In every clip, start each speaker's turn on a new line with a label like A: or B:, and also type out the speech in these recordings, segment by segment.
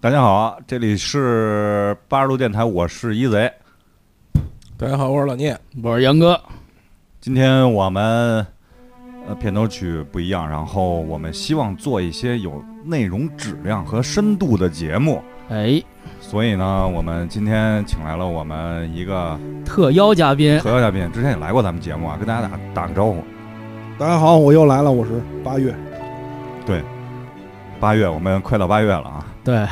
A: 大家好，这里是八十度电台，我是一贼。
B: 大家好，我是老聂。
C: 我是杨哥，
A: 今天我们呃片头曲不一样，然后我们希望做一些有内容质量和深度的节目，
C: 哎，
A: 所以呢，我们今天请来了我们一个
C: 特邀嘉宾，
A: 特邀嘉宾，之前也来过咱们节目啊，跟大家打打个招呼。
B: 大家好，我又来了，我是八月。
A: 八月，我们快到八月了啊，
C: 对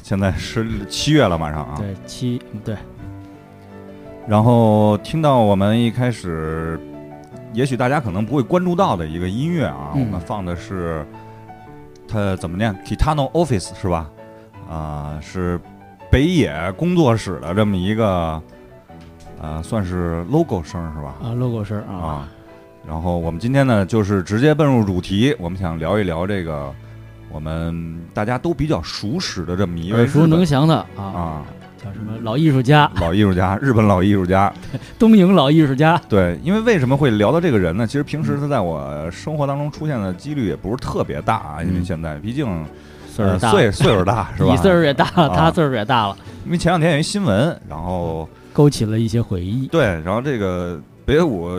A: 现在是七月了，马上啊。
C: 对七对，
A: 然后听到我们一开始，也许大家可能不会关注到的一个音乐啊，
C: 嗯
A: 我们放的是它怎么念？Kitano Office 是吧？啊、是北野工作室的这么一个，呃，算是 logo 声是吧？
C: 啊，logo 是啊，
A: 啊。然后我们今天呢，就是直接奔入主题，我们想聊一聊这个我们大家都比较熟识的这么一位
C: 耳
A: 日
C: 熟
A: 本
C: 能详的啊，
A: 啊
C: 叫什么老艺术家，
A: 老艺术家，日本老艺术家。
C: 东瀛老艺术家，
A: 对，因为为什么会聊到这个人呢？其实平
C: 嗯
A: 时他在我生活当中出现的几率也不是特别大啊，因为
C: 嗯
A: 现在毕竟
C: 岁
A: 呃
C: 数大，
A: 岁岁数大是吧？
C: 你岁数也大了，
A: 啊
C: 他岁数也大了，
A: 因为前两天有一新闻，然后
C: 勾起了一些回忆。
A: 对，然后这个北野武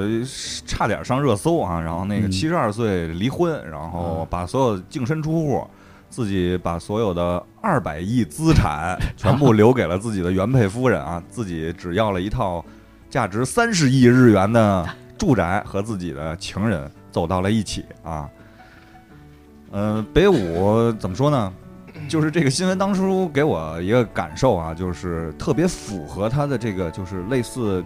A: 差点上热搜啊，然后那个
C: 嗯
A: 七十二岁离婚，然后把所有净身出户。自己把所有的二百亿资产全部留给了自己的原配夫人啊，自己只要了一套价值三十亿日元的住宅和自己的情人走到了一起啊。呃，北舞怎么说呢？就是这个新闻当初给我一个感受啊，就是特别符合他的这个，就是类似，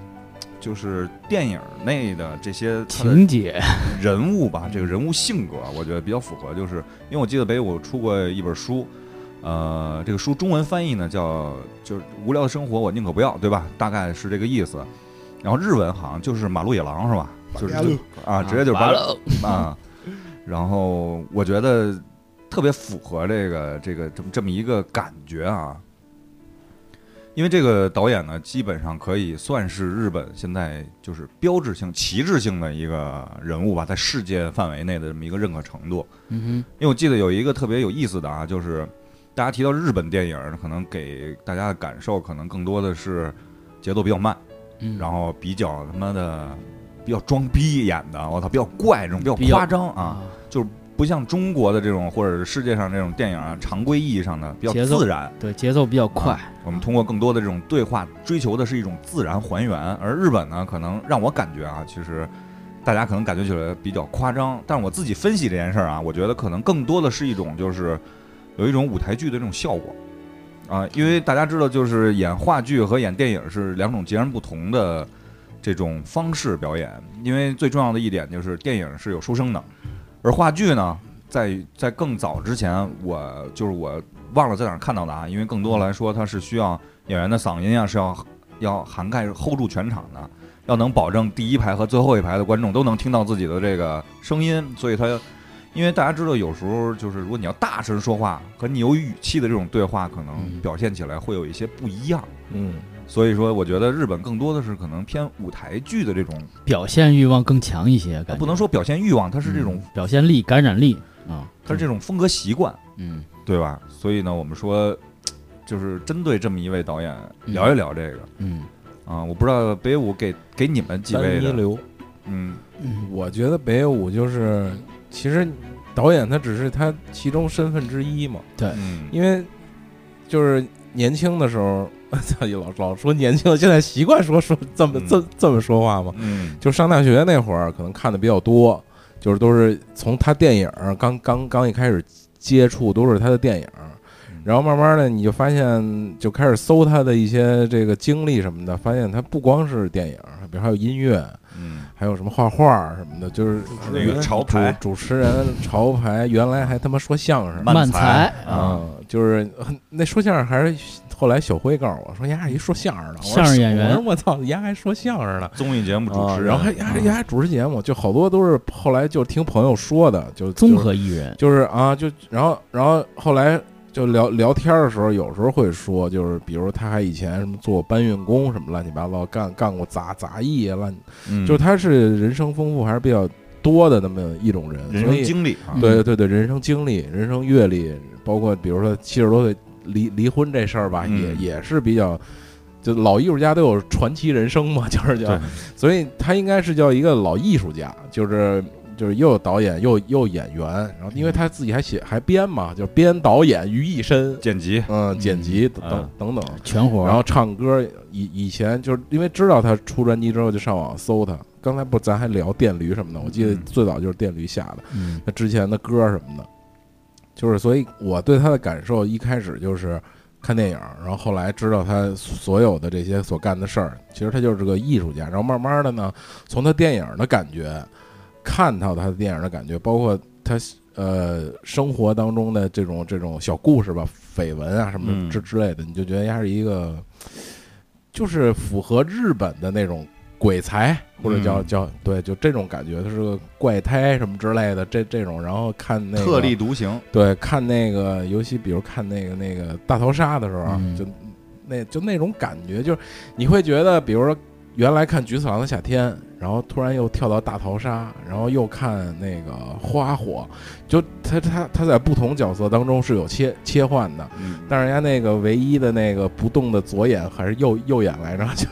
A: 就是电影内的这些他的
C: 情节，
A: 人物吧，这个人物性格，我觉得比较符合。就是因为我记得北舞出过一本书，呃，这个书中文翻译呢叫就是“无聊的生活我宁可不要”，对吧？大概是这个意思。然后日文好像就是马路野狼是吧？就是
B: 马路
A: 啊，直接就是
C: 完
A: 马路
C: 了，
A: 啊。然后我觉得特别符合这个这个这么这么一个感觉啊。因为这个导演呢，基本上可以算是日本现在就是标志性、旗帜性的一个人物吧，在世界范围内的这么一个认可程度。
C: 嗯
A: 因为我记得有一个特别有意思的啊，就是大家提到日本电影，可能给大家的感受可能更多的是节奏比较慢，
C: 哼，嗯
A: 然后比较他妈的比较装逼演的，我操，比较怪这种，比较
C: 比较
A: 夸张啊，，不像中国的这种或者是世界上这种电影啊，常规意义上的比较
C: 节奏
A: 自然。
C: 对，节奏比较快，
A: 我们通过更多的这种对话，追求的是一种自然还原。而日本呢，可能让我感觉啊，其实大家可能感觉起来比较夸张，但是我自己分析这件事儿啊，我觉得可能更多的是一种就是有一种舞台剧的这种效果啊，因为大家知道，就是演话剧和演电影是两种截然不同的啊这种方式表演，因为最重要的一点就是电影是有收声的，而话剧呢。在在更早之前，我就是我忘了在哪儿看到的啊，因为更多来说它是需要演员的嗓音啊是要要涵盖 hold 住全场的，要能保证第一排和最后一排的观众都能听到自己的这个声音，所以它。因为大家知道，有时候就是如果你要大声说话，和你有语气的这种对话，可能
C: 嗯
A: 表现起来会有一些不一样。
B: 嗯，
A: 所以说，我觉得日本更多的是可能偏舞台剧的这种，
C: 表现欲望更强一些，感觉
A: 啊不能说表现欲望，它
C: 嗯
A: 是这种，
C: 表现力、感染力啊，
A: 它是这种风格习惯。
C: 嗯，
A: 对吧？所以呢，我们说，就是针对这么一位导演
C: 嗯
A: 聊一聊这个
C: 嗯
A: 啊、我不知道北舞给给你们几位
B: 单一
A: 的，
B: 流。
A: 嗯
C: 嗯
B: 我觉得北野武就是，其实导演他只是他其中身份之一嘛，
A: 嗯，
B: 因为就是年轻的时候， 操，老老说年轻，现在习惯说说这么这
A: 嗯
B: 这么说话嘛。
A: 嗯
B: 就上大学那会儿，可能看的比较多，就是都是从他电影儿刚刚刚一开始接触，都是他的电影儿
A: 嗯。
B: 然后慢慢的，你就发现，就开始搜他的一些这个经历什么的，发现他不光是电影儿，比如还有音乐，
A: 嗯
B: 还有什么画画什么的，就是
A: 持人那个潮牌
B: 主主持人潮牌，原来还他妈说相声
A: 慢
C: 慢
A: 才
C: 才
A: 啊
C: 啊，
B: 啊，就是很那说相声还是后来小辉告诉我说，丫是一说相声的我说
C: 相声演员
B: 我说我操，丫还说相声呢。
A: 综艺节目主
B: 啊
A: 持人，
B: 然后还还还还主持节目，就好多都是后来就听朋友说的，就
C: 综合艺人，
B: 就是就是啊，就然后然后后来就聊聊天的时候，有时候会说，就是比如他还以前什么做搬运工什么乱七八糟，干干过杂杂役啊乱
A: 嗯
B: 就是他是人生丰富还是比较多的那么一种人，
A: 人
B: 所
A: 生
B: 以
A: 经历啊，
B: 对对对，人生经历、人生阅历，包括比如说七十多岁离离婚这事儿吧，也
A: 嗯
B: 也是比较，就老艺术家都有传奇人生嘛，就是叫
A: 对，
B: 所以他应该是叫一个老艺术家，就是就是又有导演又又演员，然后因为他自己还写还编嘛，就是编导演于一身，
A: 剪辑，
B: 嗯，剪辑等
A: 嗯
B: 等等，
C: 全活儿，
B: 然后唱歌以以前就是因为知道他出专辑之后就上网搜他，刚才不咱还聊电驴什么的，我记得
A: 嗯
B: 最早就是电驴下的。
C: 嗯
B: 他之前的歌什么的，就是所以我对他的感受一开始就是看电影，然后后来知道他所有的这些所干的事儿，其实他就是个艺术家。然后慢慢的呢，从他电影的感觉，看到他的电影的感觉，包括他呃生活当中的这种这种小故事吧、绯闻啊什么
A: 嗯
B: 之之类的，你就觉得他是一个，就是符合日本的那种鬼才，或者叫
A: 嗯
B: 叫对，就这种感觉，他是个怪胎什么之类的，这这种，然后看那个
A: 特立独行，
B: 对，看那个，尤其比如看那个那个大逃杀的时候，啊
C: 嗯
B: 就那就那种感觉，就是你会觉得，比如说原来看《菊次郎的夏天》，然后突然又跳到大逃杀，然后又看那个花火，就他他他在不同角色当中是有切切换的，
A: 嗯
B: 但是人家那个唯一的那个不动的左眼还是右右眼来着，就是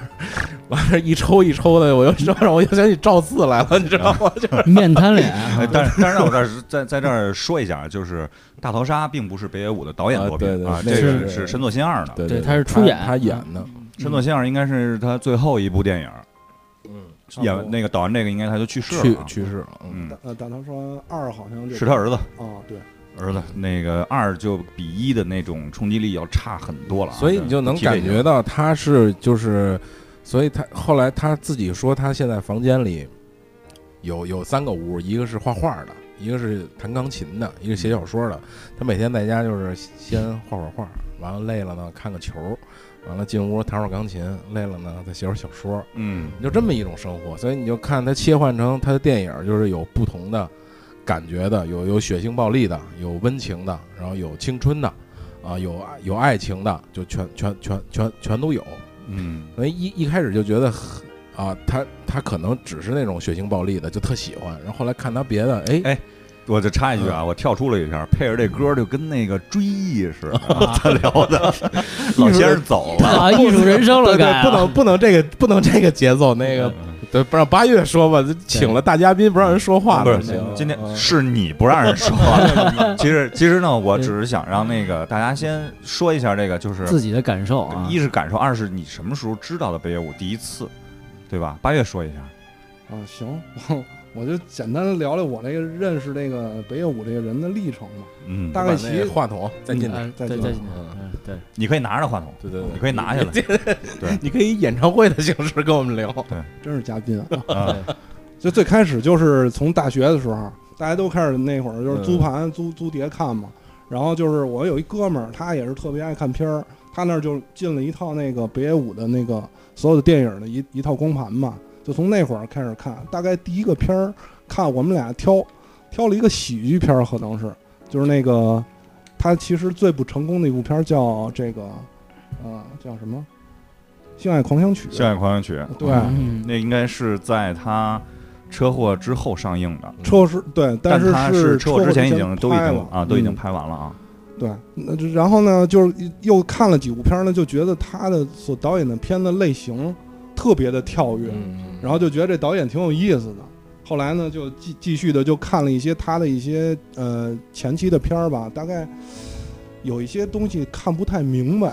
B: 完事儿一抽一抽的，我又知道让我又想起赵四来了，你知道吗？就是
C: 面瘫脸，
A: 哎， 但是但是让我这儿在在这儿说一下，啊就是《大逃杀》并不是北野武的导演作
B: 啊对
A: 品
B: 对
A: 啊，
B: 那
A: 这
B: 是
A: 个是深作欣二的。
B: 对
C: 对他是出演
B: 他演的，
A: 深作欣二应该是他最后一部电影，
B: 嗯，
A: 演那个导完这个应该他就去世
B: 去
A: 了啊。
B: 去世了，嗯，
A: 嗯
D: 大，呃，大逃杀二好像就是
A: 他儿子，
D: 啊，对，
A: 儿子那个二就比一的那种冲击力要差很多了啊，
B: 所以你就能
A: 提这
B: 感
A: 个
B: 觉到他是就是，所以他后来他自己说他现在房间里有有三个屋，一个是画画的，一个是弹钢琴的，一个
A: 嗯
B: 写小说的。他每天在家就是先画会儿画，完了累了呢看个球，完了进屋弹会儿钢琴，累了呢再写会儿小说，
A: 嗯，
B: 就这么一种生活。所以你就看他切换成他的电影，就是有不同的感觉的，有有血腥暴力的，有温情的，然后有青春的，啊，有爱有爱情的，就全全全全全都有。
A: 嗯
B: 所以一一开始就觉得很啊，他他可能只是那种血腥暴力的，就特喜欢。然后后来看他别的，哎
A: 哎我就插一
B: 嗯
A: 句啊，我跳出了一下，配着这歌就跟那个追忆似的， 他聊的老先生走了，
B: 哎
C: 啊，艺术人生了，
B: 对对，
C: 该啊
B: 不能不能这个不能这个节奏，那个对，不让八月说吧，请了大嘉宾不让人说话
A: 不
B: 了，
A: 是哦嗯
B: 行
A: 今
B: 嗯
A: 天是你不让人 说话。其实其实呢，我只是想让那个大家先说一下这个，就是
C: 自己的感受啊，
A: 一是感受，二是你什么时候知道的北野武第一次，对吧？八月说一下，
D: 啊，行，我我就简单的聊聊我那个认识那个北野武这个人的历程吧。
A: 嗯，
D: 大
B: 把
D: 概
B: 那
D: 其
B: 个话筒再进来，
C: 嗯
D: 再
C: 对
D: 见
C: 再见
B: 嗯
C: 嗯对，
A: 你可以拿着话筒，
B: 对对对
A: 你。可以拿下 来，
B: 你可以以演唱会的形式跟我们聊。
D: 真是嘉宾啊！
A: 啊
D: 就最开始就是从大学的时候，大家都开始那会儿就是租盘、租租碟看嘛。然后就是我有一哥们儿，他也是特别爱看片儿，他那儿就进了一套那个北野武的那个所有的电影的一一套光盘嘛。就从那会儿开始看，大概第一个片儿看我们俩挑挑了一个喜剧片儿，可能是就是那个他其实最不成功的一部片儿叫这个呃叫什么《性爱狂想曲》
A: 《校园狂想曲》
D: 对。
C: 嗯
A: 那应该是在他车祸之后上映的，
D: 车是对，但是
A: 他嗯是车
D: 车
A: 祸
D: 祸
A: 之前已经都已
D: 拍
A: 经
D: 了
A: 啊都已经
D: 嗯
A: 拍完了啊，
D: 对，那这然后呢，就是又看了几部片儿呢，就觉得他的所导演的片子类型特别的跳跃，
B: 嗯
D: 然后就觉得这导演挺有意思的。后来呢，就继继续的就看了一些他的一些呃前期的片儿吧，大概有一些东西看不太明白，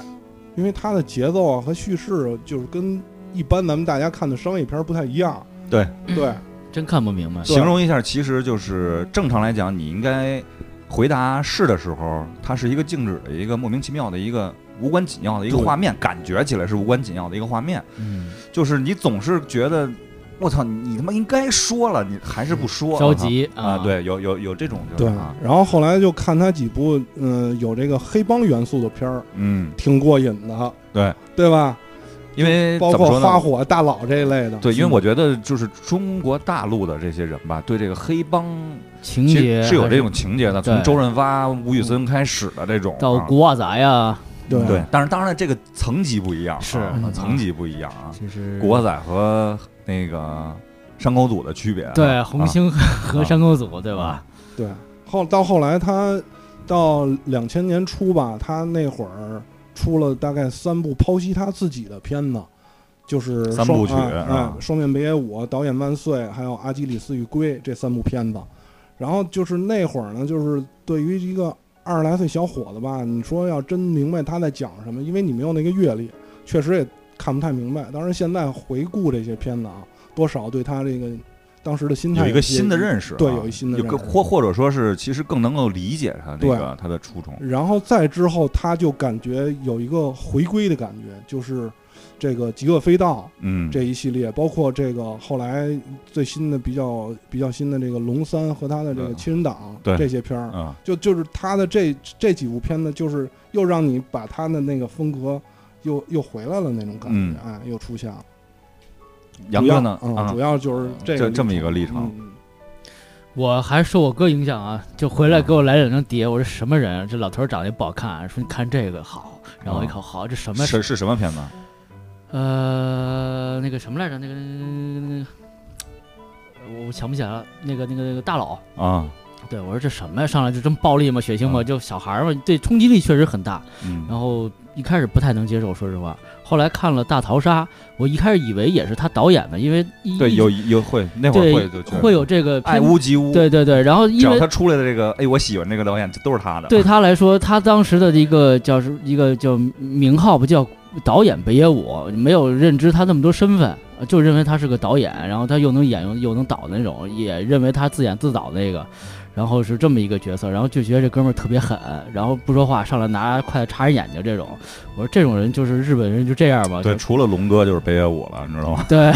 D: 因为他的节奏啊和叙事就是跟一般咱们大家看的商业片儿不太一样。
A: 对
D: 对，
C: 真看不明白，
D: 对
A: 形容一下，其实就是正常来讲，你应该回答是的时候，它是一个静止的一个莫名其妙的一个无关紧要的一个
B: 对
A: 画面，感觉起来是无关紧要的一个画面，
C: 嗯，
A: 就是你总是觉得我操，你他妈应该说了，你还是不说，
C: 嗯着急
A: 我操啊！，对，有有有这种就
D: 对
A: 是啊，，
D: 然后后来就看他几部，嗯、有这个黑帮元素的片儿，
A: 嗯，
D: 挺过瘾的，
A: 对
D: 对吧？
A: 因为
D: 包
A: 怎么
D: 括
A: 说
D: 花
A: 呢？
D: 火、大佬这一类的，
A: 对，因为
D: 嗯
A: 我觉得就是中国大陆的这些人吧，对这个黑帮
C: 情
A: 其
C: 节
A: 实是有
C: 还
A: 这种情节的，从
C: 对
A: 周润发、吴宇森开始的这种
C: 到
A: 啊
C: 古惑仔呀，
D: 对
A: 对，但是当然这个层级不一样啊，
C: 啊是
A: 啊
C: 嗯
A: 层级不一样啊。
C: 就是
A: 古惑仔和那个山口组的区别啊，
C: 对红
A: 啊
C: 星和和山口组对吧？
D: 对后到后来他到两千年初吧，他那会儿出了大概三部剖析他自己的片子，就是
A: 三
D: 双
A: 部曲
D: 啊
A: 啊
D: 啊双面北野武》《导演万岁》还有《阿基里斯与龟》这三部片子。然后就是那会儿呢，就是对于一个二十来岁小伙子吧，你说要真明白他在讲什么，因为你没有那个阅历，确实也看不太明白。当然，现在回顾这些片子啊，多少对他这个当时的心态
A: 啊有一个
D: 也
A: 新的认识啊，
D: 对有一新的
A: 有
D: 认
A: 个
D: 识。
A: 或或者说是其实更能够理解他那个他的初衷。
D: 然后再之后，他就感觉有一个回归的感觉，就是这个《极恶飞盗》
A: 嗯，
D: 这一系列，包括这个后来最新的比较比较新的这个《龙三》和他的这个
A: 嗯
D: 《亲人党》
A: 对
D: 这些片儿，
A: 啊，
D: 就就是他的这这几部片子，就是又让你把他的那个风格又又回来了那种感
A: 嗯
D: 觉，哎，又出现了。
A: 杨
D: 主要
A: 哥呢？
D: 嗯
A: 啊
D: 主，要就是这
A: 这这么一个
D: 历
A: 历程，
D: 嗯
C: 我还受我哥影响啊，就回来给我来两张碟。我说什么人啊？这老头儿长得也不好看，说你看这个好。然后我一看，好，这什么？
A: 是是什么片子？
C: 呃，那个什么来着？那个那个，我我想不起来了。那个那个那个大佬，
A: 啊，
C: 对我说这什么呀？上来就这么暴力吗？血腥吗？
A: 啊
C: 就小孩儿嘛，对冲击力确实很大。
A: 嗯，
C: 然后一开始不太能接受，说实话。后来看了《大逃杀》，我一开始以为也是他导演的，因为一
A: 对，
C: 一
A: 有有会那会儿
C: 对
A: 会就觉得
C: 会有这个
A: 爱
C: 偏
A: 屋及乌，，
C: 对对对，然后
A: 只
C: 因
A: 要
C: 为
A: 他出来的这个，哎，我喜欢这个导演，这都是他的。
C: 对他来说，他当时的一个叫是一个叫名号不叫导演北野武，没有认知他那么多身份，呃就认为他是个导演，然后他又能演又又能导那种，也认为他自演自导那个，然后是这么一个角色，然后就觉得这哥们儿特别狠，然后不说话，上来拿筷子插人眼睛这种，我说这种人就是日本人就这样吧，
A: 对，
C: 就
A: 除了龙哥就是北野武了，你知道吗？
C: 对，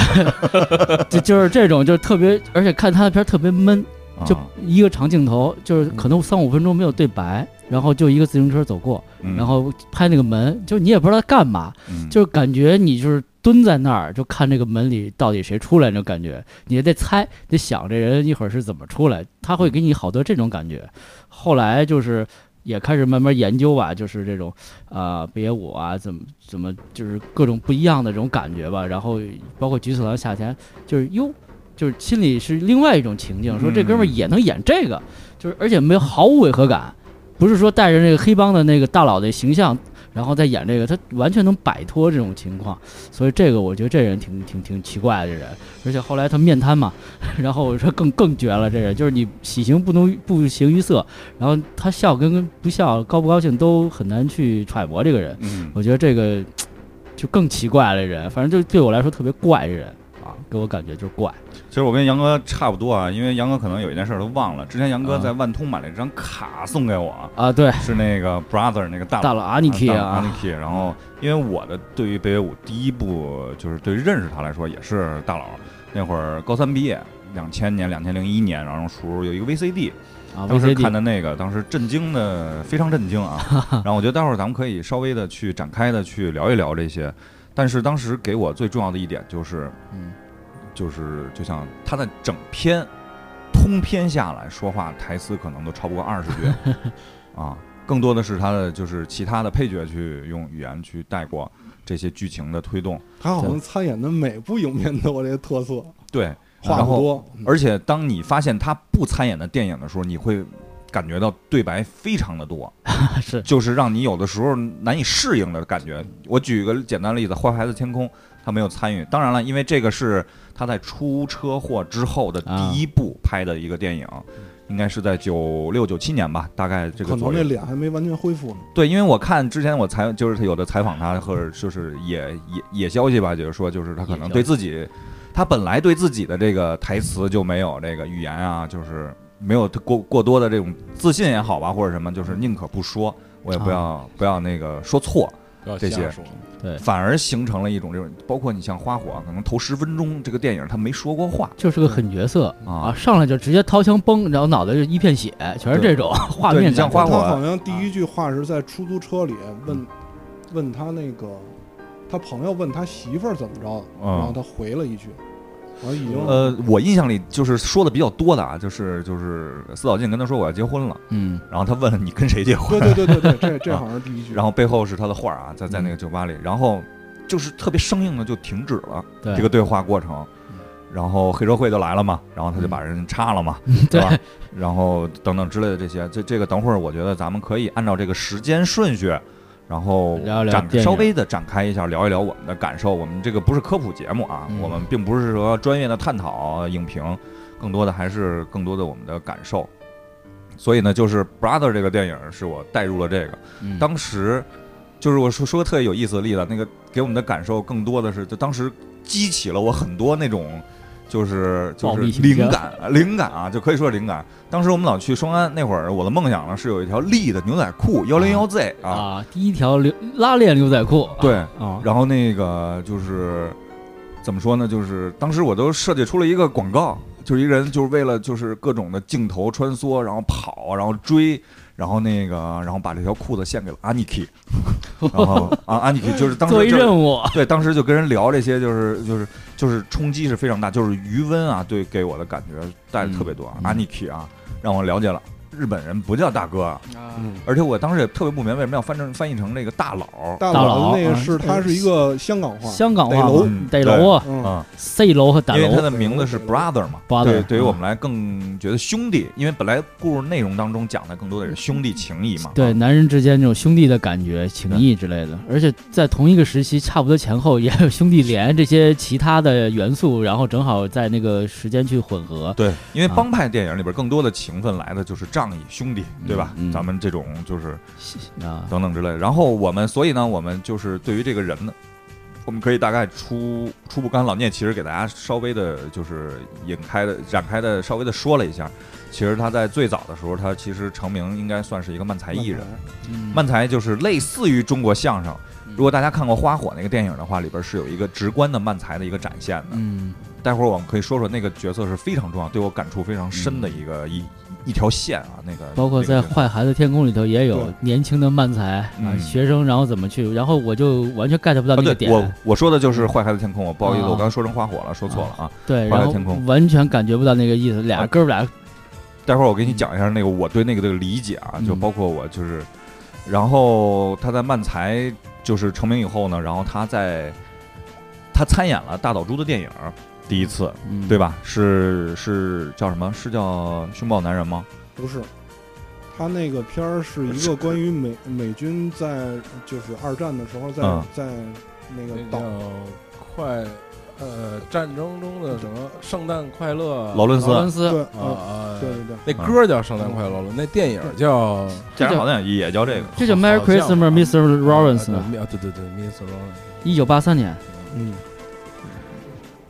C: 就就是这种，就是特别，而且看他的片儿特别闷，
A: 啊嗯
C: 就一个长镜头，就是可能三五分钟没有对白，然后就一个自行车走过，
A: 嗯
C: 然后拍那个门，就你也不知道他干嘛，
A: 嗯
C: 就是感觉你就是蹲在那儿，就看这个门里到底谁出来那种感觉，你也得猜，得想这人一会儿是怎么出来，他
A: 嗯
C: 会给你好多这种感觉。后来就是也开始慢慢研究吧，就是这种啊、北野武啊，怎么怎么就是各种不一样的这种感觉吧。然后包括菊次郎夏天，就是哟。就是心里是另外一种情境，说这哥们儿也能演这个，就是而且没有毫无违和感，不是说带着那个黑帮的那个大佬的形象然后再演这个，他完全能摆脱这种情况，所以这个我觉得这人挺挺挺奇怪的这人，而且后来他面瘫嘛， 然后我说更更绝了，这人就是你喜形不能不形于色，然后他笑跟不笑、高不高兴都很难去揣摩这个人，
A: 嗯，
C: 我觉得这个就更奇怪了这人，反正就对我来说特别怪这人啊，给我感觉就是怪，
A: 其实我跟杨哥差不多啊，因为杨哥可能有一件事儿都忘了，之前杨哥
C: 啊
A: 在万通买了一张卡送给我，
C: 啊，对，
A: 是那个 Brother 那个大
C: 大佬阿尼基
A: 阿
C: 啊，
A: 尼然后因为我的对于北野武第一部就是对于认识他来说也是大佬，那会儿高三毕业，两千年、两千零一年，然后叔有一个 VCD，
C: 啊，
A: 当时看
C: VCD
A: 的那个，当时震惊的非常震惊啊。然后我觉得待会儿咱们可以稍微的去展开的去聊一聊这些，但是当时给我最重要的一点就是，
C: 嗯，
A: 就是就像他的整篇通篇下来说话台词可能都超不过二十句啊，更多的是他的就是其他的配角去用语言去带过这些剧情的推动，
D: 他好像参演的每部影片都有这个特色，
A: 对，
D: 话
A: 然后
D: 不多，
A: 而且当你发现他不参演的电影的时候，你会感觉到对白非常的多，
C: 是
A: 就是让你有的时候难以适应的感觉。我举个简单的例子，《坏孩子天空》他没有参与，当然了，因为这个是他在出车祸之后的第一部拍的一个电影，应该是在九六九七年吧，大概这个
D: 可
A: 左
D: 能那
A: 右。
D: 脸还没完全恢复呢。
A: 对，因为我看之前我采就是有的采访他，或者就是也也也消息吧，就是说就是他可能对自己，他本来对自己的这个台词就没有这个语言啊，就是没有过过多的这种自信也好吧，或者什么，就是宁可不说，我也不要、不要那个说错，
B: 不要
A: 这些
B: 瞎说
A: 反而形成了一种这种，包括你像花火，啊可能头十分钟这个电影他没说过话
C: 就是个狠角色，啊，
A: 啊，
C: 上来就直接掏枪崩，然后脑袋就一片血，全是这种 画
A: 对
C: 面
A: 你像
C: 感。
A: 花
D: 他
A: 火
D: 好像第一句话是在出租车里
A: 嗯
D: 问，问他那个，他朋友问他媳妇儿怎么着，
A: 嗯
D: 然后他回了一句，然后已经
A: 呃，我印象里就是说的比较多的啊，就是就是四岛进跟他说我要结婚了，
C: 嗯，
A: 然后他问你跟谁结婚。
D: 对对对对对， 这这好像是第一句。
A: 然后背后是他的画儿啊，在
C: 嗯
A: 在那个酒吧里，然后就是特别生硬的就停止了
C: 对，
A: 这个对话过程
C: 嗯。
A: 然后黑社会就来了嘛，然后他就把人插了嘛，对吧？然后等等之类的这些，这这个等会儿我觉得咱们可以按照这个时间顺序，然后
C: 聊一聊
A: 展
C: 电影
A: 稍微的展开一下，聊一聊我们的感受。我们这个不是科普节目啊，
C: 嗯
A: 我们并不是说专业的探讨影评，更多的还是更多的我们的感受。所以呢，就是《Brother》这个电影是我带入了这个，
C: 嗯
A: 当时就是我说说个特别有意思的例子，那个给我们的感受更多的是，就当时激起了我很多那种就是就
C: 暴
A: 是
C: 力倾向
A: 灵感啊灵感啊，就可以说是灵感。当时我们老去双安那会儿，我的梦想呢是有一条丽的牛仔裤幺零幺 Z 啊，
C: 啊，第一条流拉链牛仔裤，
A: 对，
C: 啊，
A: 然后那个就是怎么说呢？就是当时我都设计出了一个广告，就是一个人就是为了就是各种的镜头穿梭，然后跑，然后追，然后那个，然后把这条裤子献给了 Aniki，然后啊 Aniki 就是当时
C: 做一
A: 就是
C: 任务，
A: 对，当时就跟人聊这些，就是就是就是冲击是非常大，就是余温啊，对给我的感觉带的特别多啊。
C: 嗯嗯
A: Aniki 啊，让我了解了日本人不叫大哥，啊
C: 啊
B: 嗯
A: 而且我当时也特别不明白为什么要翻成翻译成那个大佬儿。
D: 大
C: 大
D: 佬
C: 佬
D: 那个
C: 嗯
D: 是它是一个香港话，
C: 香港
D: 逮
C: 话
D: 楼
C: 嘛，逮楼啊
D: 嗯，
A: 啊，
C: ，C 楼和打
A: 因为他
C: 楼，
A: 的名字是 brother 嘛
C: Brother，
A: 对，对于
C: 嗯
A: 我们来更觉得兄弟，因为本来故事内容当中讲的更多的是兄弟情谊嘛。
C: 对
A: 啊，
C: 男人之间这种兄弟的感觉、情谊之类的，而且在同一个时期，差不多前后也有兄弟连这些其他的元素，然后正好在那个时间去混合，
A: 对，因为
C: 啊
A: 帮派电影里边更多的情分来的就是仗义兄弟，对吧？
C: 嗯嗯
A: 咱们这种就是
C: 啊，
A: 等等之类的。然后我们，所以呢，我们就是对于这个人呢，我们可以大概初初步，刚才老聂其实给大家稍微的，就是引开的、展开的稍微的说了一下。其实他在最早的时候，他其实成名应该算是一个漫才艺人。
C: 嗯
A: 漫才就是类似于中国相声。如果大家看过《花火》那个电影的话，里边是有一个直观的漫才的一个展现的。
C: 嗯，
A: 待会儿我们可以说说那个角色是非常重要，对我感触非常深的一个、一一条线啊。那个
C: 嗯包括在
A: 那
C: 《
A: 个角色
C: 坏孩子天空》里头也有
D: 对
C: 年轻的漫才啊
A: 嗯，
C: 学生然后怎么去，然后我就完全 get 不到
A: 啊，
C: 那个
A: 对，
C: 点，
A: 我我说的就是《坏孩子天空》，我不好意思，
C: 啊
A: 我刚才说成花火了，说错了啊。
C: 对，
A: 花海
C: 然后
A: 天空
C: 完全感觉不到那个意思，俩
A: 啊
C: 哥们俩
A: 待会儿我给你讲一下那个我对那个的理解啊，
C: 嗯
A: 就包括我就是，然后他在漫才就是成名以后呢，然后他在他参演了大岛渚的电影，第一次
C: 嗯
A: 对吧？是是叫什么？是叫《凶暴男人》吗？
D: 不是。他那个片儿是一个关于美美军在就是二战的时候在
A: 嗯
D: 在那个
B: 那
D: 岛
B: 叫快呃战争中的什么圣诞快乐
A: 劳伦斯
C: 劳伦斯
D: 对
B: 啊
D: 啊，
B: 啊
D: 对，对对，
B: 那歌叫圣诞快乐了，那电影叫
A: 家
C: 这
A: 人
C: 叫
A: 好像也叫
B: 嗯
A: 这个。
C: 这叫 Merry
B: 好像
C: Christmas, Mr. Lawrence 呢？
B: 啊，对对对，Miss Lawrence，
C: 一九八三年，
D: 嗯，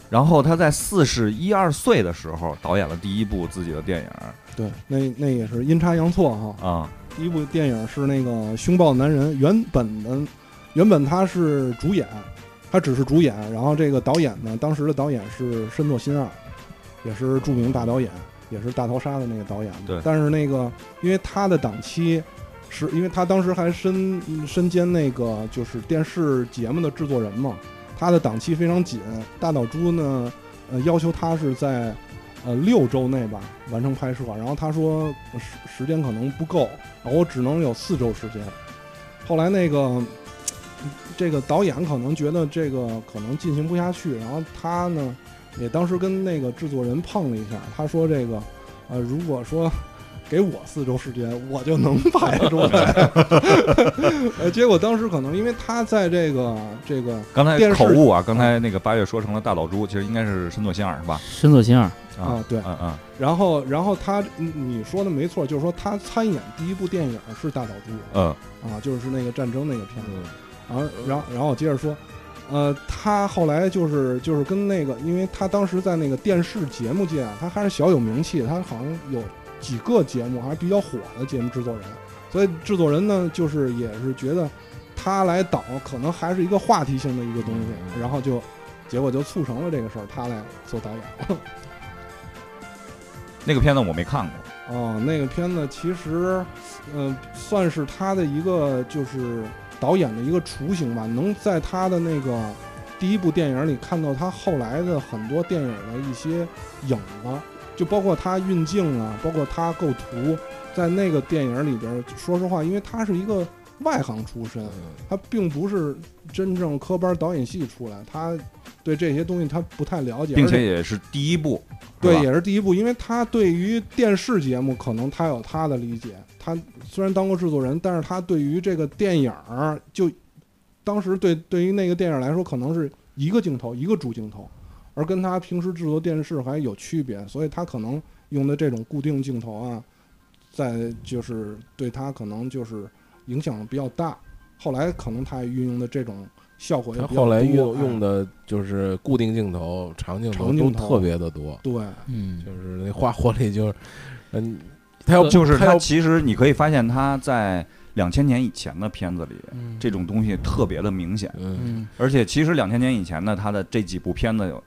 A: 然后他在四十一二岁的时候导演了第一部自己的电影
D: 对，那那也是阴差阳错哈。
A: 啊，
D: 第一部电影是那个《凶暴男人》，原本的原本他是主演，他只是主演，然后这个导演呢，当时的导演是深作欣二，也是著名大导演，也是大逃杀的那个导演。
A: 对
D: 但是那个因为他的档期。是因为他当时还身身兼那个就是电视节目的制作人嘛，他的档期非常紧。大岛渚呢，呃，要求他是在呃六周内吧完成拍摄，然后他说呃时时间可能不够，然后我只能有四周时间。后来那个这个导演可能觉得这个可能进行不下去，然后他呢也当时跟那个制作人碰了一下，他说这个呃如果说。给我四周时间，我就能拍出来。 呃，结果当时可能因为他在这个这个
A: 刚才
D: 电视
A: 口误啊，刚才那个八月说成了大岛渚，其实应该是深作欣二是吧？
C: 深作欣二，
D: 啊，对，
A: 嗯嗯，
D: 然后，然后他，你你说的没错，就是说他参演第一部电影是《大岛渚
A: 嗯，》
D: 啊，就是那个战争那个片子。
B: 嗯
D: 然后，然后，然后我接着说，呃，他后来就是就是跟那个，因为他当时在那个电视节目界啊，他还是小有名气，他好像有几个节目还是比较火的节目制作人，所以制作人呢，就是也是觉得他来导可能还是一个话题性的一个东西，然后就结果就促成了这个事儿，他来做导演。
A: 那个片子我没看过，
D: 哦，那个片子其实，呃，算是他的一个就是导演的一个雏形吧，能在他的那个第一部电影里看到他后来的很多电影的一些影子，就包括他运镜啊，包括他构图，在那个电影里边，说实话，因为他是一个外行出身，
B: 嗯
D: 他并不是真正科班导演系出来，他对这些东西他不太了解，
A: 并
D: 而
A: 且也是第一部，
D: 对，
A: 是吧
D: 也是第一部，因为他对于电视节目可能他有他的理解，他虽然当过制作人，但是他对于这个电影儿，就当时对对于那个电影来说，可能是一个镜头一个主镜头，而跟他平时制作电视还有区别，所以他可能用的这种固定镜头啊，在就是对他可能就是影响比较大。后来可能他也运用的这种效果也
B: 他
D: 比较
B: 后来
D: 多
B: 用
D: 哎
B: 用的就是固定镜头、嗯长镜头
D: 长
B: 都
D: 镜头
B: 特别的多，
D: 对
C: 嗯
B: 就，是那话火里就是，嗯，他要
A: 就是
B: 他
A: 它
B: 要
A: 其实你可以发现它在两千年以前的片子里，
C: 嗯
A: 这种东西特别的明显。
B: 嗯
C: 嗯
A: 而且其实两千年以前呢，他的这几部片子有，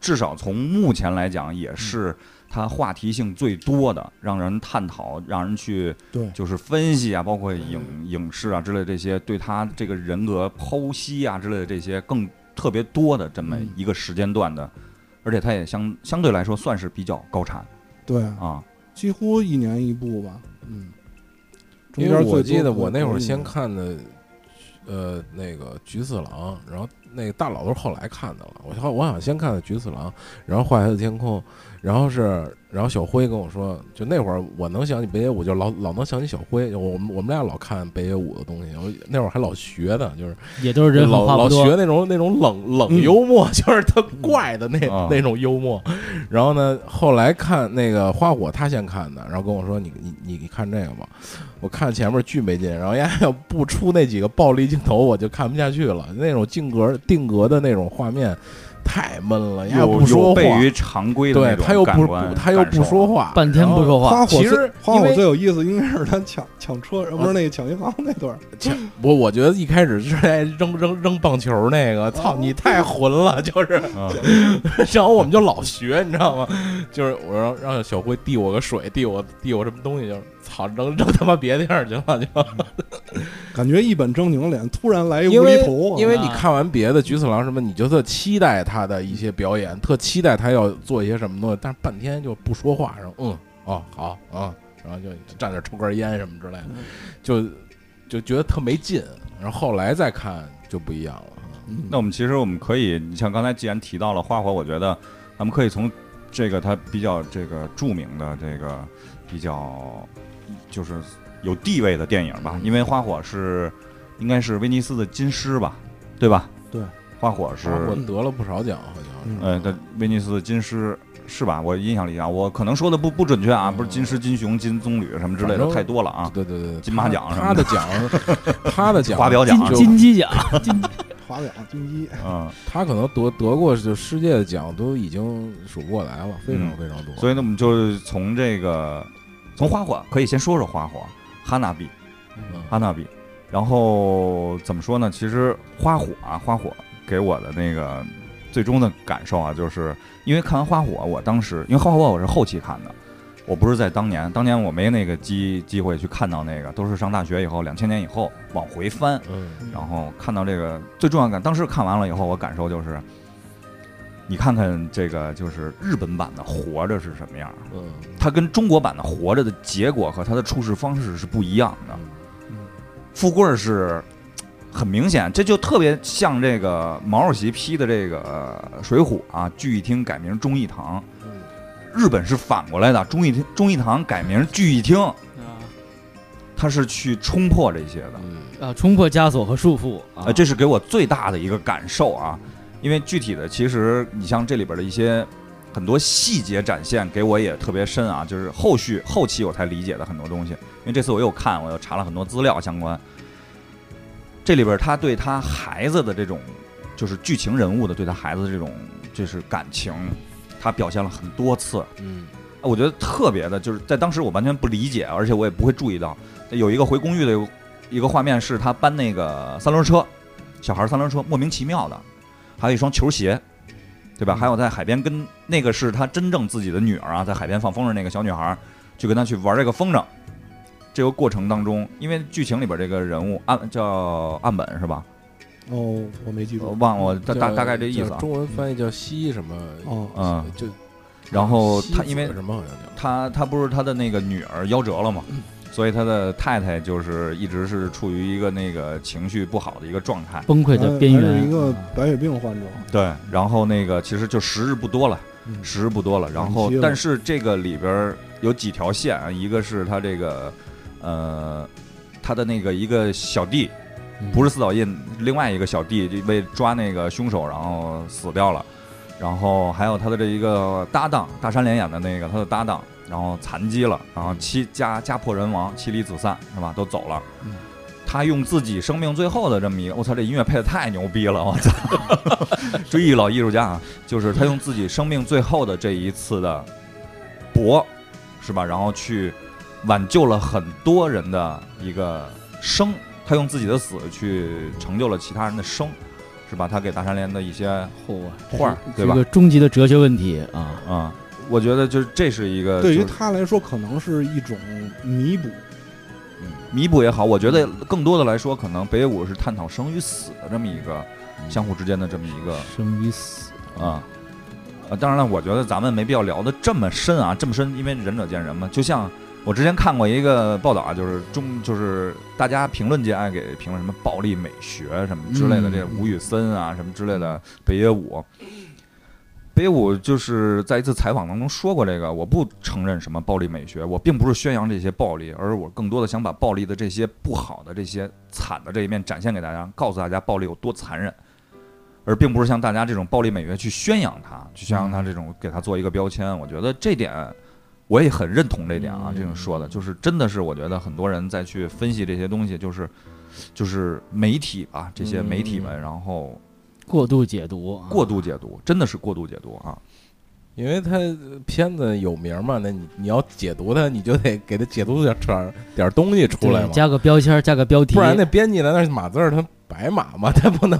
A: 至少从目前来讲，也
B: 嗯
A: 是他话题性最多的，让人探讨，让人去
D: 对
A: 就是分析啊，包括影
B: 嗯
A: 影视啊之类的这些，对他这个人格剖析啊之类的这些更特别多的这么
D: 嗯
A: 一个时间段的，而且他也相相对来说算是比较高产
D: 对，
A: 啊，
D: 几乎一年一部吧。嗯，中
B: 因
D: 间
B: 为
D: 最多
B: 我记得我那会儿
D: 嗯
B: 先看的，呃，那个菊次郎，然后那个大佬都是后来看的了。我好我好像先看的菊次郎，然后《坏孩子天空》，然后是然后小辉跟我说，就那会儿我能想起北野武，就老老能想起小辉。就我们我们俩老看北野武的东西，我那会儿还老学呢，就是
C: 也都是人狠
B: 老
C: 话不
B: 老
C: 多，
B: 学那种那种冷冷
D: 嗯
B: 幽默， 就是特怪的那、
A: 啊
B: 那种幽默。然后呢，后来看那个花火，他先看的，然后跟我说你你你你看这个吧，我看前面巨没劲，然后呀要不出那几个暴力镜头，我就看不下去了。那种定格定格的那种画面太闷了，呀
A: 有
B: 哎不说
A: 有
B: 话，
A: 悖于常规的
B: 对
A: 那
B: 他
A: 种
B: 又不
A: 感啊
B: 是
A: 官
B: 他又不说，话，
C: 半天不说话，
D: 花火最
B: 其实
D: 花
B: 因
D: 火
B: 为
D: 最有意思应该是他抢抢车，呃不是那个抢银行那段儿。
B: 我我觉得一开始是在扔扔扔棒球那个，操你太混 了，就是，
A: 感受啊
B: 然后我们就老学，你知道吗？ 就是我让让小辉递我个水，递我递我什么东西，就是操扔扔他妈别地儿去了，就
D: 感觉一本正经脸突然来一
B: 因
D: 无厘
B: 为
D: 头啊，
B: 因为你
C: 啊
B: 看完别的菊次郎什么，你就特期待他的一些表演，特期待他要做一些什么东西，但是半天就不说话，然后嗯哦好啊、然后就站那儿抽根烟什么之类的，就就觉得特没劲。然后后来再看就不一样了。
A: 那我们其实我们可以，你像刚才既然提到了花火，我觉得咱们可以从这个它比较这个著名的这个比较就是有地位的电影吧，因为花火是应该是威尼斯的金狮吧，对吧？
D: 对，
A: 花火是
B: 然后我得了不少奖，好像是。
A: 呃的威尼斯的金狮是吧？我印象里啊，我可能说的不不准确啊，
B: 嗯
A: 不是金狮、金熊、金棕榈什么之类
B: 反
A: 的，
B: 正
A: 太多了啊。
B: 对对对对，
A: 金马奖什
B: 他
A: 么
B: 的奖，他的奖，
A: 华表奖啊
C: 金金鸡奖，金
D: 华表金鸡，
A: 嗯，
B: 他可能得得过就世界的奖都已经数不过来了，非常非常多。
A: 嗯所以呢，
B: 呢，
A: 我们就是从这个从花火可以先说说花火，哈娜比。
B: 嗯
A: 哈娜比。然后怎么说呢？其实花火啊，花火给我的那个最终的感受啊，就是因为看完花火，我当时因为花火我是后期看的，我不是在当年，当年我没那个机机会去看到那个，都是上大学以后，两千年以后往回翻，
B: 嗯，
A: 然后看到这个最重要的感，当时看完了以后，我感受就是，你看看这个就是日本版的《活着》是什么样儿，
B: 嗯
A: 它跟中国版的《活着》的结果和它的处事方式是不一
B: 嗯
A: 样的。富贵儿是很明显，这就特别像这个毛主席批的这个呃《水浒》啊，聚义厅改名忠义堂。
B: 嗯
A: 日本是反过来的，忠义厅忠义堂改名聚义厅，
C: 啊
A: 它是去冲破这些的。
B: 嗯
C: 啊，冲破枷锁和束缚啊
A: 啊，，这是给我最大的一个感受啊，因为具体的，其实你像这里边的一些很多细节展现，给我也特别深啊，就是后续后期我才理解的很多东西，因为这次我又看，我又查了很多资料相关，这里边他对他孩子的这种，就是剧情人物的对他孩子的这种，就是感情，他表现了很多次，
B: 嗯
A: 我觉得特别的，就是在当时我完全不理解，而且我也不会注意到，有一个回公寓的一个画面是他搬那个三轮车，小孩三轮车莫名其妙的，还有一双球鞋，对
B: 嗯
A: 吧？还有在海边跟那个是他真正自己的女儿啊，在海边放风筝那个小女孩，去跟他去玩这个风筝。这个过程当中，因为剧情里边这个人物岸叫岸本是吧？
D: 哦，我没记
A: 我
D: 住
A: 忘了呃我大大
B: 嗯叫
A: 大概这意思
B: 叫
A: 啊。
B: 中文翻译叫西什么？
D: 哦，
A: 嗯，
B: 就
A: 然后
B: 西
A: 他
B: 子
A: 因为
B: 什么好像叫
D: 嗯
A: 他他不是他的那个女儿夭折了嘛，所以他的太太就是一直是处于一个那个情绪不好的一个状态。
C: 崩溃的边
D: 呃还是
C: 缘
D: 一。个
B: 啊
D: 白血病患者，啊
A: 对，然后那个其实就时日不多了，
D: 嗯
A: 时日不多了。然后
D: 晚期，了
A: 但是这个里边儿有几条线啊，一个是他这个，呃，他的那个一个小弟，
C: 嗯
A: 不是四岛印，另外一个小弟就被抓那个凶手，然后死掉了。然后还有他的这一个搭档，大山连演的那个他的搭档，然后残疾了，然后七家家破人亡，妻离子散，是吧？都走了。
D: 嗯
A: 他用自己生命最后的这么一个，我操，这音乐配的太牛逼了，我操！追忆老艺术家啊，就是他用自己生命最后的这一次的搏，是吧？然后去挽救了很多人的一个生，他用自己的死去成就了其他人的生，是吧？他给大山连的一些
C: 嚯，
A: 画儿，对
C: 嗯这
A: 吧
C: 个？终极的哲学问题啊！
A: 嗯，我觉得就是这是一
B: 呃
A: 个
D: 对于
A: 就是
D: 他来说可能是一种弥补。
A: 嗯弥补也好，我觉得更多的来说，可能北野武是探讨生与死的这么一个相互之间的这么一个
C: 生与死，
A: 啊、呃，当然了，我觉得咱们没必要聊得这么深啊，这么深，因为仁者见仁嘛。就像我之前看过一个报道啊，就是中就是大家评论界爱给评论什么暴力美学什么之类的，
C: 嗯
A: 这吴宇森啊什么之类的，北野武。北野武就是在一次采访当中说过这个，我不承认什么暴力美学，我并不是宣扬这些暴力，而我更多的想把暴力的这些不好的、这些惨的这一面展现给大家，告诉大家暴力有多残忍。而并不是像大家这种暴力美学去宣扬它，去宣扬它这种给它做一个标签。我觉得这点我也很认同这点啊，
C: 嗯
A: 这种说的就是真的是我觉得很多人在去分析这些东西，就是就是媒体吧，这些媒体们，然后
C: 过度解读啊，
A: 过度解读，真的是过度解读啊。
B: 因为他片子有名嘛，那你你要解读它，你就得给它解读点点点东西出来
C: 对
B: 嘛，
C: 加个标签儿，加个标题，
B: 不然那编辑在那儿码字儿，他白码嘛， 他不能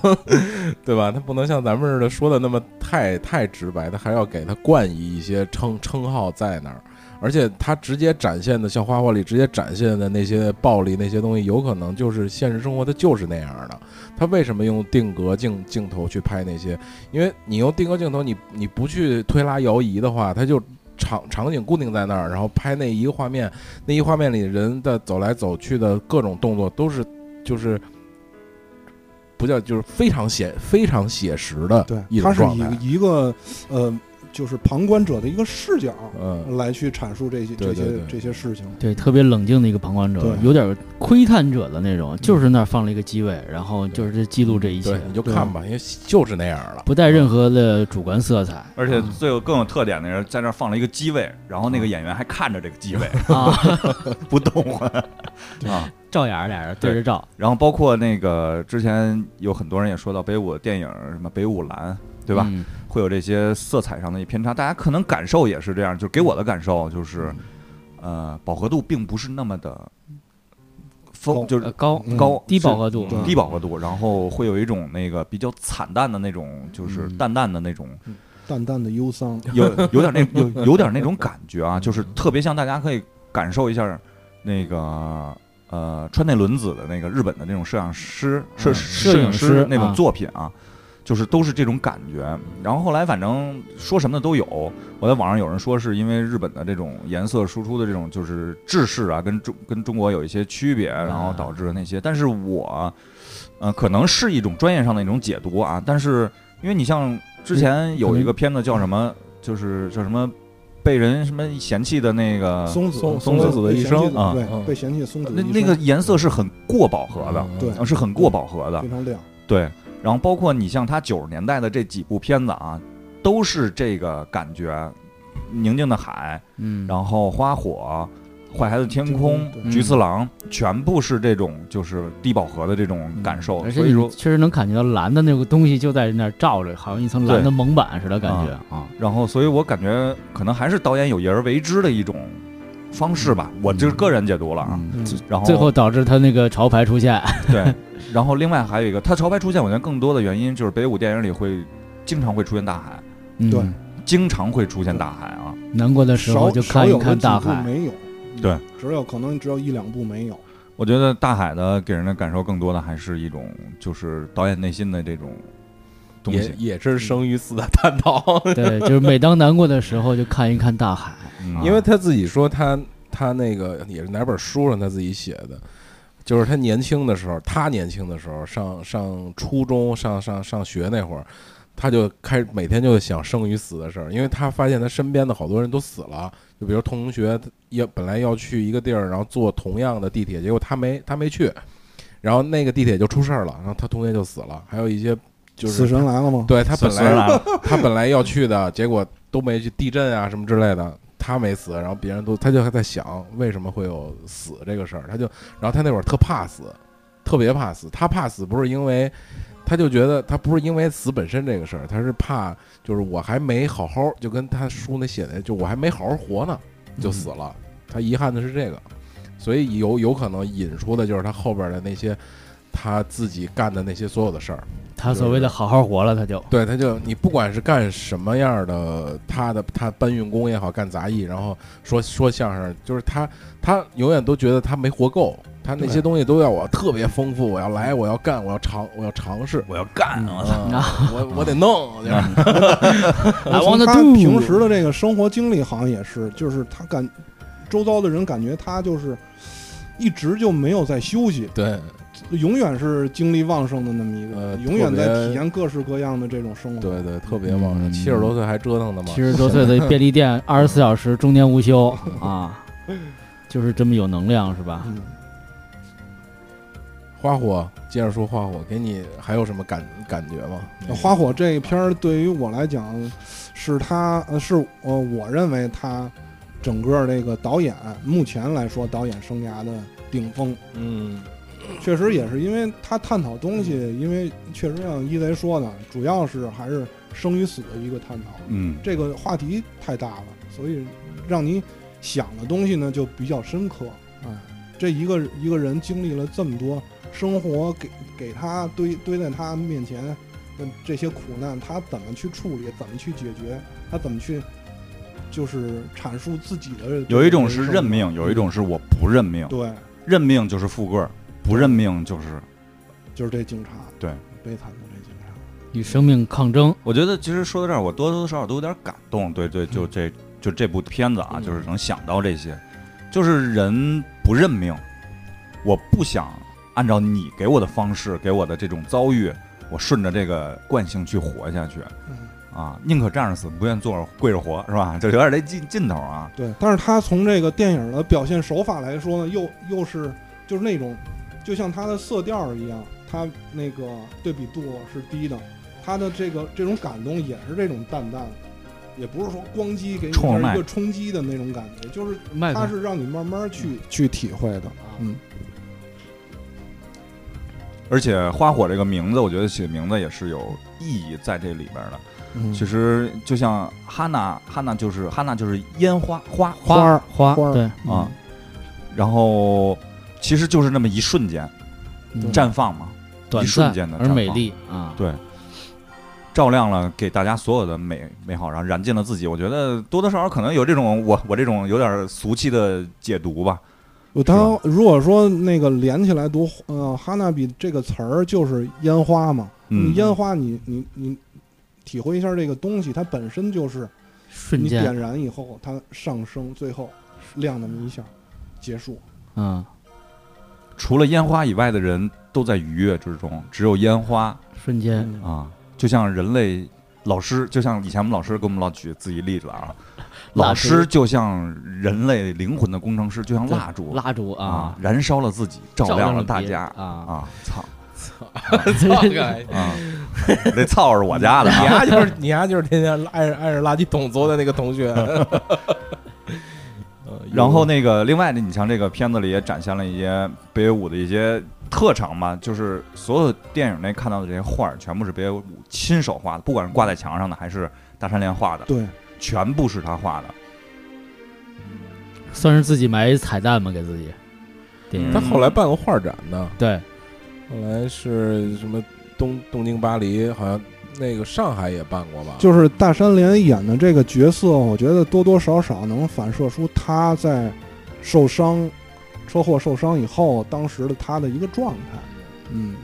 B: 对吧？他不能像咱们似的说的那么太太直白，他还要给他冠以一些称称号在那儿。而且他直接展现的，像画画里直接展现的那些暴力那些东西，有可能就是现实生活它就是那样的。他为什么用定格镜镜头去拍那些？因为你用定格镜头，你你不去推拉摇移的话，它就场场景固定在那儿，然后拍那一个画面，那一画面里人的走来走去的各种动作都是就是不叫就是非常写非常写实的
D: 对
B: 一，
D: 他
B: 种状
D: 是以
B: 态。
D: 一个呃，就是旁观者的一个视角
B: 嗯，
D: 来去阐述这些这
B: 对对
D: 些
B: 对
D: 这些事情。
C: 对特别冷静的一个旁观者
D: 对，
C: 有点窥探者的那种，就是那儿放了一个机位，然后就是记录这一
B: 对
C: 切，，
B: 你就看吧，因为就是那样了。
C: 不带任何的主观色彩
A: 而且最有更有特点的是，在那儿放了一个机位，然后那个演员还看着这个机位
C: 啊，
A: 不动啊。 啊
C: 照眼儿俩人对着照，
A: 然后包括那个之前有很多人也说到北舞的电影什么北舞蓝， 对吧？
C: 嗯？
A: 会有这些色彩上的一偏差，大家可能感受也是这样。就给我的感受就是，
C: 嗯
A: 呃，饱和度并不是那么的丰，
D: 高
A: 就是
C: 呃，高
D: 嗯
A: 高
C: 低饱和
A: 是
C: 度
A: 嗯
C: 啊
A: 低饱和度，然后会有一种那个比较惨淡的那种，就是
C: 嗯
A: 淡淡的那种，
D: 淡淡的忧伤，
A: 有有点那有有点那种感觉啊，就是特别像大家可以感受一下那个。呃，川内伦子的那个日本的那种摄像师、摄
B: 嗯
A: 摄影
C: 摄影
A: 师
C: 师
A: 那种
C: 啊
A: 作品啊，就是都是这种感觉。然后后来反正说什么的都有，我在网上有人说是因为日本的这种颜色输出的这种就是制式啊，跟中跟中国有一些区别，然后导致那些。但是我，呃，可能是一种专业上的一种解读啊。但是因为你像之前有一个片子叫什么，就是叫什么被人什么嫌弃的那个，
D: 松子
B: 啊松
A: 松
B: 子的
D: 被
B: 一
D: 嫌
B: 生
D: 弃的
A: 啊
B: 嗯
D: 对，被嫌弃的松子的
A: 那
D: 一
A: 那个
D: 生
A: 颜色是很过饱和的，
B: 嗯
D: 对
A: 呃是很过饱和的
D: 非，常亮，
A: 对。然后包括你像他九十年代的这几部片子啊，都是这个感觉，宁静的海。
C: 嗯，
A: 然后花火、坏孩子天
D: 天
A: 空
D: 空、
C: 对
A: 菊次郎，全部是这种就是低饱和的这种感受。
C: 嗯而且
A: 所以
C: 你
A: 说，
C: 确实能感觉到蓝的那个东西就在那儿照着，好像一层蓝的蒙板似的感觉啊。
A: 然后所以我感觉可能还是导演有意而为之的一种方式吧，我这是个人解读了啊。
C: 嗯
D: 嗯
A: 然后
C: 最 后导致他那个潮牌出现，
A: 对，然后另外还有一个，它潮牌出现，我觉得更多的原因就是北舞电影里会经常会出现大海，
C: 嗯
D: 对，
A: 经常会出现大海啊。
C: 难过的时候
D: 少
C: 就
D: 少
C: 看一
D: 有的
C: 看
D: 几
C: 大
D: 部
C: 海，
D: 没有，
A: 对，
D: 只有可能只有一两部没有，
A: 我觉得大海的给人的感受更多的还是一种就是导演内心的这种东
B: 也
A: 西。
B: 也是生与死的探讨，
C: 对，就是每当难过的时候就看一看大海，
A: 嗯
B: 因为他自己说他他那个也是哪本书上他自己写的，就是他年轻的时候，他年轻的时候上上初中、上上上学那会儿，他就开始每天就想生与死的事儿，因为他发现他身边的好多人都死了，就比如同学要本来要去一个地儿，然后坐同样的地铁，结果他没他没去，然后那个地铁就出事儿了，然后他同学就死了，还有一些就是
D: 死神来 了吗？
B: 对他本
A: 死
B: 来
A: 神来了，
B: 他本来要去的，结果都没去，地震啊什么之类的，他没死，然后别人都，他就还在想为什么会有死这个事儿，他就，然后他那会儿特怕死，特别怕死，他怕死不是因为，他就觉得他不是因为死本身这个事儿，他是怕就是我还没好好，就跟他书那写的，就我还没好好活呢就死了，他遗憾的是这个，所以有有可能引出的就是他后边的那些。他自己干的那些所有的事儿，
C: 他所谓的好好活了，他就
B: 对，他就你不管是干什么样儿的，他的他搬运工也好，干杂役，然后说说相声，就是他他永远都觉得他没活够，他那些
D: 对
B: 东西都要我特别丰富，我要来，我要干，我要尝，我要尝试，
A: 我要干！ 我嗯操！
B: 啊我我 得弄，就是
D: 我
C: I wanna
D: 从他
C: do
D: 平时的这个生活经历好像也是，就是他感周遭的人感觉他就是一直就没有在休息，
B: 对，
D: 永远是精力旺盛的那么一个，
B: 呃
D: 永远在
B: 特别
D: 体验各式各样的这种生活。
B: 对对，特别旺盛，
A: 嗯
B: 七十多岁还折腾呢嘛
C: 七，十多岁的便利店，二十四小时中间无 休啊，就是这么有能量是吧？
D: 嗯，
B: 花火，接着说花火，给你还有什么感感觉吗？那个
D: 花火这一篇儿对于我来讲，是他呃是呃我认为他整个这个导演目前来说导演生涯的顶峰，
B: 嗯，
D: 确实也是因为他探讨东西，因为确实像一贼说的，主要是还是生与死的一个探讨，
A: 嗯，
D: 这个话题太大了，所以让你想的东西呢就比较深刻。哎，这一个一个人经历了这么多生活给给他堆堆在他面前的这些苦难，他怎么去处理，怎么去解决，他怎么去就是阐述自己的。
A: 有一种是认命，有一种是我不认命。
D: 对，
A: 认命就是富贵儿，不认命就是……
D: 就是这警察，
A: 对，
D: 悲惨的这警察。
C: 与生命抗争，
A: 我觉得其实说到这儿，我多多少少都有点感动。对对，就这就这部片子啊，
B: 嗯
A: 就是能想到这些，就是人不认命，我不想按照你给我的方式，给我的这种遭遇，我顺着这个惯性去活下去
D: 嗯，
A: 啊，宁可站着死，不愿坐着跪着活，是吧？ 就有点这劲劲头啊。
D: 对，但是他从这个电影的表现手法来说呢，又又是就是那种，就像它的色调一样，它那个对比度是低的，它的这个这种感动也是这种淡淡的，也不是说咣叽给你
A: 冲着
D: 这
A: 卖
D: 一个冲击的那种感觉，就是
C: 麦克
D: 它是让你慢慢去去体会的。嗯，
A: 而且“花火”这个名字，我觉得起名字也是有意义在这里边的。
C: 嗯
A: 其实就像哈娜，哈娜就是哈娜就是烟花花
C: 花
D: 花儿
C: 花
D: 花儿
C: 对，
A: 啊，然后其实就是那么一瞬间
C: 嗯
A: 绽放嘛，
C: 短
A: 一瞬
C: 暂
A: 间的
C: 而
A: 绽
C: 美
A: 放
C: 丽啊，
A: 对，照亮了给大家所有的美美好，然后燃尽了自己。我觉得多多少少可能有这种我我这种有点俗气的解读吧。
D: 我当如果说那个连起来读，呃，哈娜比这个词儿就是烟花嘛，
A: 嗯
D: 你，烟花你你你体会一下这个东西，它本身就是
C: 瞬
D: 你点
C: 间，
D: 燃以后，它上升，最后亮那么一下，结束。
C: 嗯，
A: 除了烟花以外的人都在愉悦之中，只有烟花
C: 瞬间，
D: 嗯
A: 啊，就像人类老师，就像以前我们老师给我们老举自己例子啊，
C: 蜡烛
A: 老师就像人类灵魂的工程师，就像
C: 对
A: 嗯蜡烛
C: 蜡烛
A: 啊
C: 啊，，
A: 燃烧了自己，照亮
C: 亮
A: 了
C: 了
A: 大
C: 别
A: 家
C: 人啊，
A: 啊！操
B: 操个
A: 啊！ 这操是我家的
B: 你
A: 啊，
B: 丫就是你丫就是天天挨着挨着垃圾桶坐的那个同 学。呃
A: 然后那个，另外呢，你像这个片子里也展现了一些北野武的一些特长嘛，就是所有电影内看到的这些画儿，全部是北野武亲手画的，不管是挂在墙上的，还是大山连画的，
D: 对，
A: 全部是他画的。
C: 算是自己埋一彩蛋嘛，给自己，电
A: 嗯
B: 他
C: 影
B: 后来办过画展呢，
C: 对，
B: 后来是什么东东京、巴黎，好像那个上海也办过吧？
D: 就是大山连演的这个角色，我觉得多多少少能反射出他在受伤、车祸受伤以后当时的他的一个状态。嗯，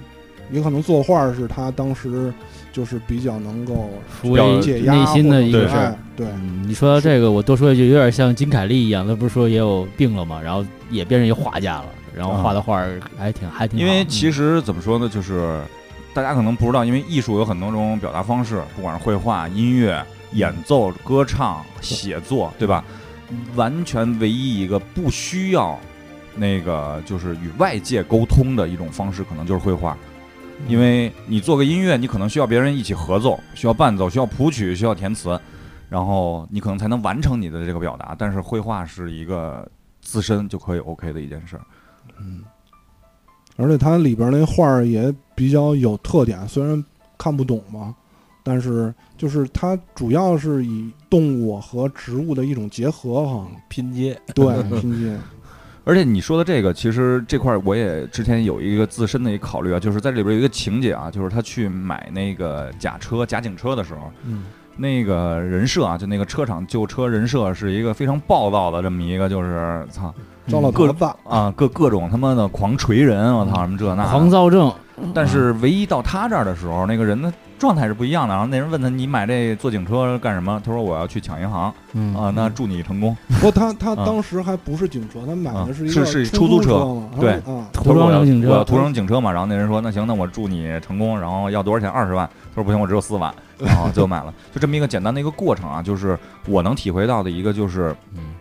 D: 也可能作画是他当时就是比较能够
C: 抚慰
D: 解压
C: 内心的一
D: 或者
C: 个
A: 对
D: 是
C: 事儿。
D: 哎对，
C: 嗯，你说到这个，我多说一句，有点像金凯利一样，他不是说也有病了吗？然后也变成一画家了，然后画的画儿还挺还挺好。
A: 啊因为其
C: 实
A: 实怎么说呢，就是大家可能不知道，因为艺术有很多种表达方式，不管是绘画、音乐、演奏、歌唱、写作，对吧？完全唯一一个不需要那个就是与外界沟通的一种方式，可能就是绘画。因为你做个音乐，你可能需要别人一起合奏，需要伴奏，需要谱曲，需要填词，然后你可能才能完成你的这个表达。但是绘画是一个自身就可以 OK 的一件事儿。
D: 嗯而且它里边那画儿也比较有特点，虽然看不懂吧，但是就是它主要是以动物和植物的一种结合 哈，
E: 拼接，
D: 对，拼接，
A: 而且你说的这个，其实这块儿我也之前有一个自身的一个考虑啊，就是在里边有一个情节啊，就是他去买那个假车、假警车的时候，
E: 嗯，
A: 那个人设啊，就那个车厂旧车人设是一个非常暴躁的这么一个，就是操
D: 糟老
A: 嗯各
D: 头子，
A: 啊各各种他妈的狂锤人，我操什么这那的
C: 嗯狂嗯躁症，
A: 但是唯一到他这儿的时候，那个人的状态是不一样的。然后那人问他：“你买这坐警车干什么？”他说：“我要去抢银行。”
C: 嗯
A: 啊，那祝你成功。
D: 不过他他
A: 啊
D: 当时还不是警车，他买的
A: 啊
D: 是一
A: 是
D: 个
A: 是
D: 出
A: 出租
D: 车
A: 车
D: 嘛，
A: 对
D: 他说啊，
A: 他
C: 涂
A: 说
C: 装
A: 我要
C: 成警
A: 我要
C: 车，
A: 涂装警车嘛。然后那人说：“那行，那我祝你成功。然后要多少钱？二十万。”他说：“不行，我只有四万。”然后就买了。就这么一个简单的一个过程啊，就是我能体会到的一个就是，
C: 嗯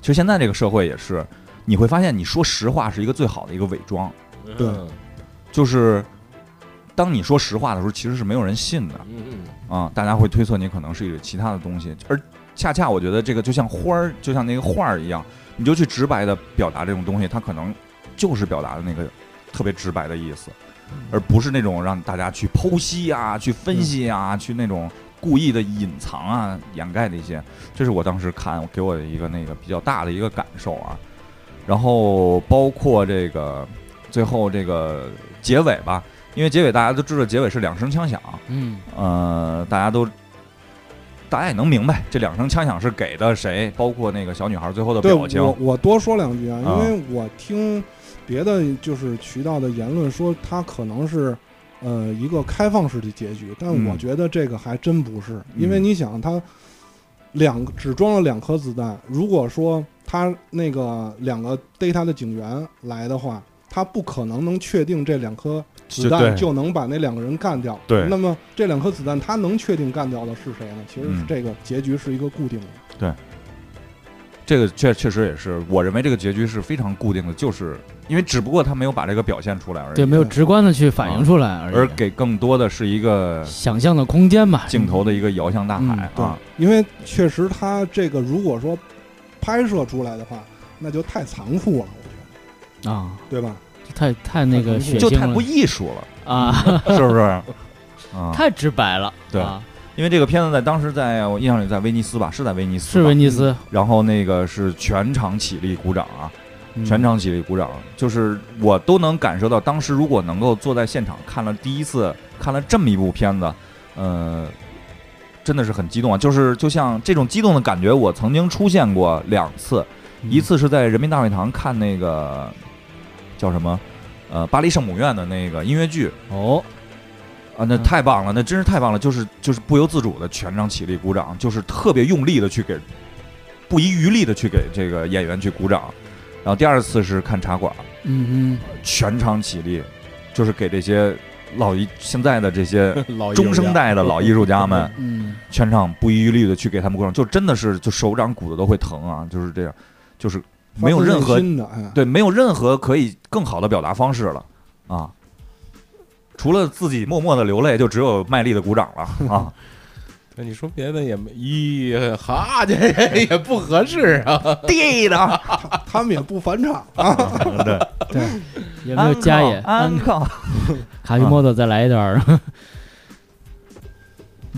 A: 其实现在这个社会也是，你会发现你说实话是一个最好的一个伪装，
D: 对
E: 嗯
A: 就是当你说实话的时候，其实是没有人信的。
E: 嗯
A: 啊、大家会推测你可能是有其他的东西，而恰恰我觉得这个就像花儿，就像那个画儿一样，你就去直白的表达这种东西，它可能就是表达的那个特别直白的意思，而不是那种让大家去剖析啊、去分析啊、去那种故意的隐藏啊、掩盖的一些，这是我当时看给我的一个那个比较大的一个感受啊。然后包括这个最后这个结尾吧，因为结尾大家都知道，结尾是两声枪响，
C: 嗯，
A: 呃，大家都，大家也能明白这两声枪响是给的谁，包括那个小女孩最后的
D: 对
A: 表情。
D: 我我多说两句啊，
A: 啊
D: 因为我听别的就是渠道的言论说他可能是呃一个开放式的结局，但
A: 嗯
D: 我觉得这个还真不是，因为你想他两个只装了两颗子弹，如果说他那个两个逮他的警员来的话，他不可能能确定这两颗子
A: 就
D: 弹
A: 对
D: 就能把那两个人干掉。
A: 对
D: 那么这两颗子弹他能确定干掉的是谁呢？其实
A: 嗯
D: 这个结局是一个固定的。
A: 这个确确实也是，我认为这个结局是非常固定的，就是因为只不过他没有把这个表现出来而已，
C: 对，没有直观的去反映出来而已，啊
A: 而给更多的是一个
C: 想象的空间吧，
A: 镜头的一个摇向大海、
D: 嗯对
A: 啊。，
D: 因为确实他这个如果说拍摄出来的话，那就太残酷了，我觉
C: 啊，
D: 得，对吧？
C: 太太那个血
A: 就
C: 腥
A: 太不
C: 了
A: 艺术 了，
C: 啊，
A: 是不是？ 啊，
C: 太直白了，
A: 对
C: 啊
A: 因为这个片子在当时在我印象里在威尼斯吧，是在威尼斯吧，
C: 是威尼斯，
A: 然后那个是全场起立鼓掌啊，
C: 嗯
A: 全场起立鼓掌，就是我都能感受到，当时如果能够坐在现场看了第一次看了这么一部片子，呃，真的是很激动啊！就是就像这种激动的感觉，我曾经出现过两次，
C: 嗯
A: 一次是在人民大会堂看那个叫什么，呃，巴黎圣母院的那个音乐剧
C: 哦，
A: 啊，那
C: 嗯
A: 太棒了，那真是太棒了，就是就是不由自主的全场起立鼓掌，就是特别用力的去给，不遗余力的去给这个演员去鼓掌。然后第二次是看茶馆。
C: 嗯
A: 全场起立，就是给这些老艺现在的这 些
B: 嗯
E: 老
A: 中生代的老艺术家们
C: 嗯，嗯，
A: 全场不遗余力的去给他们鼓掌，就真的是就手掌骨头都会疼啊，就是这样，就是没有任
D: 发
A: 何
D: 自内心的，哎，
A: 对没有任何可以更好的表达方式了啊，除了自己默默的流泪，就只有卖力的鼓掌了 啊。
E: 那你说别的也没，咦，哈，这也也不合适啊。
A: 地的，
D: 他们也不返场啊，
A: 对，
C: 有没有加野？
A: 安嗯康。
C: 卡西莫多再来一段儿，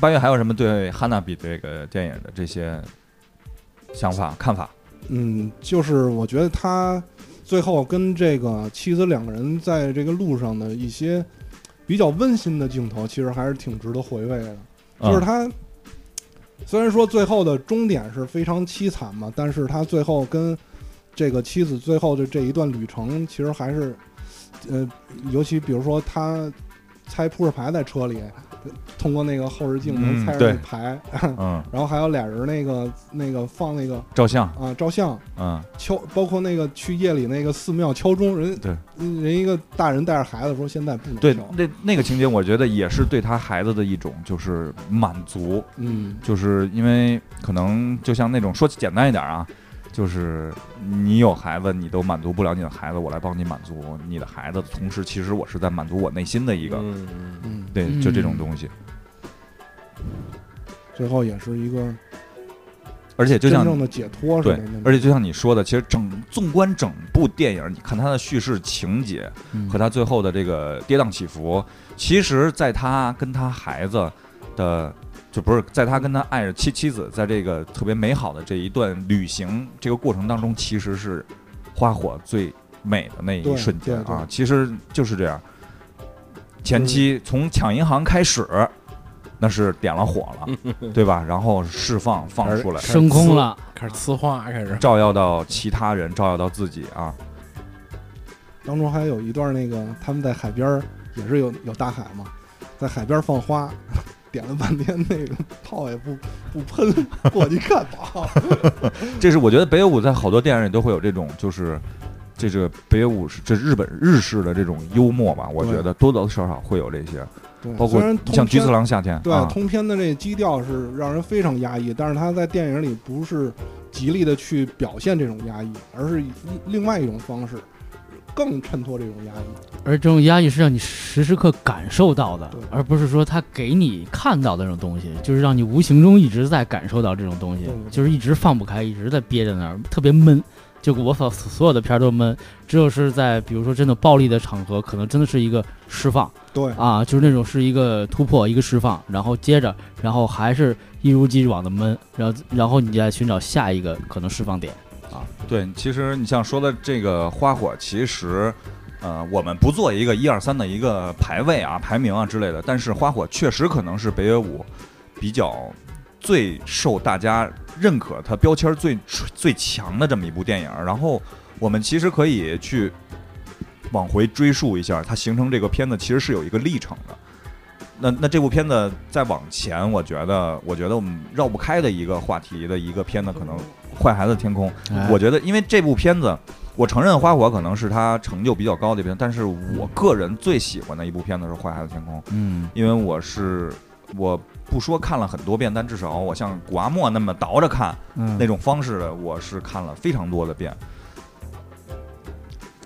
A: 八月还有什么对汉娜比这个电影的这些想法、看法？
D: 嗯，就是我觉得他最后跟这个妻子两个人在这个路上的一些比较温馨的镜头，其实还是挺值得回味的。就是
A: 嗯
D: 他虽然说最后的终点是非常凄惨嘛，但是他最后跟这个妻子最后的这一段旅程，其实还是呃，尤其比如说他猜扑克牌在车里，通过那个后视镜
A: 嗯
D: 能猜着
A: 对
D: 那牌。
A: 嗯，
D: 然后还有俩人那个那个放那个
A: 照相，
D: 啊、照相
A: 嗯，
D: 敲，包括那个去夜里那个寺庙敲钟，人嗯
A: 对
D: 人一个大人带着孩子说现在不能
A: 对
D: 敲，，
A: 那那个情节我觉得也是对他孩子的一种就是满足，
D: 嗯
A: 就是因为可能就像那种说简单一点啊，就是你有孩子，你都满足不了你的孩子，我来帮你满足你的孩子，同时其实我是在满足我内心的一
E: 一
A: 个，
E: 嗯
D: 嗯，
A: 对，就这种东西。
D: 最后也是一个
A: 而且就
D: 真
A: 像
D: 正的解脱似
A: 对
D: 的那种，，
A: 而且就像你说的，其实整纵观整部电影，你看它的叙事情节
C: 嗯
A: 和它最后的这个跌宕起伏，其实在他跟他孩子的。就不是在他跟他爱人妻妻子在这个特别美好的这一段旅行这个过程当中，其实是花火最美的那一
D: 对
A: 瞬间
D: 对
A: 啊
D: 对，
A: 其实就是这样。前期从抢银行开始，那是点了火 了，对吧？然后释放放出来，
C: 升空了，
B: 开始呲花，开始
A: 照耀到其他人，照耀到自己啊。
D: 当中还有一段那个他们在海边儿也是有有大海嘛，在海边儿放花，点了半天那个炮也不不喷，过去看 吧。
A: 这是我觉得北野武在好多电影里都会有这种，就是这这个北野武是这日本日式的这种幽默吧，我觉得多多少少会有这些，
D: 对，
A: 包
D: 虽
A: 括
D: 然通
A: 像菊次
D: 篇
A: 郎夏天，
D: 对、
A: 啊，
D: 通篇的这基调是让人非常压抑，但是他在电影里不是极力的去表现这种压抑，而是以另外一种方式。更衬托这种压抑，
C: 而这种压抑是让你时时刻感受到的
D: 对，
C: 而不是说他给你看到的那种东西，就是让你无形中一直在感受到这种东西
D: 对对，对
C: 就是一直放不开，一直在憋在那儿，特别闷。就我所所有的片儿都闷，只有是在比如说真的暴力的场合，可能真的是一个释放
D: 对，
C: 啊，就是那种是一个突破，一个释放，然后接着，然后还是一如既往的闷，然后然后你再寻找下一个可能释放点。
A: 对，其实你像说的这个花火，其实，呃，我们不做一个一二三的一个排位啊、排名啊之类的，但是花火确实可能是北野武比较最受大家认可，它标签儿最最强的这么一部电影儿。然后我们其实可以去往回追溯一下，它形成这个片子其实是有一个历程的。那那这部片子再往前，我觉得，我觉得我们绕不开的一个话题的一个片子，可能《坏孩子的天空》
C: 哎
A: 我觉得，因为这部片子，我承认《花火》可能是他成就比较高的一部片，但是我个人最喜欢的一部片子是《坏孩子天空》，
C: 嗯
A: 因为我是我不说看了很多遍，但至少我像古阿莫那么倒着看
C: 嗯
A: 那种方式的，我是看了非常多的遍。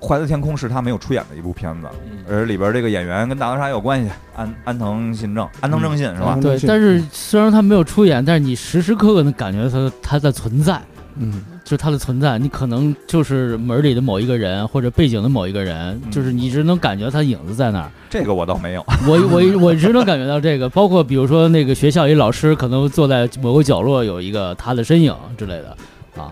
A: 《坏孩子天空》是他没有出演的一部片子，而里边这个演员跟大逃杀有关系，安安藤信正，安藤正信是吧
D: 嗯？
C: 啊对，
D: 是
C: 但是虽然他没有出演，但是你时时刻刻能感觉到他他的存在，
D: 嗯，
C: 就是他的存在。你可能就是门儿里的某一个人，或者背景的某一个人，
A: 嗯
C: 就是你一直能感觉到他影子在那儿。
A: 这个我倒没有。
C: 我我我一直能感觉到这个，包括比如说那个学校里老师可能坐在某个角落有一个他的身影之类的。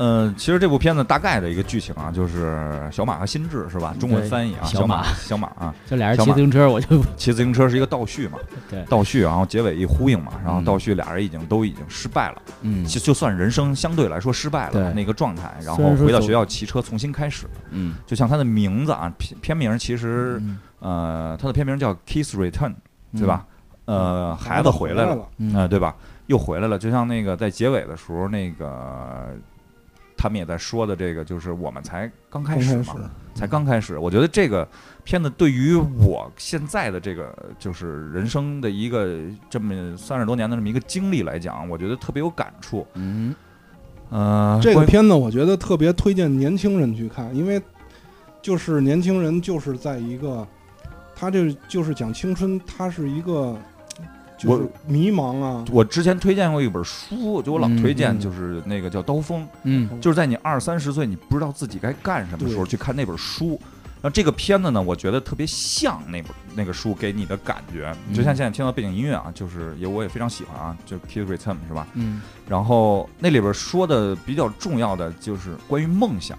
A: 嗯，其实这部片子大概的一个剧情啊，就是小马和心智是吧？中文
C: 对
A: 翻译啊，
C: 小
A: 小
C: 马
A: 小马啊，
C: 就俩人
A: 小
C: 骑
A: 马
C: 自行车，我就
A: 骑自行车是一个倒叙嘛，
C: 对
A: 倒叙，然后结尾一呼应嘛，然后
C: 嗯
A: 倒叙俩人已经都已经失败了，
C: 嗯
A: 就就算人生相对来说失败了
C: 对
A: 那个状态，然
C: 虽
A: 后
C: 然说
A: 回到
C: 走
A: 学校骑车重新开始，
C: 嗯
A: 就像它的名字啊，片片名其实
C: 嗯
A: 呃，它的片名叫 Kiss Return，对吧？呃，孩子回来了，
D: 了，
C: 嗯
A: 啊，对吧？又回来了，就像那个在结尾的时候，那个他们也在说的这个，就是我们才刚开
D: 刚
A: 始
D: 开
A: 嘛，
D: 始，嗯
A: 才刚开始。我觉得这个片子对于我现在的这个就是人生的一个这么三十多年的这么一个经历来讲，我觉得特别有感触。
C: 嗯
A: 呃，
D: 这个
A: 关于
D: 片子我觉得特别推荐年轻人去看，因为就是年轻人就是在一个，他这就是讲青春，他是一个就是
A: 我
D: 迷茫啊，
A: 我之前推荐过一本书，就我老推
D: 嗯
A: 荐，
D: 嗯
A: 就是那个叫《刀锋》，
C: 嗯
A: 就是在你二三十岁你不知道自己该干什么的时候
D: 对
A: 去看那本书。然后这个片子呢，我觉得特别像那本那个书给你的感觉，
C: 嗯
A: 就像现在听到背景音乐啊，就是也我也非常喜欢啊，就 Keith r e t u r n 是吧？
C: 嗯
A: 然后那里边说的比较重要的就是关于梦想，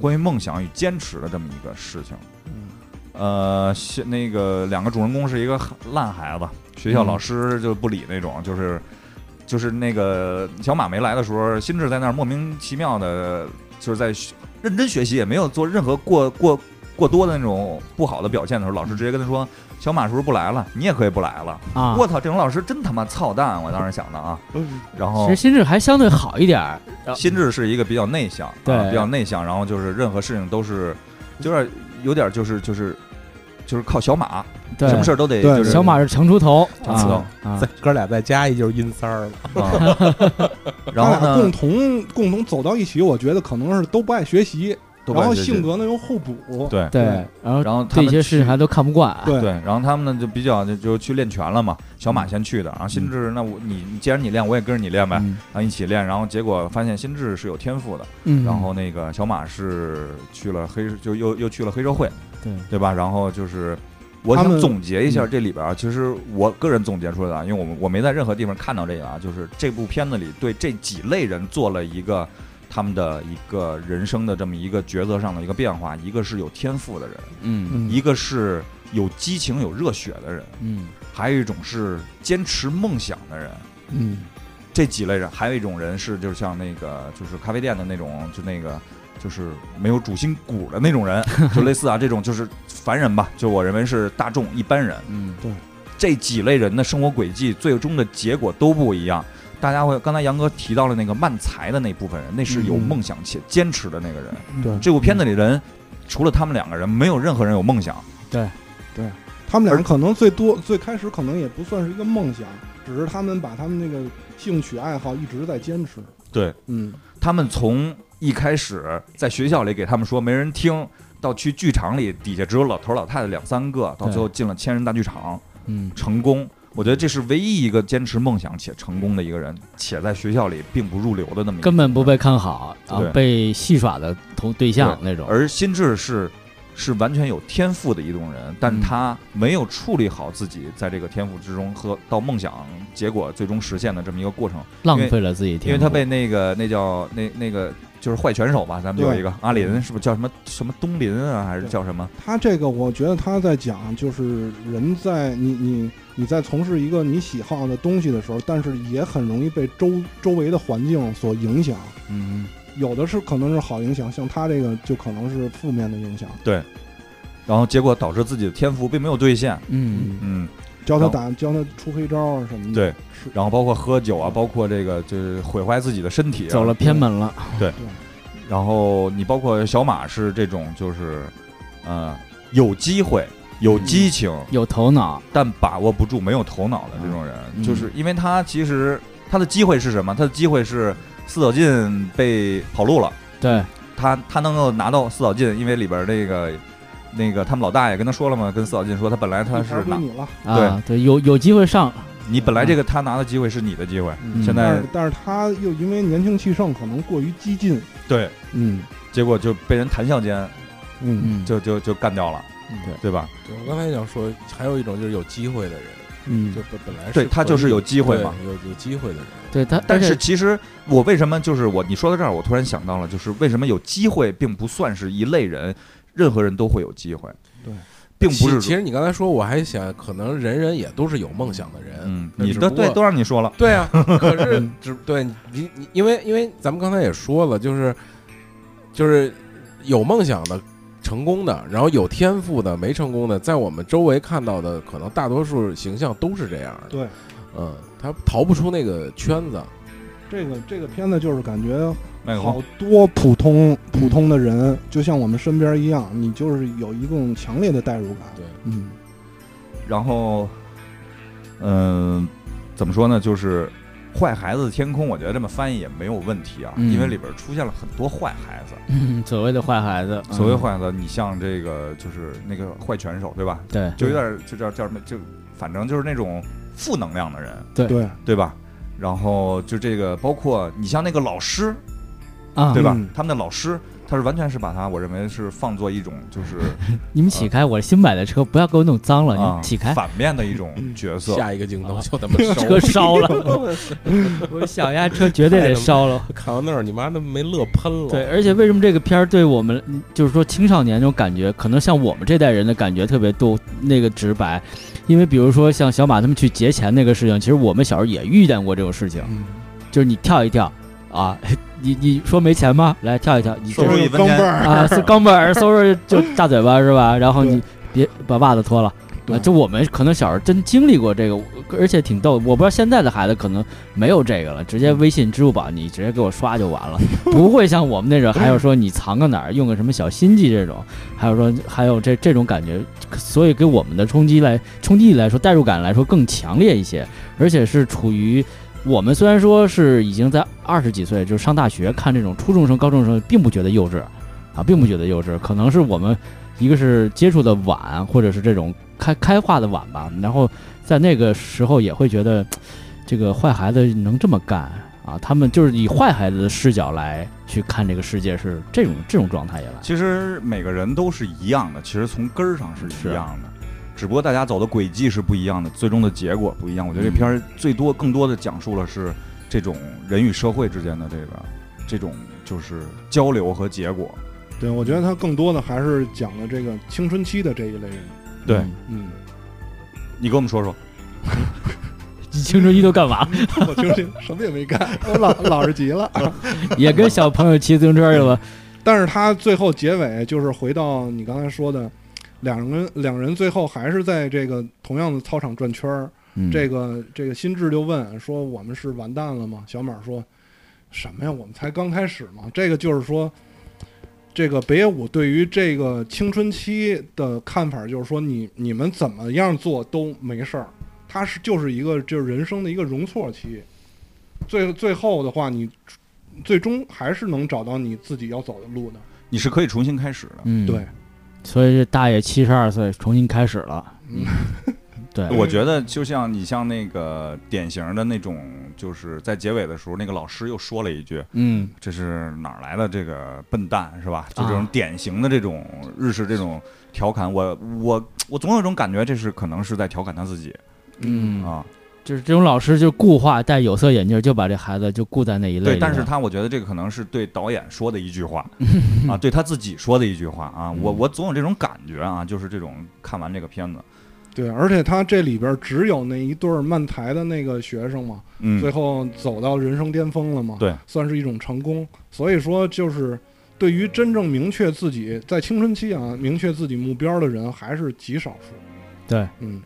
A: 关于梦想与坚持的这么一个事情。
D: 嗯
A: 呃，是那个两个主人公是一个烂孩子，学校
C: 嗯
A: 老师就不理那种，就是就是那个小马没来的时候，心智在那儿莫名其妙的，就是在学认真学习，也没有做任何过过过多的那种不好的表现的时候，老师直接跟他说：“小马叔叔不来了，你也可以不来了。”
C: 啊。
A: 我操，这种老师真他妈操蛋！我当时想的啊，然后
C: 其实心智还相对好一点儿，
E: 啊
A: 心智是一个比较内向，
C: 对
A: 啊比较内向，然后就是任何事情都是，就是有点就是就是就是靠小马，
C: 对，
A: 什么事儿都得
D: 对
A: 就是
C: 小马是强出头
A: 强出头
C: 啊啊
E: 再哥俩再加一就是阴三儿了。
A: 啊然
D: 他
A: 后
D: 俩共
A: 呢，
D: 同共同走到一起，我觉得可能是都不爱学习，
A: 都不
D: 然后
A: 爱学习
D: 性格呢又互补，
A: 对
C: 对，然后
A: 啊然后他
C: 对一
A: 们
C: 些事
A: 去
C: 情还都看不惯啊，
D: 对
A: 对，然后他们呢就比较就就去练拳了嘛，小马先去的，然后心智那我你你既然你练，我也跟着你练呗，
C: 嗯
A: 然后一起练，然后结果发现心智是有天赋的，
C: 嗯，
A: 然后那个小马是去了黑就又又去了黑社会，
C: 对
A: 对吧？然后就是我
D: 他
A: 想
D: 们
A: 总结一下这里边啊，其实我个人总结出来的啊，因为我们我没在任何地方看到这个啊，就是这部片子里对这几类人做了一个。他们的一个人生的这么一个抉择上的一个变化，一个是有天赋的人，
C: 嗯
D: 嗯
A: 一个是有激情、有热血的人，
C: 嗯
A: 还有一种是坚持梦想的人。
D: 嗯，
A: 这几类人，还有一种人是，就是像那个，就是咖啡店的那种，就那个，就是没有主心骨的那种人，就类似啊，这种就是凡人吧，就我认为是大众一般人。
C: 嗯
A: 这几类人的生活轨迹，最终的结果都不一样。大家会，刚才杨哥提到了那个慢才的那部分人，那是有
D: 嗯
A: 梦想且坚持的那个人。
D: 对
A: 这部片子里人，除了他们两个人，没有任何人有梦想。
D: 他们俩可能最多最开始可能也不算是一个梦想，只是他们把他们那个兴趣爱好一直在坚持。
A: 对，
D: 嗯，
A: 他们从一开始在学校里给他们说没人听，到去剧场里底下只有老头老太太两三个，到
C: 对
A: 最后进了千人大剧场
C: 嗯
A: 成功。我觉得这是唯一一个坚持梦想且成功的一个人，且在学校里并不入流的那么一个
C: 根本不被看好，然后
A: 对
C: 被戏耍的同对象那种，
A: 而心智是是完全有天赋的一种人，但他没有处理好自己在这个天赋之中和到梦想结果最终实现的这么一个过程，
C: 浪费了自己
A: 因
C: 天赋，
A: 为他被那个那叫那那个就是坏拳手吧，咱们有一个阿
C: 嗯
A: 林，是不是叫什么什么东林啊，还是
D: 对
A: 叫什么？
D: 他这个我觉得他在讲就是人在你你你在从事一个你喜好的东西的时候，但是也很容易被周周围的环境所影响。
A: 嗯，
D: 有的是可能是好影响，像他这个就可能是负面的影响。
A: 然后结果导致自己的天赋并没有兑现，
C: 嗯，
A: 嗯，
D: 教他打，教他出黑招啊什么的。
A: 对
D: 是，
A: 然后包括喝酒啊，包括这个就是毁坏自己的身体、啊
C: 走了，偏门了，
A: 然后你包括小马是这种就是，呃，有机会。
C: 嗯
A: 有激情，
C: 有头脑，
A: 但把握不住、没有头脑的这种人，
C: 嗯
A: 就是因为他其实他的机会是什么？他的机会是四脚进被跑路了，
C: 对，
A: 他他能够拿到四脚进，因为里边那个那个他们老大爷跟他说了嘛，跟四脚进说他本来他
D: 一
A: 是
D: 盘归
A: 拿
D: 你了。
C: 啊，对，有有机会上，
A: 你本来这个
E: 嗯
A: 他拿的机会是你的机会，
C: 嗯
A: 现
D: 但
A: 在
D: 是但是他又因为年轻气盛，可能过于激进。
A: 对，
D: 嗯
A: 结果就被人谈笑间
D: 嗯
C: 嗯，
A: 就就就干掉了，
C: 对
A: 对吧？
E: 对我刚才想说，还有一种就是有机会的人，
D: 嗯
E: 就，本本来是
A: 对他就是有机会嘛
E: 对有有机会的人，
C: 对他，
A: 但
C: 而
A: 是
C: 且
A: 其实我为什么就是我你说到这儿，我突然想到了，就是为什么有机会并不算是一类人，任何人都会有机会，
D: 对，
A: 并不是
E: 其其实你刚才说，我还想，可能人人也都是有梦想的人。
A: 嗯，
E: 那
A: 你
E: 只
A: 的
E: 不
A: 对
E: 过
A: 都让你说了，
E: 对啊，可是
D: 嗯
E: 只对你你，因为因为咱们刚才也说了，就是就是有梦想的、成功的，然后有天赋的、没成功的，在我们周围看到的，可能大多数形象都是这样的。
D: 对，
E: 嗯，他逃不出那个圈子。
D: 这个这个片子就是感觉
A: 麦克风
D: 好多普通普通的人，就像我们身边一样，你就是有一种强烈的代入感。
E: 对，
D: 嗯，
A: 然后，嗯、怎么说呢？就是《坏孩子的天空》，我觉得这么翻译也没有问题啊，
C: 嗯
A: 因为里边出现了很多坏孩子。
C: 嗯所谓的坏孩子，嗯
A: 所谓坏孩子，你像这个就是那个坏拳手，对吧？
C: 对
A: 就有点就叫叫什么，就反正就是那种负能量的人，
D: 对，
A: 对吧？然后就这个，包括你像那个老师，
C: 啊
A: 对，吧？
D: 嗯
A: 他们的老师，他是完全是把他，我认为是放作一种 就是
C: 你们起开，我新买的车不要给我弄脏了，你
A: 啊
C: 们起开，嗯
A: 反面的一种角色。
E: 下一个镜
A: 啊
E: 头就 他妈
C: 车
E: 烧。
C: 烧了，我想呀，车绝对得烧了。
E: 看到那儿，你妈的没乐喷了。
C: 对，而且为什么这个片儿对我们，嗯就是说青少年这种感觉，可能像我们这代人的感觉特别多，那个直白。因为比如说像小马他们去劫钱那个事情，其实我们小时候也遇见过这种事情，
D: 嗯，
C: 就是你跳一跳，啊、啊， 你你说没钱吗？来跳一跳，你
A: 说
C: 这
A: 出一
D: 有
A: 文
D: 钢镚
A: 件，
D: 儿，
C: 啊，是钢镚儿，搜着就大嘴巴是吧？然后你别把袜子脱了。
D: 对
C: 啊，就我们可能小时候真经历过这个，而且挺逗。我不知道现在的孩子可能没有这个了，直接微信、支付宝你直接给我刷就完了，不会像我们那种，还有说你藏个哪儿，用个什么小心计这种，还有说还有这这种感觉，所以给我们的冲击来冲击力来说，代入感来说更强烈一些，而且是处于我们虽然说是已经在二十几岁，就是上大学看这种初中生、高中生，并不觉得幼稚，啊，并不觉得幼稚，可能是我们一个是接触的晚，或者是这种开开化的晚吧。然后在那个时候也会觉得，这个坏孩子能这么干啊，他们就是以坏孩子的视角来去看这个世界，是这种这种状态也来。
A: 其实每个人都是一样的，其实从根儿上是
C: 是
A: 一样的，只不过大家走的轨迹是不一样的，最终的结果不一样。我觉得这片
C: 嗯
A: 儿最多更多的讲述了是这种人与社会之间的这个这种就是交流和结果。
D: 对，我觉得他更多的还是讲的这个青春期的这一类人。
A: 对
C: 嗯
D: 嗯，
A: 你给我们说说，
C: 你青春期都干嘛 了？
D: 我听这什么也没干，我 老老实极了。
C: 也跟小朋友骑自行车去了吧？
D: 但是他最后结尾就是回到你刚才说的，两人两人最后还是在这个同样的操场转圈儿。
C: 嗯
D: 这个这个心智就问说我们是完蛋了吗？小马说什么呀？我们才刚开始嘛。这个就是说，这个北野武对于这个青春期的看法就是说你你们怎么样做都没事儿，他是就是一个就是人生的一个容错期。最最后的话，你最终还是能找到你自己要走的路的。
A: 你是可以重新开始的。
C: 嗯，
D: 对，
C: 所以这大爷七十二岁重新开始了。
D: 嗯
C: 对，
A: 我觉得就像你像那个典型的那种，就是在结尾的时候，那个老师又说了一句
C: 嗯，：“
A: 这是哪儿来的这个笨蛋，是
C: 啊
A: 吧？”就这种典型的这种日式这种调侃，我我我总有一种感觉，这是可能是在调侃他自己
C: 嗯
A: 啊。
C: 就是这种老师就固化戴有色眼镜，就把这孩子就固在那一类里
A: 对，
C: 了。
A: 但是他我觉得这个可能是对导演说的一句话
C: 嗯
A: 啊，对他自己说的一句话啊。我我总有这种感觉啊，就是这种看完这个片子，
D: 对，而且他这里边只有那一对儿漫才的那个学生嘛，
A: 嗯
D: 最，后走到人生巅峰了嘛，
A: 对，
D: 算是一种成功。所以说，就是对于真正明确自己在青春期啊，明确自己目标的人还是极少数。
C: 对，
D: 嗯，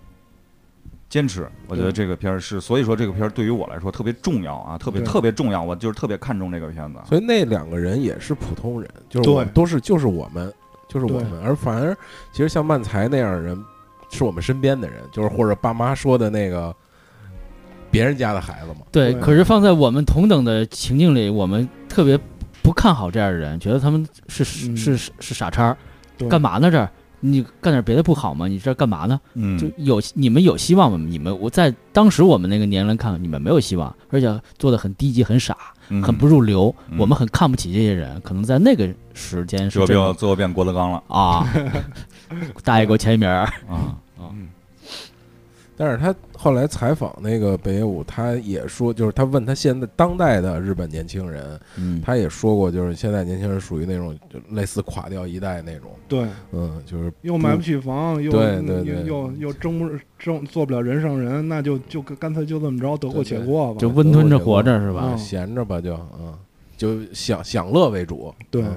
A: 坚持，我觉得这个片儿是，所以说这个片儿对于我来说特别重要啊，特别
D: 对
A: 特别重要，我就是特别看重这个片子。
E: 所以那两个人也是普通人，就是我
D: 对
E: 都是就是我们，就是我
D: 对
E: 们，而反而其实像曼才那样的人，是我们身边的人，就是或者爸妈说的那个别人家的孩子嘛。
C: 对，
D: 对
C: 可是放在我们同等的情境里，我们特别不看好这样的人，觉得他们是是
D: 嗯
C: 是是是傻叉儿，
D: 对
C: 干嘛呢？这儿你干点别的不好吗？你这儿干嘛呢？
A: 嗯，
C: 就有你们有希望吗？你们我在当时我们那个年龄看，你们没有希望，而且做的很低级、很傻、
A: 嗯
C: 很不入流，
A: 嗯
C: 我们很看不起这些人。可能在那个时间是
A: 这
C: 这
A: 就
C: 种
A: 最后变郭德纲了
C: 啊， 大爷给我签一名儿。
A: 啊。
E: 但是他后来采访那个北野武，他也说，就是他问他现在当代的日本年轻人，
C: 嗯，
E: 他也说过，就是现在年轻人属于那种就类似垮掉一代那种，
D: 对，
E: 嗯，就是
D: 又买不起房，又嗯
E: 对对对
D: 又又又争不争做不了人上人，那就就干脆就这么着，得过且过吧。
C: 就温吞着活着是吧？
D: 嗯
E: 哎闲着吧就，嗯，就享享乐为主，
D: 对
E: 嗯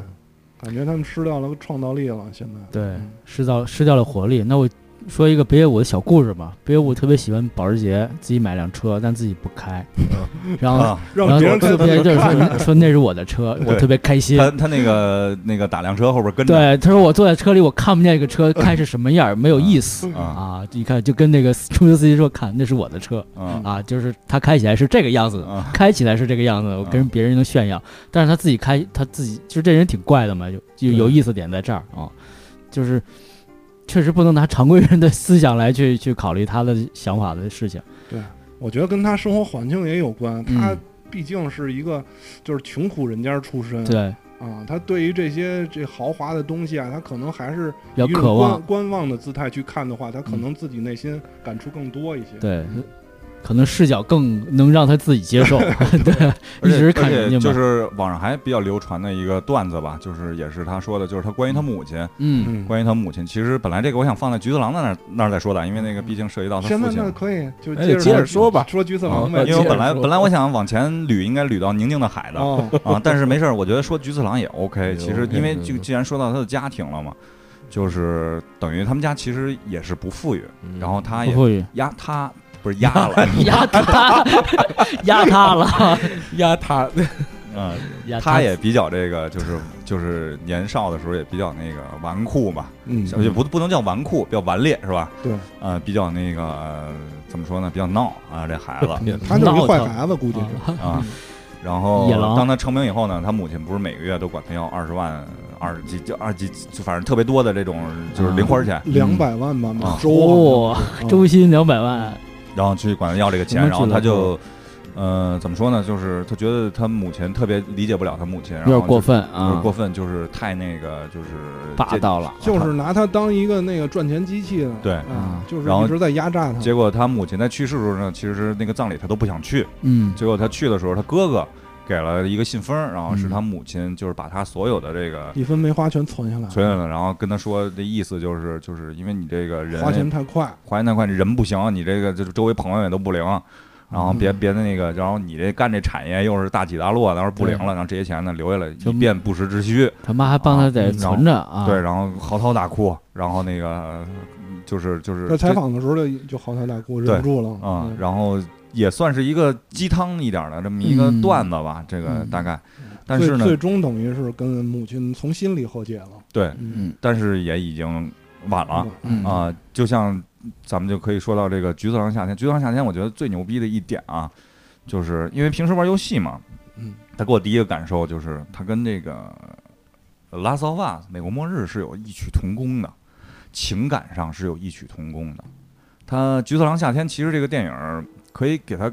D: 感觉他们失掉了创造力了，现在。
C: 对
D: 嗯，
C: 失掉失掉了活力。那我说一个北野武的小故事吧。北野武特别喜欢保时捷，自己买辆车，但自己不开，然后
A: 啊，
D: 嗯 让
C: 然后
D: 别人
C: 特
D: 看
C: 别
D: 见
C: 就是说 说那是我的车，我
A: 对
C: 特别开心。
A: 他他那个那个打辆车后边跟着，
C: 对，他说我坐在车里，我看不见这个车开是什么样儿，没有意
D: 嗯
C: 思
A: 啊
C: 啊！你看，就跟那个出租车司机说，看那是我的车
A: 嗯
C: 啊，就是他开起来是这个样子的，
A: 啊，
C: 开起来是这个样子的，我跟别人能炫耀，但是他自己开，他自己就这人挺怪的嘛，就就有意思点在这儿啊，就是确实不能拿常规人的思想来去 去考虑他的想法的事情。
D: 我觉得跟他生活环境也有关，他
C: 嗯
D: 毕竟是一个就是穷苦人家出
A: 嗯
D: 身，
C: 对，
D: 啊，他对于这些这豪华的东西啊，他可能还是
C: 比较
D: 以一种
C: 渴望
D: 观，观望的姿态去看的话，他可能自己内心感触更多一些。嗯
C: 对，可能视角更能让他自己 接受，对，
A: 而
C: 一
A: 且
C: 直
A: 而
C: 看人
A: 且
C: 家
A: 就
C: 嘛，
A: 是网上还比较流传的一个段子吧，就是也是他说的，就是他关于他母亲，
C: 嗯，
D: 嗯，
A: 关于他母亲。其实本来这个我想放在菊次郎那儿那儿再说的，因为那个毕竟涉及到他
D: 现
A: 父
D: 在
A: 亲
D: 那
A: 嘛。
D: 可以就
E: 哎，接着说吧。
D: 说橘色狼呗，
E: 啊
A: 因为我本
E: 接
A: 来
E: 着说哦
A: 本来我想往前捋，应该捋到宁静的海的
D: 啊，
A: 啊，但是没事儿，我觉得说菊次郎也
E: 哎
A: OK。
E: 呦
A: 其实因为就
E: 嗯
A: 既然说到他的家庭了嘛，就是等于他们家其实也是不富裕，
E: 嗯
A: 然后他
C: 不
A: 也
C: 富裕，
A: 压他不是压了，
C: 压他， 压他了，
E: 压他，
A: 嗯，
C: 压
A: 他也比较这个，就是就是年少的时候也比较那个纨绔吧，
D: 嗯
A: 小也不不能叫纨绔，比较顽劣是吧？
D: 对，
A: 呃，比较那个、呃怎么说呢？比较闹啊，这孩子
B: 嗯
D: 他就是一坏孩子，估计是。
A: 啊。然后
C: 嗯野狼
A: 当他成名以后呢，他母亲不是每个月都管他要二十万、二十几、就二十几，就反正特别多的这种就是零花钱，
D: 两百万吧，
A: 啊
D: 每周
C: 哦，
D: 啊
C: 周薪两百万，
A: 嗯然后去管他要这个钱，
C: 什么
A: 然后他
C: 俱乐
A: 就。呃，怎么说呢？就是他觉得他母亲特别理解不了他母亲，然
C: 有
A: 后
C: 点过
A: 就，
C: 分
A: 有点
C: 啊
A: 过，分，就是太那个，就是
C: 霸
A: 这
C: 道了，
D: 就是拿他当一个那个赚钱机器的，
A: 对
D: 啊，就是
A: 然后
D: 一直在压榨他。
A: 结果他母亲在去世的时候呢，其实那个葬礼他都不想去。
C: 嗯，
A: 结果他去的时候，他哥哥给了一个信封，然后是
C: 嗯
A: 他母亲就是把他所有的这个
D: 一分没花全存下来，
A: 存下来，然后跟他说的意思就是，就是因为你这个人
D: 花钱太快，
A: 花钱太快，你人不行，你这个就是周围朋友也都不灵，然后
D: 嗯
A: 别别的那个，然后你这干这产业又是大起大落，然后不灵了，然后这些钱呢留下来
C: 就
A: 以便不时之需。
C: 他妈还帮他
A: 啊
C: 得
A: 嗯然后
C: 存着啊，
A: 对，，然后嚎啕大哭，然后那个就是就是
D: 在采
A: 这
D: 访的时候就就嚎啕大哭，忍不住了
A: 啊、
C: 嗯
A: 然后也算是一个鸡汤一点儿的这么一个
C: 嗯
A: 段子吧，这个
C: 嗯
A: 大概。
D: 嗯
A: 但是呢
D: 最最终等于是跟母亲从心里和解了。
A: 对，
D: 嗯
C: 嗯
A: 但是也已经晚了啊、
C: 嗯，
A: 就像咱们就可以说到这个《橘子狼夏天》，《橘子狼夏天》我觉得最牛逼的一点啊，就是因为平时玩游戏嘛，
D: 嗯，
A: 他给我第一个感受就是他跟这个《Last of Us》美国末日是有异曲同工的，情感上是有异曲同工的。他《橘子狼夏天》其实这个电影儿可以给他。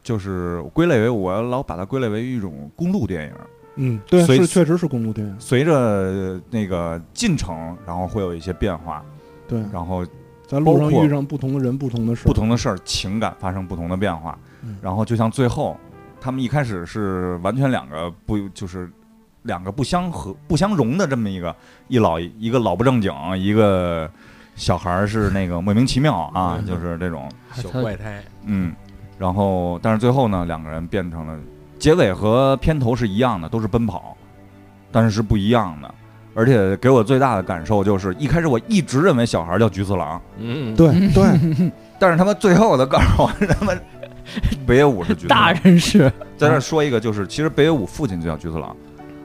A: 就是归类为我老把它归类为一种公路电影，
D: 嗯，对，
A: 所以
D: 是确实是公路电影，
A: 随着那个进程，然后会有一些变化，
D: 对，
A: 然后
D: 在路上
A: 包括
D: 遇上不同的人、不同的事，
A: 不同的事儿，情感发生不同的变化
D: 嗯。
A: 然后就像最后，他们一开始是完全两个不就是两个不相合、不相容的这么一个一老一个老不正经，一个小孩儿是那个莫名其妙啊，
E: 嗯
A: 就是这种
E: 小怪胎，
A: 嗯。然后但是最后呢，两个人变成了结尾和片头是一样的，都是奔跑，但是是不一样的。而且给我最大的感受就是，一开始我一直认为小孩儿叫菊次郎，
E: 嗯，
D: 对 对，
A: 但是他妈最后的告诉我，他妈 北野武是菊次
C: 大
A: 郎。
C: 人是，
A: 在这儿说一个，就是其实北野武父亲就叫菊次郎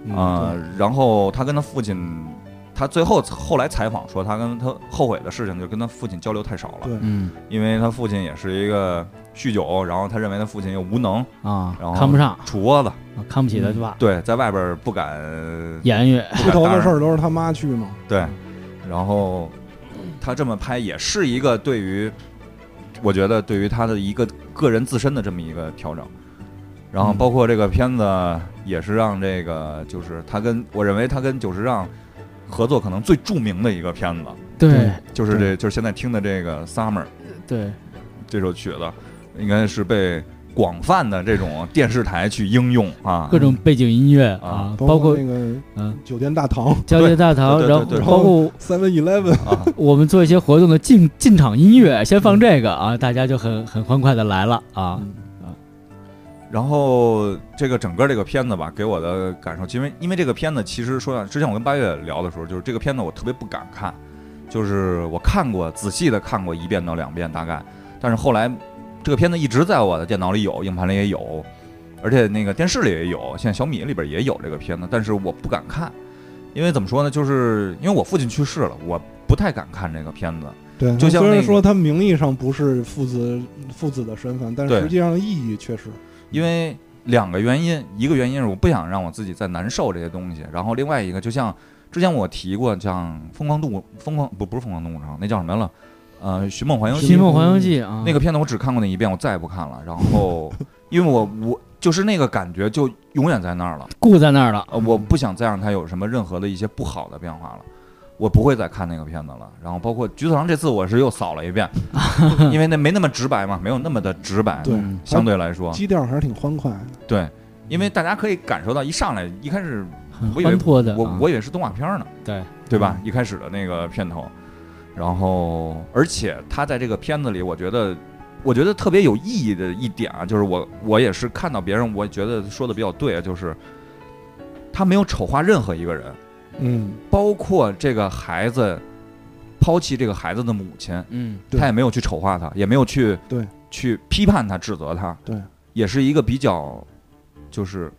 D: 嗯
A: 啊、然后他跟他父亲，他最后后来采访说，他跟他后悔的事情就是跟他父亲交流太少了，
D: 对
C: 嗯
A: 因为他父亲也是一个酗酒，然后他认为他父亲又无能，
C: 啊
A: 然后，嗯
C: 看不上，
A: 杵窝子，
C: 啊看不起他对吧？
A: 对，在外边儿不敢
C: 言语，
A: 不
D: 出
A: 敢
D: 头的
A: 当
D: 事儿都是他妈去嘛，
A: 对，然后他这么拍也是一个对于，我觉得对于他的一个个人自身的这么一个调整。然后包括这个片子也是让这个就是他跟我认为他跟久石让合作可能最著名的一个片子，
C: 对
A: 就是这就是现在听的这个《Summer》
C: 对，
A: 这首曲子，应该是被广泛的这种电视台去应用啊
C: 各。种背景音乐
A: 啊
C: 啊，包括
D: 那个
C: 嗯
D: 酒店大堂
C: 交界大堂，
A: 对对
C: 然后
A: 对
D: 对
C: 包括
D: Seven Eleven，
A: 啊，
C: 我们做一些活动的进进场音乐，先放这个啊，大家就很很欢快的来了啊，
A: 然后这个整个这个片子吧，给我的感受，因为因为这个片子其实说到之前我跟八月聊的时候，就是这个片子我特别不敢看，就是我看过仔细的看过一遍到两遍大概，但是后来这个片子一直在我的电脑里有，硬盘里也有，而且那个电视里也有，现在小米里边也有这个片子，但是我不敢看，因为怎么说呢，就是因为我父亲去世了，我不太敢看这个片子。
D: 对，
A: 就像
D: 虽
A: 那
D: 然
A: 个
D: 说他名义上不是父子父子的身份，但
A: 对
D: 实际上意义确实，
A: 因为两个原因，一个原因是我不想让我自己再难受这些东西，然后另外一个就像之前我提过，像《疯狂动物疯狂不不是《疯狂动物城》，那叫什么来了？呃，《寻梦环游
C: 《
A: 记
C: 寻》梦环游记》啊，
A: 那个片子我只看过那一遍，我再也不看了。然 后因为我我就是那个感觉就永远在那儿了，
C: 固在那儿了，
A: 呃，我不想再让它有什么任何的一些不好的变化了。我不会再看那个片子了。然后包括《菊次郎》这次我是又扫了一 遍，因为那没那么直白嘛，没有那么的直白，
D: 对
C: 嗯
A: 相对来说，
D: 基调还是挺欢快的。
A: 对，因为大家可以感受到一上来一开始
C: 很
A: 我以为
C: 欢脱的啊，啊
A: 我我以为是动画片呢，
C: 对
A: 对吧？
D: 嗯
A: 一开始的那个片头，然后而且他在这个片子里，我觉得我觉得特别有意义的一点啊，就是我我也是看到别人，我觉得说的比较对，啊就是他没有丑化任何一个人，
D: 嗯，
A: 包括这个孩子抛弃这个孩子的母亲，
B: 嗯，
D: 对
A: 他也没有去丑化他，也没有去
D: 对
A: 去批判他、指责他，
D: 对，
A: 也是一个比较就是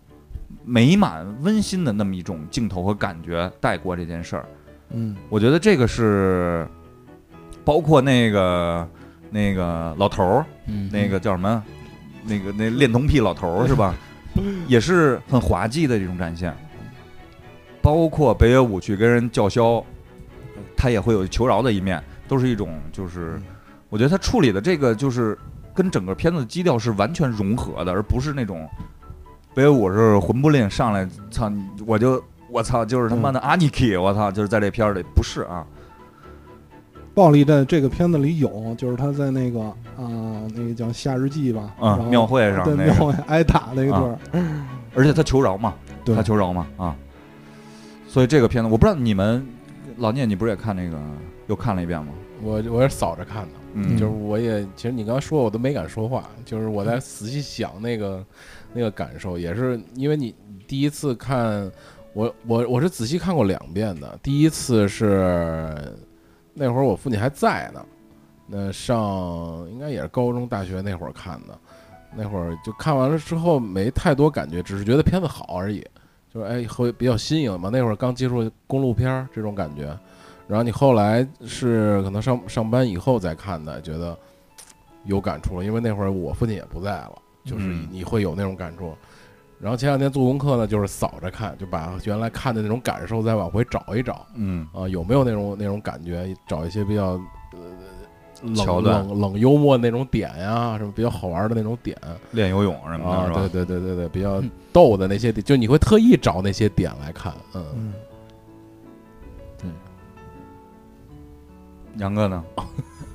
A: 美满温馨的那么一种镜头和感觉带过这件事儿。
D: 嗯，
A: 我觉得这个是包括那个那个老头儿，
C: 嗯
A: 那个叫什么，那个那恋童癖老头儿是 吧？也是很滑稽的这种展现，包括北野武去跟人叫嚣，他也会有求饶的一面，都是一种
D: 嗯
A: 就是，我觉得他处理的这个就是跟整个片子的基调是完全融合的，而不是那种北野武是魂不吝上来，操你我就我操就是他妈
D: 嗯
A: 的阿尼基，我操就是在这片儿里不是啊，
D: 暴力在这个片子里有，就是他在那个啊、那个叫《夏日记》吧，然
A: 嗯，
D: 后
A: 庙会上
D: 哦对
A: 那
D: 庙
A: 个，
D: 会挨打那一段儿，
A: 而且他求饶嘛，
D: 对
A: 他，求饶嘛啊。所以这个片子，我不知道你们老聂，你不是也看那个又看了一遍吗？
B: 我我也扫着看的，
A: 嗯，
B: 就是我也其实你刚才说我都没敢说话，就是我
E: 嗯
B: 在仔细想那个那个感受，也是因为你第一次看我我我是仔细看过两遍的，第一次是那会儿我父亲还在呢，那上应该也是高中大学那会儿看的，那会儿就看完了之后没太多感觉，只是觉得片子好而已，就是哎会比较新颖嘛，那会儿刚接触公路片儿这种感觉，然后你后来是可能上上班以后再看的，觉得有感触了，因为那会儿我父亲也不在了，就是
A: 嗯
B: 你会有那种感触。然后前两天做功课呢，就是扫着看，就把原来看的那种感受再往回找一找
A: 嗯，
B: 啊，有没有那种那种感觉？找一些比较呃
A: 桥
B: 冷
A: 段
B: 冷冷幽默的那种点呀，什么比较好玩的那种点
A: 练游泳什么的，
B: 啊
A: 是，吧？
B: 对对对对对，比较逗的那些点，就你会特意找那些点来看，嗯。
D: 嗯，
A: 杨哥呢？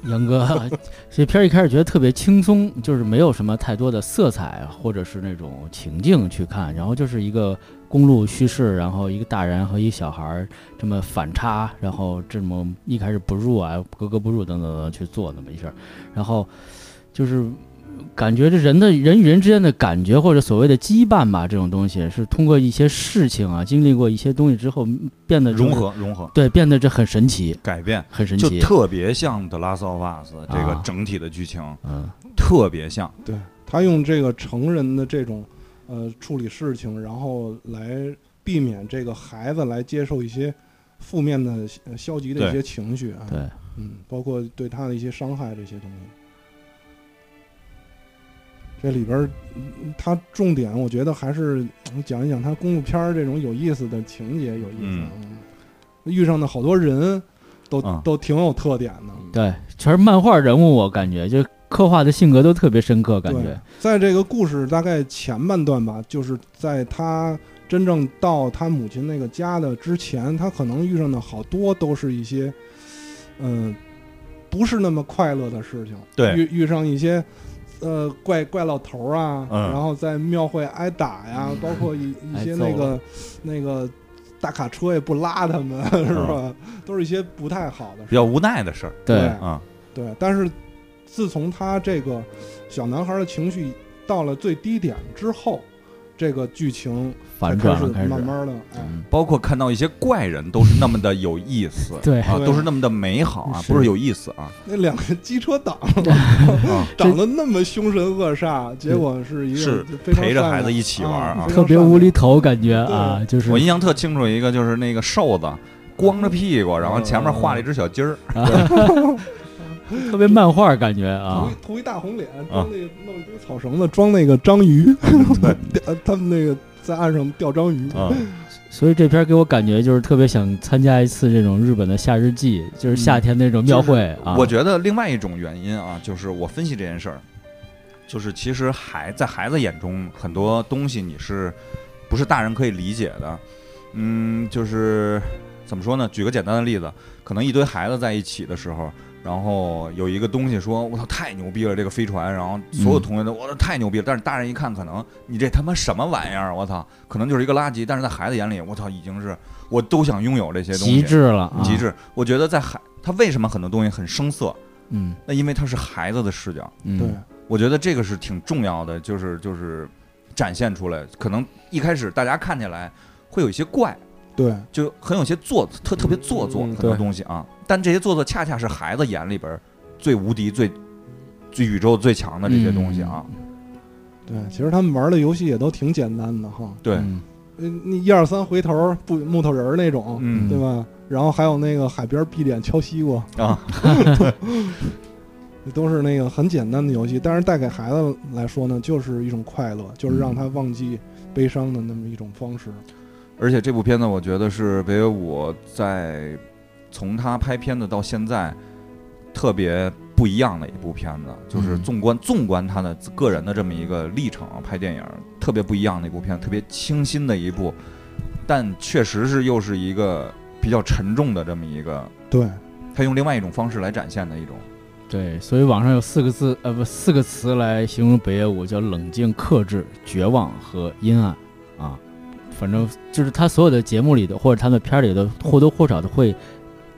C: 杨哥， 这片儿一开始觉得特别轻松，就是没有什么太多的色彩或者是那种情境去看，然后就是一个公路叙事，然后一个大人和一小孩儿这么反差，然后这么一开始不入啊，格格不入等等等等去做那么一事儿，然后就是感觉这人的人与人之间的感觉或者所谓的羁绊吧，这种东西是通过一些事情啊，经历过一些东西之后嗯变得就是
A: 融，合融合
C: 对，变得这很神奇，
A: 改变，
C: 很神
A: 就
C: 奇，
A: 特别像《The Last of Us》这个
C: 嗯啊
A: 整体的剧情，
C: 嗯。
A: 特别像。
D: 对他用这个成人的这种呃处理事情，然后来避免这个孩子来接受一些负面的、呃消极的一
A: 对
D: 些情绪啊，
C: 对，
D: 嗯，包括对他的一些伤害这些东西。这里边儿，嗯他重点我觉得还是嗯讲一讲他公路片儿这种有意思的情节，有意思啊。遇上的好多人都、
A: 嗯
D: 都挺有特点的，
C: 对，全是漫画人物，我感觉就刻画的性格都特别深刻，感
D: 对
C: 觉，
D: 在这个故事大概前半段吧，就是在他真正到他母亲那个家的之前，他可能遇上的好多都是一些，嗯、不是那么快乐的事情。
A: 对，
D: 遇遇上一些。呃，怪怪老头儿啊，
A: 嗯
D: 然后在庙会挨打呀，包括一一些
C: 挨揍
D: 那个那个大卡车也不拉他们，是吧？都是一些不太好的
A: 比
D: 事。
A: 较无奈的事儿
C: 对，
A: 啊。
D: 对，但是自从他这个小男孩的情绪到了最低点之后，这个剧情才
C: 反
D: 开
C: 转
D: 始
C: 了开始，
D: 慢慢的，哎，
C: 嗯，
A: 包括看到一些怪人都是那么的有意思
C: 对，
A: 啊，
D: 对
A: 都是那么的美好啊，
C: 是
A: 不是有意思啊。
D: 那两个机车党
A: 啊
D: 长得那么凶神恶煞，结果是一个
A: 是
D: 非常
A: 陪着
D: 善
A: 孩子
D: 良
A: 一起玩儿啊
D: 非
C: 特
D: 常
C: 别
D: 善
C: 无厘
D: 良
C: 头，感觉啊，就是
A: 我印象特清楚一个，就是那个瘦子光着屁股，然后前面画了一只小鸡儿，
C: 特别漫画感觉
D: 涂
C: 啊
D: 一，涂一大红脸，
A: 啊
D: 装那弄一堆草绳子装那个章鱼， 呃他们那个在岸上钓章鱼，
A: 嗯，
C: 所以这片儿给我感觉就是特别想参加一次这种日本的夏日祭，就是夏天那种庙会啊，
A: 我觉得另外一种原因啊，就是我分析这件事儿，就是其实孩在孩子眼中很多东西你是不是大人可以理解的？嗯，就是怎么说呢？举个简单的例子，可能一堆孩子在一起的时候，然后有一个东西说：“我操，太牛逼了！这个飞船。”然后所
C: 嗯
A: 有同学都：“我操，太牛逼了！”但是大人一看，可能你这他妈什么玩意儿？啊我操，可能就是一个垃圾。但是在孩子眼里，我操，已经是我都想拥有这些东西，
C: 极致了啊，
A: 极，致。我觉得在孩他为什么很多东西很生涩？
C: 嗯
A: 那因为他是孩子的视角。
C: 嗯，
D: 对，
A: 我觉得这个是挺重要的，就是就是展现出来。可能一开始大家看起来会有一些怪，
D: 对，
A: 就很有些做特特别做作
D: 嗯
A: 很多
D: 对
A: 东西啊，但这些做作恰恰是孩子眼里边儿最无敌、最最宇宙最强的这些东西啊。
D: 嗯对，其实他们玩的游戏也都挺简单的哈。
A: 对，
C: 嗯，
D: 嗯你一二三回头不木头人儿那种，
A: 嗯
D: 对吧？然后还有那个海边闭脸敲西瓜，
A: 啊，
D: 都是那个很简单的游戏，但是带给孩子来说呢，就是一种快乐，就是让他忘记悲伤的那么一种方式。
A: 而且这部片子我觉得是北野武在从他拍片子到现在特别不一样的一部片子，就是
C: 嗯
A: 纵观纵观他的个人的这么一个历程拍电影，特别不一样的一部片子，特别清新的一部，但确实是又是一个比较沉重的这么一个，
D: 对，
A: 他用另外一种方式来展现的一种。
C: 对，所以网上有四个字，呃，不，四个词来形容北野武，叫冷静、克制、绝望和阴暗啊。反正就是他所有的节目里的，或者他的片儿里的，或多或少的会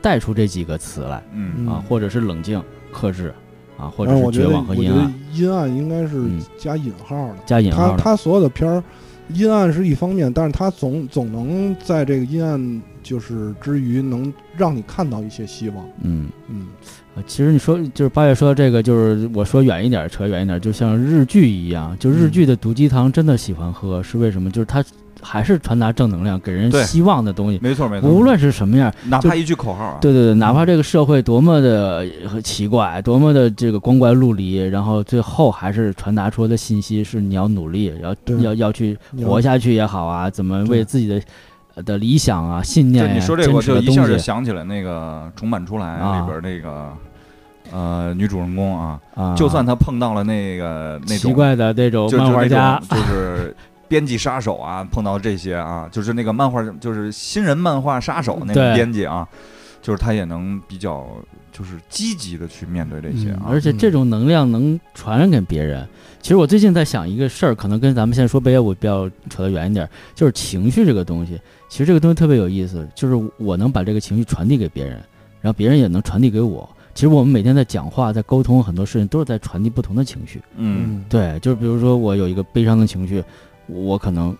C: 带出这几个词来
A: 嗯
C: 啊，或者是冷静、克制啊，或者
D: 但
C: 是
D: 是嗯我觉
C: 绝
D: 得，
C: 望和
D: 我觉
C: 阴
D: 得
C: 暗，
D: 阴暗应该是
C: 嗯
D: 加引号的。
C: 加引
D: 他
C: 号的。
D: 他所有的片儿，阴暗是一方面，但是他总总能在这个阴暗就是之余，能让你看到一些希望。
C: 嗯，
D: 嗯，
C: 呃其实你说就是八月说到这个，就是我说远一点，扯远一点，就像日剧一样，就日剧的毒鸡汤真的喜欢喝，是为什么？就是它还是传达正能量，给人
A: 对
C: 希望的东西，
A: 没错没错，
C: 无论是什么样。
A: 哪怕一句口号啊，
C: 对对对，哪怕这个社会多么的呃奇怪，多么的这个光怪陆离，然后最后还是传达出的信息是你要努力，要
D: 对
C: 要要去
D: 你要
C: 活下去也好啊，怎么为
D: 对
C: 自己的呃的理想啊、信
A: 就
C: 念、
A: 是
C: 呀，
A: 你说这个，
C: 坚
A: 我
C: 持
A: 就
C: 的
A: 一下
C: 东
A: 就
C: 西
A: 想起来那个《重版出来》
C: 啊
A: 里边那个呃女主人公啊，
C: 啊，
A: 就算他碰到了那个那
C: 奇
A: 种
C: 怪的那种
A: 就
C: 漫画家，
A: 就那种就是编辑杀手啊，碰到这些啊，就是那个漫画就是新人漫画杀手那
C: 对
A: 个编辑啊，就是他也能比较就是积极的去面对这些啊
C: 嗯而，且这种能量能传染给别人。其实我最近在想一个事儿，可能跟咱们现在说北野武比较扯得远一点儿，就是情绪这个东西。其实这个东西特别有意思，就是我能把这个情绪传递给别人，然后别人也能传递给我。其实我们每天在讲话、在沟通很多事情，都是在传递不同的情绪。
A: 嗯，
C: 对，就是比如说我有一个悲伤的情绪，我可能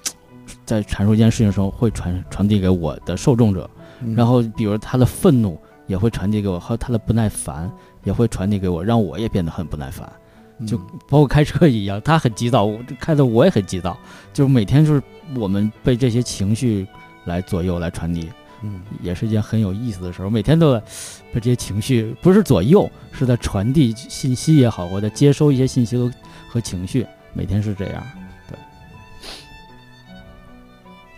C: 在阐述一件事情的时候，会传传递给我的受众者。
D: 嗯，
C: 然后比如他的愤怒也会传递给我，还有他的不耐烦也会传递给我，让我也变得很不耐烦。
D: 嗯
C: 就包括开车一样，他很急躁，我开的我也很急躁，就是每天就是我们被这些情绪来左右来传递，
D: 嗯
C: 也是一件很有意思的事儿。我每天都在被这些情绪不是左右，是在传递信息也好，我在接收一些信息和和情绪，每天是这样。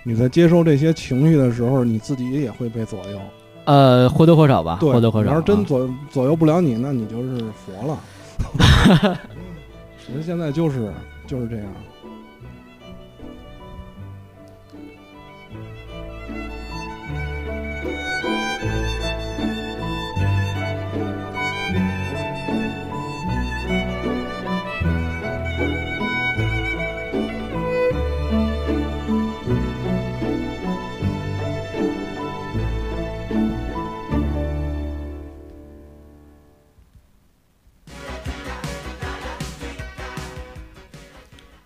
D: 你在接收这些情绪的时候，你自己也会被左右。
C: 呃，或多或少吧，
D: 对，
C: 或多或少。
D: 你要是
C: 啊
D: 真左左右不了你，那你就是 佛了。其实现在就是就是这样。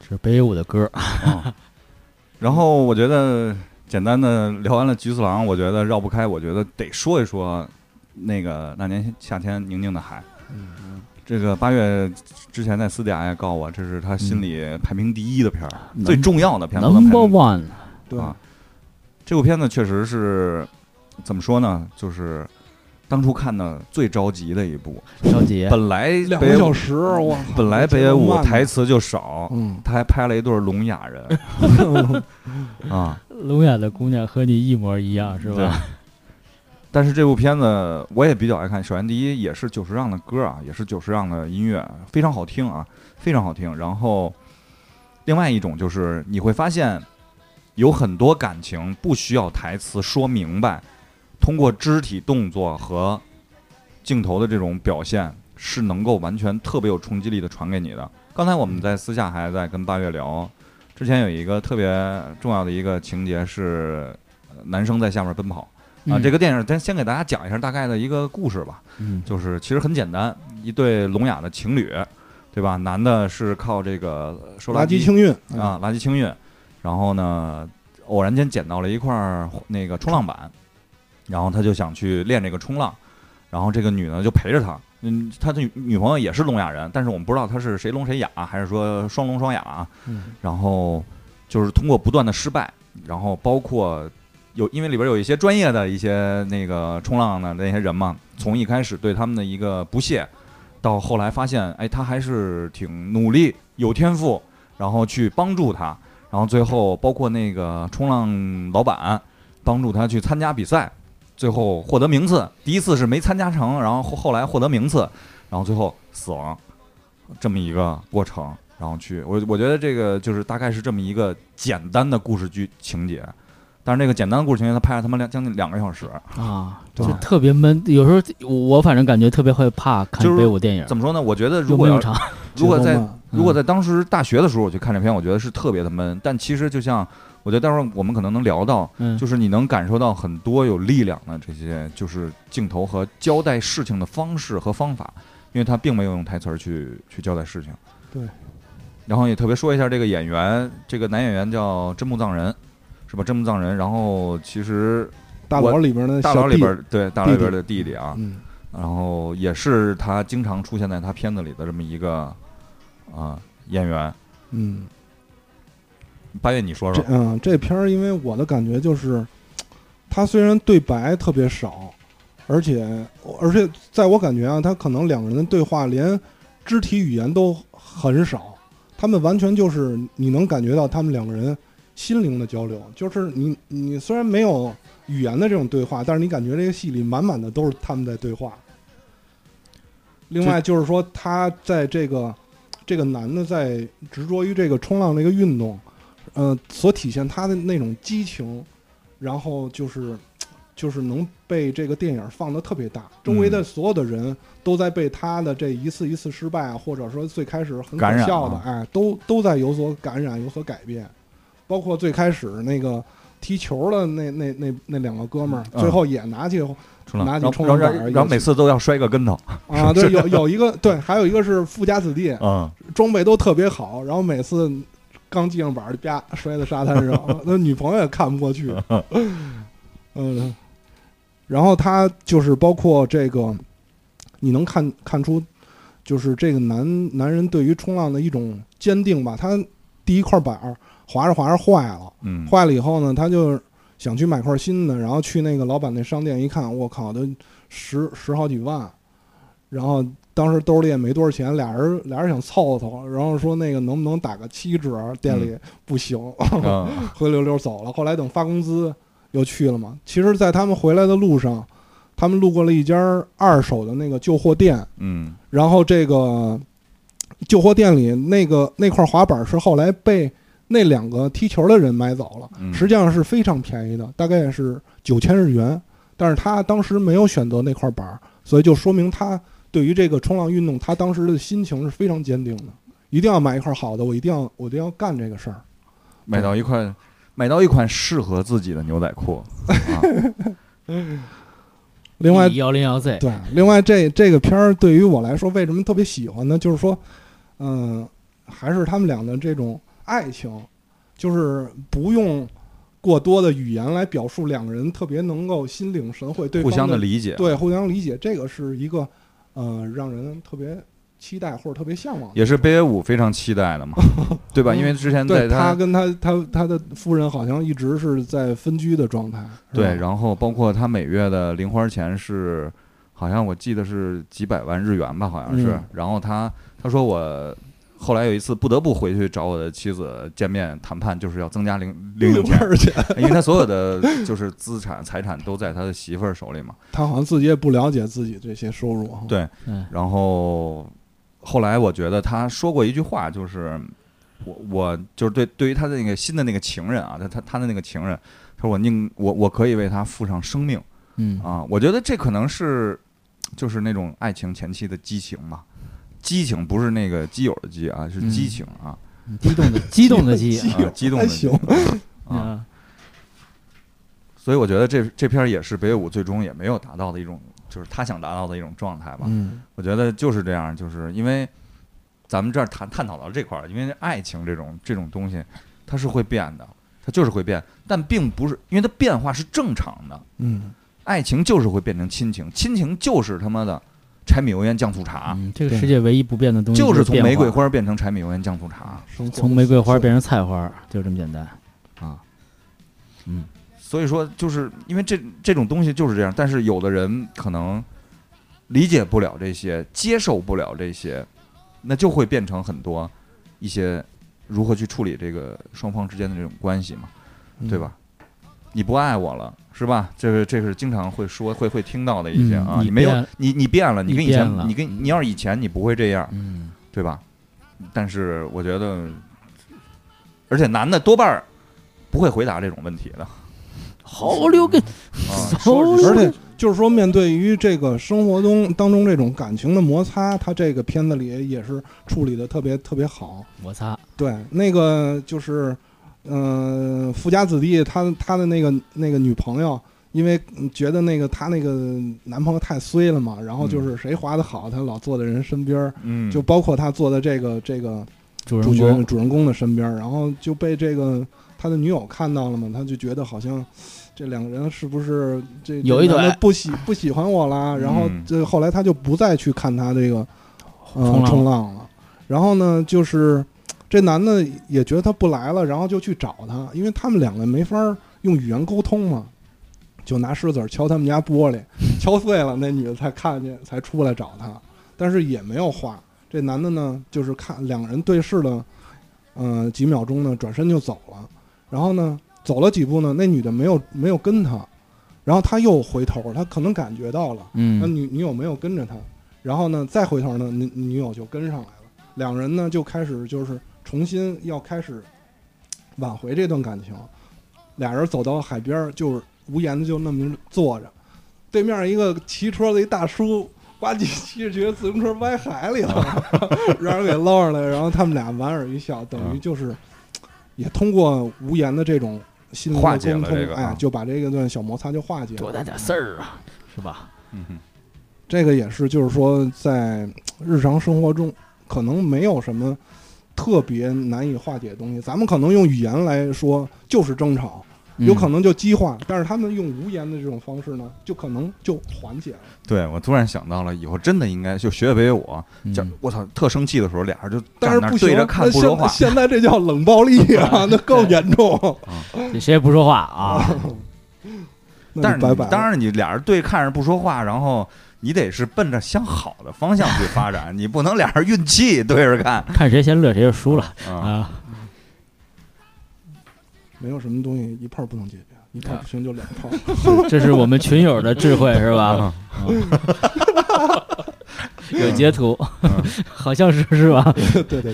C: 是北野武的歌，
A: 然后我觉得简单的聊完了菊次郎，我觉得绕不开，我觉得得说一说那个那年夏天宁静的海。
D: 嗯，
A: 这个八月之前在私底下也告我，这是他心里排名第一的片儿，
C: 嗯
A: 最重要的片子。
C: Number One，
D: 对，
A: 啊这部片子确实是怎么说呢？就是当初看的最着急的一部。
C: 着急。
A: 本来
D: 两
A: 北
D: 个
A: 野
D: 小
A: 武
D: 时，我靠
A: 本来北野
D: 这都
A: 武
D: 慢了
A: 台词就少，
D: 嗯，
A: 他还拍了一对儿聋哑 人啊，
C: 聋哑的姑娘和你一模一样，是
A: 嗯对
C: 吧？
A: 但是这部片子我也比较爱看。首先，第一也是久石让的歌啊，也是久石让的音乐，非常好听啊，非常好听。然后，另外一种就是你会发现，有很多感情不需要台词说明白，通过肢体动作和镜头的这种表现，是能够完全特别有冲击力的传给你的。刚才我们在私下还在跟八月聊，之前有一个特别重要的一个情节是呃男生在下面奔跑啊、
C: 嗯
A: 这个电影咱先给大家讲一下大概的一个故事吧。
C: 嗯
A: 就是其实很简单，一对聋哑的情侣，对吧？男的是靠这个呃收垃
D: 垃圾
A: 圾
D: 清运，嗯
A: 啊，垃圾清运，然后呢，偶然间捡到了一块儿那个冲浪板，然后他就想去练这个冲浪，然后这个女呢就陪着他，嗯，他的女女朋友也是聋哑人，但是我们不知道他是谁聋谁哑，还是说双聋双哑啊，
D: 嗯
A: 然后就是通过不断的失败，然后包括有因为里边有一些专业的一些那个冲浪的那些人嘛，从一开始对他们的一个不屑，到后来发现，哎，他还是挺努力、有天赋，然后去帮助他，然后最后包括那个冲浪老板帮助他去参加比赛，最后获得名次，第一次是没参加成，然后后后来获得名次，然后最后死亡，这么一个过程，然后去我我觉得这个就是大概是这么一个简单的故事剧情节，但是那个简单的故事情节，他拍了他妈两将近两个小时，
C: 啊，
D: 对
C: 就特别闷。有时候我反正感觉特别会怕看
A: 就是
C: 北舞电影，
A: 怎么说呢？我觉得如
C: 有
A: 果
C: 没有嗯
A: 要
C: 场？
A: 如果在
D: 节奏慢
A: 如果在当时大学的时候我去看这片，我觉得是特别的闷，但其实就像我觉得待会儿我们可能能聊到，
C: 嗯，
A: 就是你能感受到很多有力量的这些，就是镜头和交代事情的方式和方法，因为他并没有用台词儿去去交代事情。
D: 对。
A: 然后也特别说一下这个演员，这个男演员叫真木藏人，是吧？真木藏人。然后其实
D: 大
A: 我
D: 佬里边的
A: 大
D: 小
A: 佬里
D: 弟
A: 边儿，对大佬里边儿的弟弟啊，
D: 嗯，
A: 然后也是他经常出现在他片子里的这么一个啊、演员。
D: 嗯，
A: 八月，你说
D: 这
A: 说，
D: 嗯这片儿，因为我的感觉就是，它虽然对白特别少，而且而且在我感觉啊，他可能两个人的对话连肢体语言都很少，他们完全就是你能感觉到他们两个人心灵的交流，就是你你虽然没有语言的这种对话，但是你感觉这个戏里满满的都是他们在对话。另外就是说，他在这个这个男的在执着于这个冲浪这个运动，呃，所体现他的那种激情，然后就是就是能被这个电影放得特别大，周围的所有的人都在被他的这一次一次失败啊，或者说最开始很
A: 感
D: 搞
A: 染
D: 笑的，
A: 啊
D: 哎，都都在有所感染，有所改变。包括最开始那个踢球的那那那那两个哥们儿，
A: 嗯
D: 最后也 拿起
A: 出来
D: 拿
A: 然
D: 起
A: 后
D: 冲
A: 然后
D: 浪板
A: 然后
D: 儿
A: 然后
D: 一
A: 每
D: 起
A: 次都要摔个跟头，
D: 啊，对，有有一个对，还有一个是富家子弟，
A: 嗯，
D: 装备都特别好，然后每次刚系上板儿就啪摔在沙滩 上，那女朋友也看不过去。 嗯，然后他就是包括这个，你能看看出，就是这个男男人对于冲浪的一种坚定吧。他第一块板儿滑着滑着坏了，
A: 嗯，
D: 坏了以后呢，他就想去买块新的，然后去那个老板那商店一看，我靠，都十十好几万，然后当时兜里也没多少钱，俩人俩人想凑凑，然后说那个能不能打个七折，店里不行，
A: 嗯
D: 灰溜溜走了。后来等发工资又去了嘛。其实，在他们回来的路上，他们路过了一家二手的那个旧货店，
A: 嗯
D: 然后这个旧货店里那个那块滑板是后来被那两个踢球的人买走了，
A: 嗯
D: 实际上是非常便宜的，大概是九千日元。但是他当时没有选择那块板儿，所以就说明他对于这个冲浪运动，他当时的心情是非常坚定的，一定要买一块好的，我一定要我一定要干这个事儿。
A: 买到一块，买到一款适合自己的牛仔裤，啊、
D: 另外，
C: 幺零幺
A: 哎
C: Z，
D: 对，另外这这个片儿对于我来说，为什么特别喜欢呢？就是说，嗯、还是他们俩的这种爱情，就是不用过多的语言来表述，两个人特别能够心领神会对
A: 互
D: 方
A: 相的
D: 的
A: 理解，
D: 对互相理解，这个是一个呃让人特别期待或者特别向往的。
A: 也是北野武非常期待的 嘛，对吧？因为之前在
D: 对他
A: 他
D: 跟他他他的夫人好像一直是在分居的状态，是吧
A: 对，然后包括他每月的零花钱是，好像我记得是几百万日元吧，好像是。
D: 嗯
A: 然后他他说我后来有一次不得不回去找我的妻子见面谈判，就是要增加零零用钱，
D: 而且
A: 因为他所有的就是资产财产都在他的媳妇儿手里嘛。
D: 他好像自己也不了解自己这些收入哈。
A: 对
C: 嗯
A: 然后后来我觉得他说过一句话，就是我我就是对对于他的那个新的那个情人啊，他他他的那个情人，他说我宁我我可以为他付上生命，
C: 嗯
A: 啊，我觉得这可能是就是那种爱情前期的激情吧，激情不是那个基友的激啊，是
C: 嗯
A: 激情啊，
C: 激动的激动的激
D: 激
A: 啊激动的
D: 哎还
A: 激
D: 行
A: 啊，
D: 嗯
C: 啊，
A: 所以我觉得这这片儿也是北野武最终也没有达到的一种，就是他想达到的一种状态吧。
D: 嗯，
A: 我觉得就是这样，就是因为咱们这儿谈探讨到这块儿，因为爱情这种这种东西，它是会变的，它就是会变，但并不是因为它变化是正常的，
D: 嗯，
A: 爱情就是会变成亲情，亲情就是他妈的柴米油盐酱醋茶，
C: 嗯，这个世界唯一不变的东西
A: 啊就是
C: 是
A: 从
C: 变
A: 玫瑰
C: 化，
A: 花变成柴米油盐酱醋茶
D: 生活
C: 从玫瑰花变成菜花，就这么简单。
A: 啊。
C: 嗯，
A: 所以说就是因为这这种东西就是这样，但是有的人可能理解不了这些，接受不了这些，那就会变成很多一些如何去处理这个双方之间的这种关系嘛，
C: 嗯
D: 嗯
A: 对？吧？你不爱我了，是吧？这个这个是经常会说会会听到的一些
C: 嗯
A: 啊，
C: 你
A: 你没有
C: 变
A: 你你变了，你跟以
C: 你变了
A: 前你跟你要是以前你不会这样，
C: 嗯，
A: 对吧？但是我觉得，而且男的多半儿不会回答这种问题的
C: 好溜个，
A: 啊。
C: 好溜
D: 而
C: 个
D: 且就是说，面对于这个生活中当中这种感情的摩擦，他这个片子里也是处理的特别特别好。
C: 摩擦，
D: 对，那个就是，嗯、富家子弟他他的那个那个女朋友，因为嗯觉得那个他那个男朋友太衰了嘛，然后
C: 嗯
D: 就是谁滑得好，他老坐在人身边儿，
A: 嗯，
D: 就包括他坐在这个这个
C: 主
D: 主
C: 人
D: 角
C: 公
D: 主人公的身边儿，然后就被这个他的女友看到了嘛，他就觉得好像这两个人是不是这
C: 有一
D: 这男的
C: 腿
D: 不喜不喜欢我啦？然后
A: 嗯
D: 这后来他就不再去看他这个
C: 冲
D: 呃
C: 浪
D: 冲浪了，然后呢就是这男的也觉得他不来了，然后就去找他，因为他们两个没法儿用语言沟通嘛。就拿石子儿敲他们家 玻璃，敲碎了，那女的才看见，才出来找他，但是也没有话。这男的呢，就是看两个人对视了，呃，几秒钟呢，转身就走了。然后呢，走了几步呢，那女的没有没有跟他，然后他又回头，他可能感觉到了，那
C: 嗯，
D: 女女友没有跟着他，然后呢，再回头呢，女女友就跟上来了，两人呢就开始就是重新要开始挽回这段感情，俩人走到海边儿，就是无言的就那么坐着，对面一个骑车的一大叔。呱唧骑着骑着自行车歪海里
A: 啊
D: 了， 让人给捞上来，然后他们俩莞尔一笑，等于就是也通过无言的这种心灵的
A: 化解了
D: 沟通
A: 这个啊
D: 哎，就把这个段小摩擦就化解了。
C: 多大点事儿啊，是吧？
A: 嗯哼
D: 这个也是，就是说在日常生活中，可能没有什么特别难以化解的东西。咱们可能用语言来说就是争吵，有可
C: 嗯
D: 能就激化，但是他们用无言的这种方式呢，就可能就缓解了。
A: 对我突然想到了，以后真的应该就学学北野武，
C: 嗯
A: 叫我操，特生气的时候，俩人就
D: 但是
A: 站那
D: 不
A: 儿
D: 行，
A: 对着看
D: 那
A: 不说话
D: 现。现在这叫冷暴 力啊，那更严重。
C: 这嗯谁也不说话啊，
D: 那
A: 但是
D: 拜
A: 你
D: 拜了。
A: 当然你俩人对看着不说话，然后你得是奔着向好的方向去发展，你不能俩人运气对着看
C: 看谁先乐谁就输了
A: 啊。
C: 啊。
D: 没有什么东西一炮不能解决，一
A: 啊
D: 炮不行就两炮。
C: 这是我们群友的智慧是吧？嗯 有截图
A: 嗯，
C: 好像是是吧？
D: 对对对，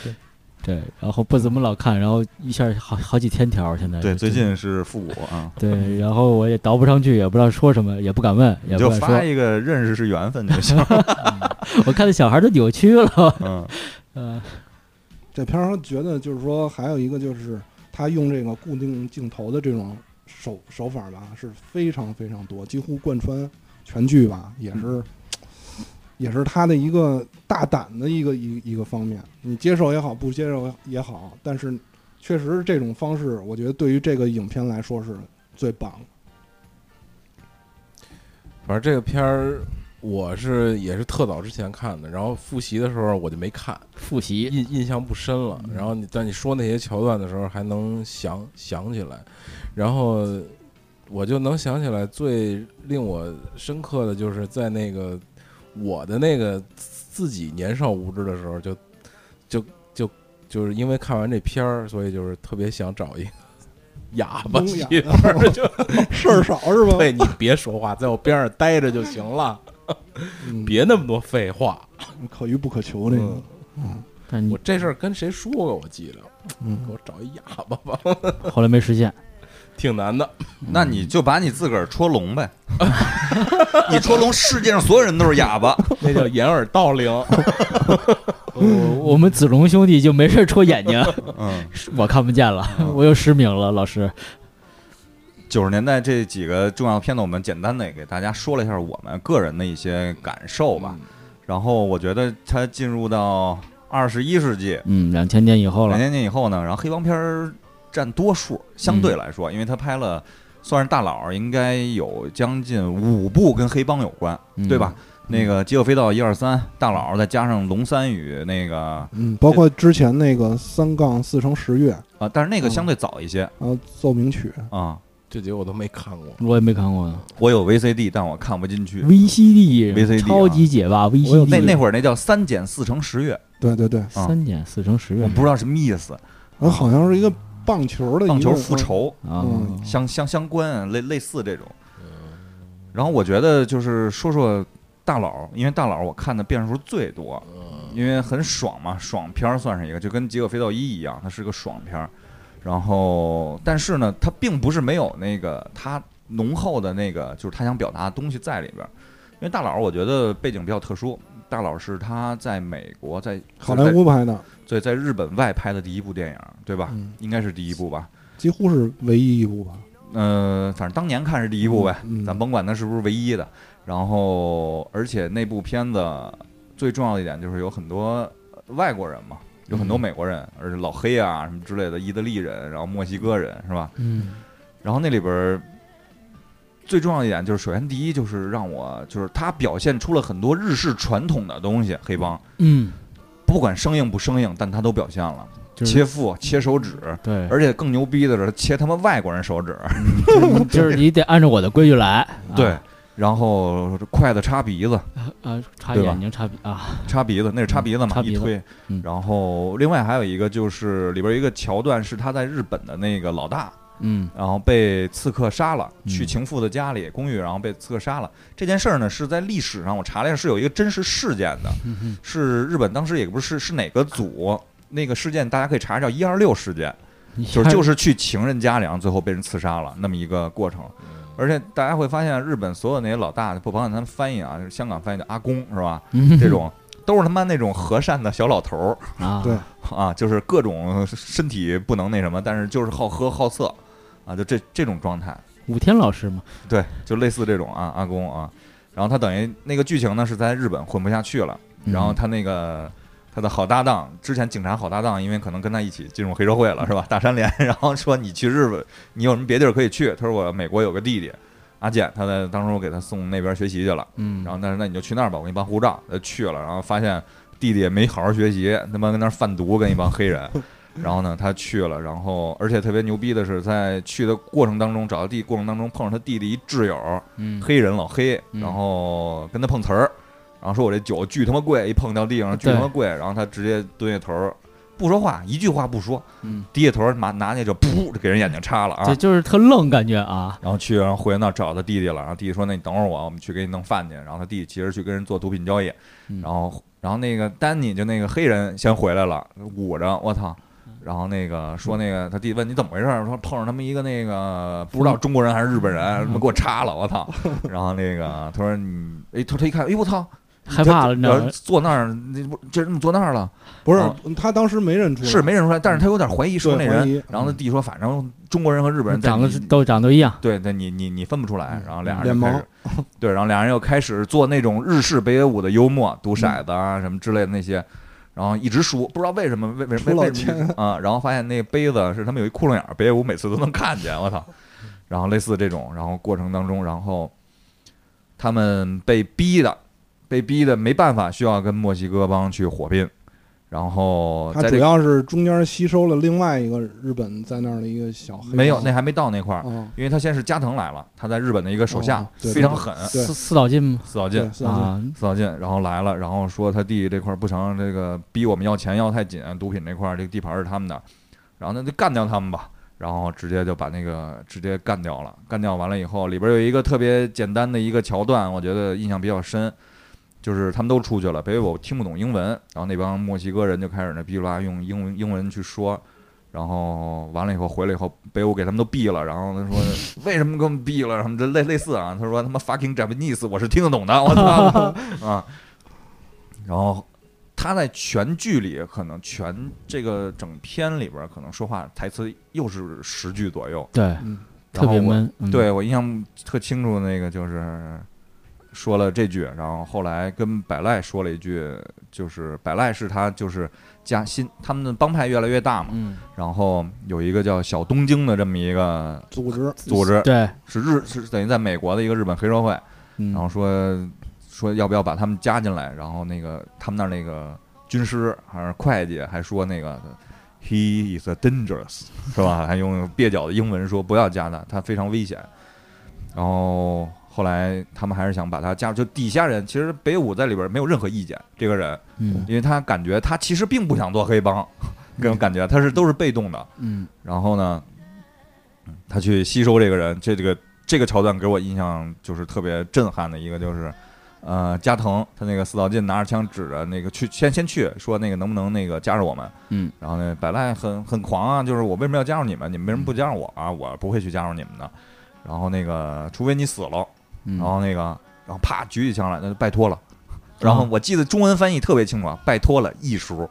C: 对，然后不怎么老看，然后一下好好几千条，现在
A: 对，
C: 就
A: 最近是复古啊，
C: 对，然后我也倒不上去，也不知道说什么，也不敢问，也
A: 你
C: 不
A: 就
C: 敢
A: 发
C: 说。
A: 一个认识是缘分就行。
C: 我看那小孩都扭曲 了，
A: 嗯
C: 嗯
D: 这片儿觉得就是说，还有一个就是他用这个固定镜头的这种手手法吧，是非常非常多，几乎贯穿全剧吧，也是、也是他的一个大胆的一个一一个方面。你接受也好，不接受也好，但是确实这种方式，我觉得对于这个影片来说是最棒的。
E: 反正这个片儿我是也是特早之前看的，然后复习的时候我就没看，
C: 复习，
E: 印印象不深了。然后你在你说那些桥段的时候还能想想起来，然后我就能想起来最令我深刻的就是在那个我的那个自己年少无知的时候就，就就就是因为看完这片儿，所以就是特别想找一个哑巴
D: 聋
E: 媳
D: 哑
E: 妇儿， 就
D: 事儿少是吧？
E: 对你别说话，在我边上待着就行了，
D: 嗯，
E: 别那么多废话。
D: 可遇不可求这个，
C: 但你
E: 我这事儿跟谁说过？我记得，
D: 嗯
E: 给我找一哑巴吧。
C: 后来没实现。
E: 挺难的。
A: 那你就把你自个儿戳聋呗， 你戳聋，世界上所有人都是哑巴。
E: 那叫掩耳盗铃。
C: 我我们子龙兄弟就没事戳眼 睛，
A: 嗯，
C: 我看不见了，我又失明了，老师。
A: 九十年代这几个重要的片子，我们简单的给大家说了一下我们个人的一些感受吧。
C: 嗯
A: 然后我觉得它进入到二十一世纪，
C: 嗯，两千年以后
A: 两
C: 了，
A: 千年以后呢，然后黑帮片儿占多数，相
C: 嗯
A: 对来说，因为他拍了算是大佬，应该有将近五部跟黑帮有关，
C: 嗯
A: 对吧？？那个《极恶飞盗》一二三，大佬再加上龙三与那个啊、
D: 嗯，包括之前那个三杠四乘十月，
A: 啊但是
C: 嗯
A: 那个相对早一些
D: 然后奏鸣曲，
A: 啊、
E: 这节我都没看 过，
C: 我也没看过呢。
A: 我有 VCD，但我看不进去。
C: VCD、
A: VCD
C: 超级解吧
D: 我有
C: ，VCD
A: 那那会儿那叫三减四乘十月，
D: 对对对，
A: 啊
C: 三减四乘十
A: 我
C: 月
A: 不知道什么意思。
D: 然后好像是一个棒球的一个
A: 棒球复，仇
C: 啊，
D: 嗯
A: 相相相关，啊类类似这种。然后我觉得就是说说大佬，因为大佬我看的遍数最多，因为很爽嘛，爽片儿算是一个，就跟《极恶飞盗一》一样，它是个爽片儿。然后，但是呢，它并不是没有那个它浓厚的那个，就是他想表达的东西在里边儿。因为大佬，我觉得背景比较特殊，大佬是他在美国，在
D: 好莱坞拍的，
A: 在在日本外拍的第一部电影，对吧？
D: 嗯，
A: 应该是第一部吧。
D: 几乎是唯一一部吧，
A: 呃，反正当年看是第一部呗，
D: 嗯
A: 咱甭管它是不是唯一的。然后，而且那部片子最重要的一点就是有很多外国人嘛，
C: 嗯
A: 有很多美国人，而且老黑啊什么之类的，意大利人，然后墨西哥人是吧？
C: 嗯
A: 然后那里边儿最重要的一点就是，首先第一就是让我就是他表现出了很多日式传统的东西，黑帮
C: 嗯，
A: 不管生硬不生硬，但他都表现了，
C: 就是
A: 切腹、切手指。
C: 对，
A: 而且更牛逼的是，切他妈外国人手指，
C: 就是就是你得按照我的规矩来。啊
A: 对，然后筷子插鼻子，
C: 啊，插
A: 对吧
C: 眼睛插鼻啊，
A: 插鼻子，那是插鼻子嘛，
C: 插鼻
A: 一
C: 子
A: 推。
C: 嗯
A: 然后另外还有一个就是里边有一个桥段是他在日本的那个老大，
C: 嗯
A: 然后被刺客杀了，
C: 嗯
A: 去情妇的家里公寓，然后被刺客杀了。这件事儿呢是在历史上我查了一下，是有一个真实事件的，
C: 嗯嗯
A: 是日本当时也不是是哪个组。那个事件大家可以查一下，一二六事件，
C: 你
A: 就是
C: 看
A: 就是去情人家里，然后最后被人刺杀了那么一个过程。而且大家会发现，日本所有那些老大，不妨碍他们翻译啊，就是香港翻译的阿公是吧？
C: 嗯
A: 这种都是他妈那种和善的小老头儿
C: 啊，
D: 对
A: 啊， 就是各种身体不能那什么，但是就是好喝好色啊，就这这种状态，
C: 五天老师嘛，
A: 对，就类似这种啊，阿公啊，然后他等于那个剧情呢是在日本混不下去了，然后他那个。他的好搭档，之前警察好搭档，因为可能跟他一起进入黑社会了，是吧？大山连， 然后说你去日本，你有什么别地儿可以去？他说我美国有个弟弟，阿健，他在当时我给他送那边学习去了，
C: 嗯，
A: 然后但是那你就去那儿吧，我给你办护照。他去了，然后发现弟弟也没好好学习，他妈跟那儿贩毒，跟一帮黑 人。然后呢，他去了，然后而且特别牛逼的是，在去的过程当中，找到弟弟过程当中碰上他弟弟一挚友，
C: 嗯
A: 黑人老黑，
C: 嗯
A: 然后跟他碰瓷儿，然后说我这酒巨他妈贵，一碰到地上巨他妈贵，然后他直接蹲下头儿。不说话，一句话不说，
C: 嗯，
A: 低下头儿拿拿那就噗就给人眼睛插了啊！
C: 这就是特愣感觉啊，
A: 然后去，然后回那儿找他弟弟了。然后弟弟说：“那你等会儿我，我们去给你弄饭去。”然后他弟弟其实去跟人做毒品交易
C: 嗯，
A: 然后然后那个丹尼就那个黑人先回来了，捂着我操。
C: 嗯
A: 然后那个说那个他弟问你怎么回事儿，说碰上他们一个那个不知道中国人还是日本
C: 嗯
A: 人，什么给我插了，我操！ 然后那个他说你，哎，他他一看，哎呦我操，
C: 害怕了，你知道
A: 然后
C: 吗？
A: 坐那儿，那不这人怎么坐那儿了？
D: 嗯不
A: 啊
D: 是他当时没认出来，
A: 是没认出来，但是他有点怀疑是不是那
D: 对怀疑
A: 人。然后他弟说，反正中国人和日本人在
C: 长得
A: 你
C: 都长得一样，
A: 对，那你你你分不出来，然后俩人
D: 嗯脸
A: 就开始，对，然后俩人又开始做那种日式北野武的幽默，
D: 嗯
A: 赌骰子啊什么之类的那些，然后一直输，不知道为什么为为为
D: 输老
A: 为什么一直啊，然后发现那杯子是他们有一窟窿眼儿，北野武每次都能看见，我操，然后类似这种，然后过程当中，然后他们被逼的，被逼的没办法，需要跟墨西哥帮去火拼，然后
D: 他
A: 在
D: 主
A: 这
D: 要是中间吸收了另外一个日本在那儿的一个小黑帮，
A: 没有那还没到那块儿，
D: 啊，
A: 因为他先是加藤来了，他在日本的一个手下
D: 哦对
A: 非常狠，
D: 对
C: 四四岛进吗？
A: 死脑筋
D: 对，。是啊，
C: 啊，
A: 呃四小进，然后来了，然后说他弟弟这块儿不成，这个逼我们要钱要太紧，毒品这块儿这个地盘是他们的，然后那就干掉他们吧，然后直接就把那个直接干掉了，干掉完了以后，里边有一个特别简单的一个桥段，我觉得印象比较深，就是他们都出去了，北野武听不懂英文，然后那帮墨西哥人就开始那哔哩吧啦用英文英文去说，然后完了以后回来以后，北舞给他们都毙了。然后他说 为什么给我们毙了？什么这类类似啊？他说他妈 fucking Japanese，我是听得懂的，我操啊！然后他在全剧里，可能全这个整篇里边，可能说话台词又是十句左右，
C: 对，
D: 嗯，
C: 特别
A: 然后我
C: 闷。嗯，
A: 对我印象特清楚，那个就是说了这句，然后后来跟百赖说了一句，就是百赖是他就是加新他们的帮派越来越大嘛，
C: 嗯，
A: 然后有一个叫小东京的这么一个
D: 组织
A: 组织，
C: 对，
A: 是日是等于在美国的一个日本黑社会，
C: 嗯
A: 然后说说要不要把他们加进来，然后那个他们那儿那个军师还是会计还说那个 he is a dangerous 是吧？还用蹩脚的英文说不要加他，他非常危险。然后后来他们还是想把他加入，就底下人其实北舞在里边没有任何意见，这个人，
C: 嗯
A: 因为他感觉他其实并不想做黑帮， 给我感觉他是都是被动的。
C: 嗯
A: 然后呢，嗯他去吸收这个人，这这个这个桥段给我印象就是特别震撼的一个，就是呃，加藤他那个四道进拿着枪指着那个去先先去说那个能不能那个加入我们，
C: 嗯，
A: 然后呢，百赖很很狂啊，就是我为什么要加入你们？你们为什么不加入我啊？我不会去加入你们的。然后那个，除非你死了，
C: 嗯，
A: 然后那个，然后啪举起枪来，那就拜托了。然后我记得中文翻译特别清楚，啊，拜托了，一叔，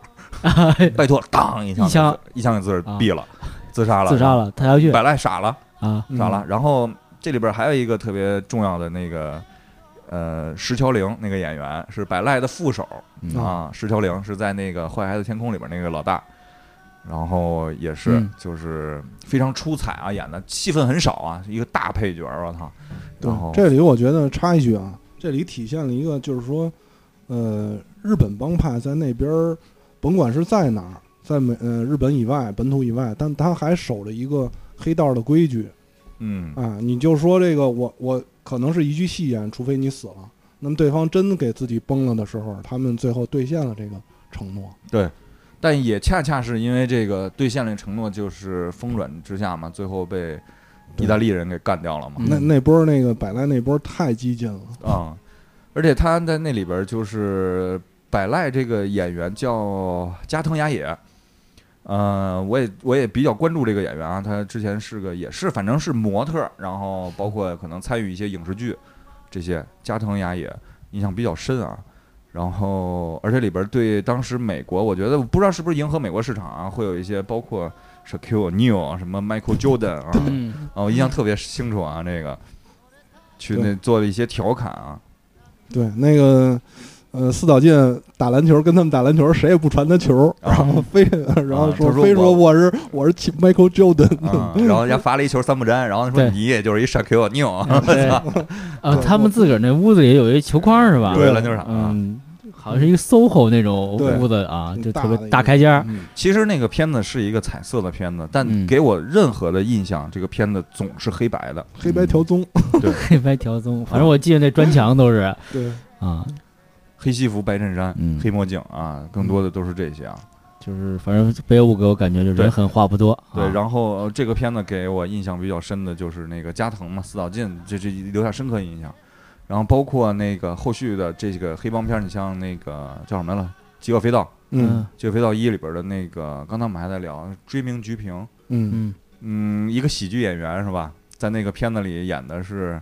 A: 拜托了，当一枪
C: 一枪啊
A: 一枪给自个儿毙了，自杀了，
C: 自杀了，他要去
A: 百赖傻了，
C: 啊，
D: 嗯
A: 傻了。然后这里边还有一个特别重要的那个，呃，石桥瑩那个演员是百赖的副手
C: 嗯
A: 啊，石桥瑩是在那个《坏孩子天空》里边那个老大，然后也是
C: 嗯
A: 就是非常出彩啊，演的戏份很少啊，一个大配角，我操。
D: 对
A: 然后，
D: 这里我觉得插一句啊，这里体现了一个就是说，呃，日本帮派在那边儿，甭管是在哪儿，在美呃日本以外、本土以外，但他还守着一个黑道的规矩
A: 嗯
D: 啊。你就说这个，我我可能是一句戏言，除非你死了。那么对方真给自己崩了的时候，他们最后兑现了这个承诺。
A: 但也恰恰是因为这个兑现了承诺，就是风转之下嘛，最后被意大利人给干掉了嘛。
C: 嗯
D: 那那波儿那个百来那波儿太激进了，
A: 啊、而且他在那里边儿就是百濑这个演员叫加藤雅也，呃，我也我也比较关注这个演员啊，他之前是个也是反正是模特儿，然后包括可能参与一些影视剧这些，加藤雅也印象比较深啊。然后，而且里边儿对当时美国，我觉得不知道是不是迎合美国市场啊，会有一些包括 Shaquille O'Neal 啊什么 Michael Jordan 啊，
C: 嗯
A: 啊，我印象特别清楚啊，那个去那
D: 对
A: 做了一些调侃 啊，
D: 对，那个呃，四岛进打篮球，跟他们打篮球，谁也不传他球，
A: 啊
D: 然后非 然后
A: 他说
D: 非说
A: 我
D: 我是我是 Michael Jordan，
A: 啊，然后人家罚了一球三不沾，然后他说
C: 对
A: 你也就是一 Shaquille O'Neal，
C: 哎对，呃，他们自个儿那屋子里有一球框是 吧？
A: 有一篮球场啊。
C: 嗯，好像是一个 SOHO 那种
D: 对
C: 屋子啊，就特
D: 挺大的
C: 别
D: 一
C: 大
D: 个
C: 开间儿。
D: 嗯
A: 其实那个片子是一个彩色的片子，但
C: 嗯
A: 给我任何的印象，这个片子总是黑白的。
D: 黑白条宗，
C: 黑 白条
D: 嗯
C: 宗，反正我记得那砖墙都是
D: 对，
C: 啊，
A: 黑西服、白衬衫、
C: 嗯
A: 黑墨镜啊，更多的都是这些啊。
C: 就是反正北舞给我感觉就是
A: 对
C: 人狠话不多。
A: 对
C: 啊，
A: 然后呃这个片子给我印象比较深的就是那个加藤嘛，四岛进，这这留下深刻印象。然后包括那个后续的这个黑帮片儿，你像那个叫什么来了，《极恶飞盗》，
D: 嗯
A: 《极恶飞盗一》里边的那个，刚才我们还在聊追名菊平，
D: 嗯，
C: 嗯
A: 嗯，一个喜剧演员是吧？在那个片子里演的是，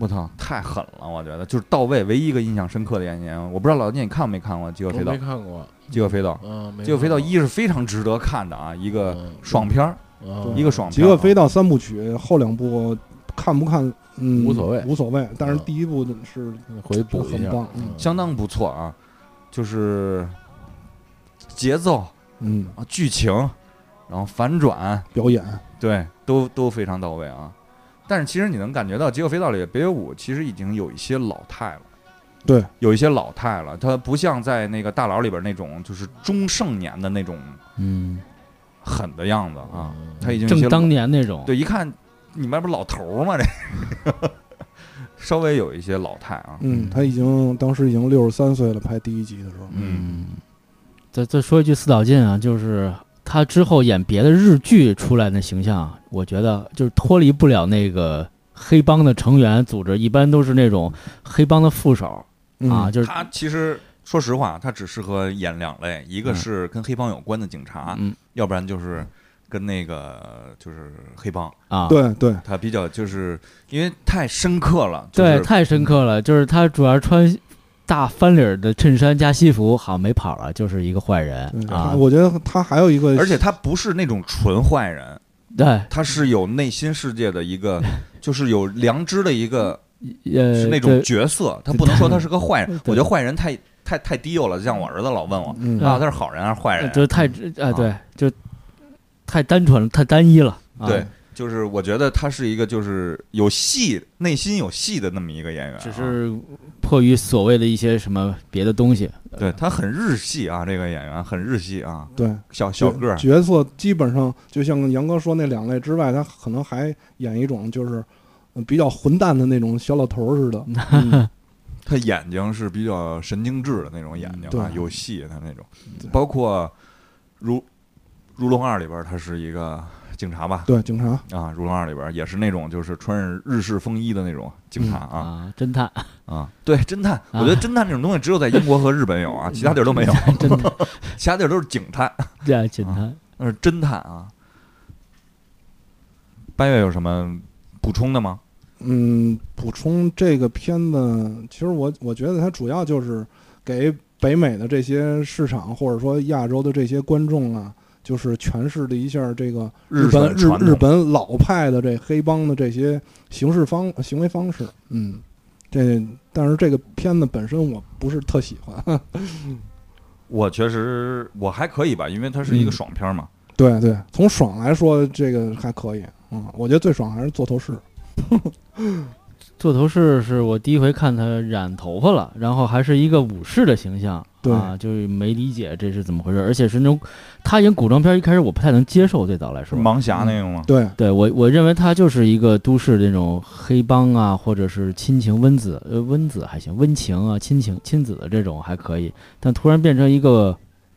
A: 我操，太狠了，我觉得就是到位。唯一一个印象深刻的演员，我不知道老聂你看没看过《饥饿
E: 我
A: 飞盗
E: 没》？看过，
A: 饥饿飞盗，
E: 嗯，没
A: 饥饿飞盗
E: 看过
A: 一是非常值得看的啊，一个
E: 嗯
A: 爽片儿，
E: 嗯
A: 一个爽
D: 极
A: 片儿啊。
D: 恶飞盗三部曲后两部看不看，嗯，
E: 无所谓
D: 无所谓，但是
E: 嗯
D: 第一部的是
E: 回去补一
D: 很
E: 下，
D: 棒
E: 嗯
A: 相当不错啊，就是节奏
D: 嗯
A: 啊、剧情，然后反转，
D: 表演，
A: 对，都都非常到位啊。但是其实你能感觉到《极恶飞盗》里北野武其实已经有一些老态了，
D: 对，
A: 有一些老态了。他不像在那个大佬里边那种就是中盛年的那种
C: 嗯，
A: 狠的样子啊，
E: 嗯
A: 他已经有些
C: 正当年那种。
A: 对，一看你们不是老头儿吗？这 稍微有一些老态啊。
D: 嗯，他已经当时已经六十三岁了，拍第一集的时候，
C: 嗯，再再说一句四岛进啊，就是他之后演别的日剧出来的形象，啊我觉得就是脱离不了那个黑帮的成员组织，一般都是那种黑帮的副手
D: 嗯
C: 啊，，就是
A: 他其实说实话，他只适合演两类，一个
C: 嗯
A: 啊是跟黑帮有关的警察，
C: 嗯
A: 要不然就是跟那个就是黑帮，
C: 啊，
D: 对对，
A: 他比较就是因为太深刻了，就
C: 对，
A: 是
C: 太深刻了。就是他主要穿大翻领儿的衬衫加西服，好像没跑了，就是一个坏人
A: 嗯
D: 对
C: 啊
D: 他。我觉得他还有一个，
A: 而且他不是那种纯坏人，
C: 对，
A: 他是有内心世界的一 个，就是有良知的一个，
C: 呃，
A: 是那种
C: 对
A: 角色，他不能说他是个坏人。
C: 对
A: 我觉得坏人太太太低幼了，像我儿子老问我
D: 嗯
A: 啊，他是好人还是坏人？嗯
C: 就是太啊，对，就太单纯了，太单一了。啊
A: 对，，就是我觉得他是一个就是有戏，内心有戏的那么一个演员啊，
C: 只是迫于所谓的一些什么别的东西，
A: 对他很日系啊，这个演员很日系啊，
D: 对
A: 小小个儿，
D: 角色基本上就像杨哥说那两类之外，他可能还演一种就是呃比较混蛋的那种小老头儿似 的。嗯
A: 他眼睛是比较神经质的那种眼睛啊，
D: 对
A: 有戏他那种
D: 对，
A: 包括如《如龙二》里边儿他是一个警察吧，
D: 对，警察，
A: 啊，《如龙二》里边儿也是那种就是穿着日式风衣的那种警察啊、
C: 啊，侦探，
D: 嗯
A: 啊，对，侦探，我觉得侦探这种东西只有在英国和日本有啊， 其他地儿都没有，
C: 侦探，
A: 其他地儿都是警探，
C: 对啊，侦探。
A: 那是侦探啊。八月有什么补充的吗？
D: 嗯，补充这个片子，其实我我觉得它主要就是给北美的这些市场，或者说亚洲的这些观众啊，就是诠释了一下这个日本
A: 本
D: 日
A: 传
D: 日
A: 统
D: 本老派的这黑帮的这些行事方行为方式。嗯，这但是这个片子本身我不是特喜欢。
A: 我确实我还可以吧，因为它是一个
D: 嗯
A: 爽片儿嘛。
D: 对对，从爽来说，这个还可以。嗯，我觉得最爽还是做头饰。
C: 座头市是我第一回看他染头发了，然后还是一个武士的形象，
D: 对
C: 啊，就是没理解这是怎么回事，而且是那种他演古装片，一开始我不太能接受，最早来
A: 是
C: 说，
A: 盲
D: 嗯
A: 侠那个吗？
D: 对，
C: 对我我认为他就是一个都市那种黑帮啊，或者是亲情温子，呃，温子还行，温情啊，亲情亲子的这种还可以，但突然变成一个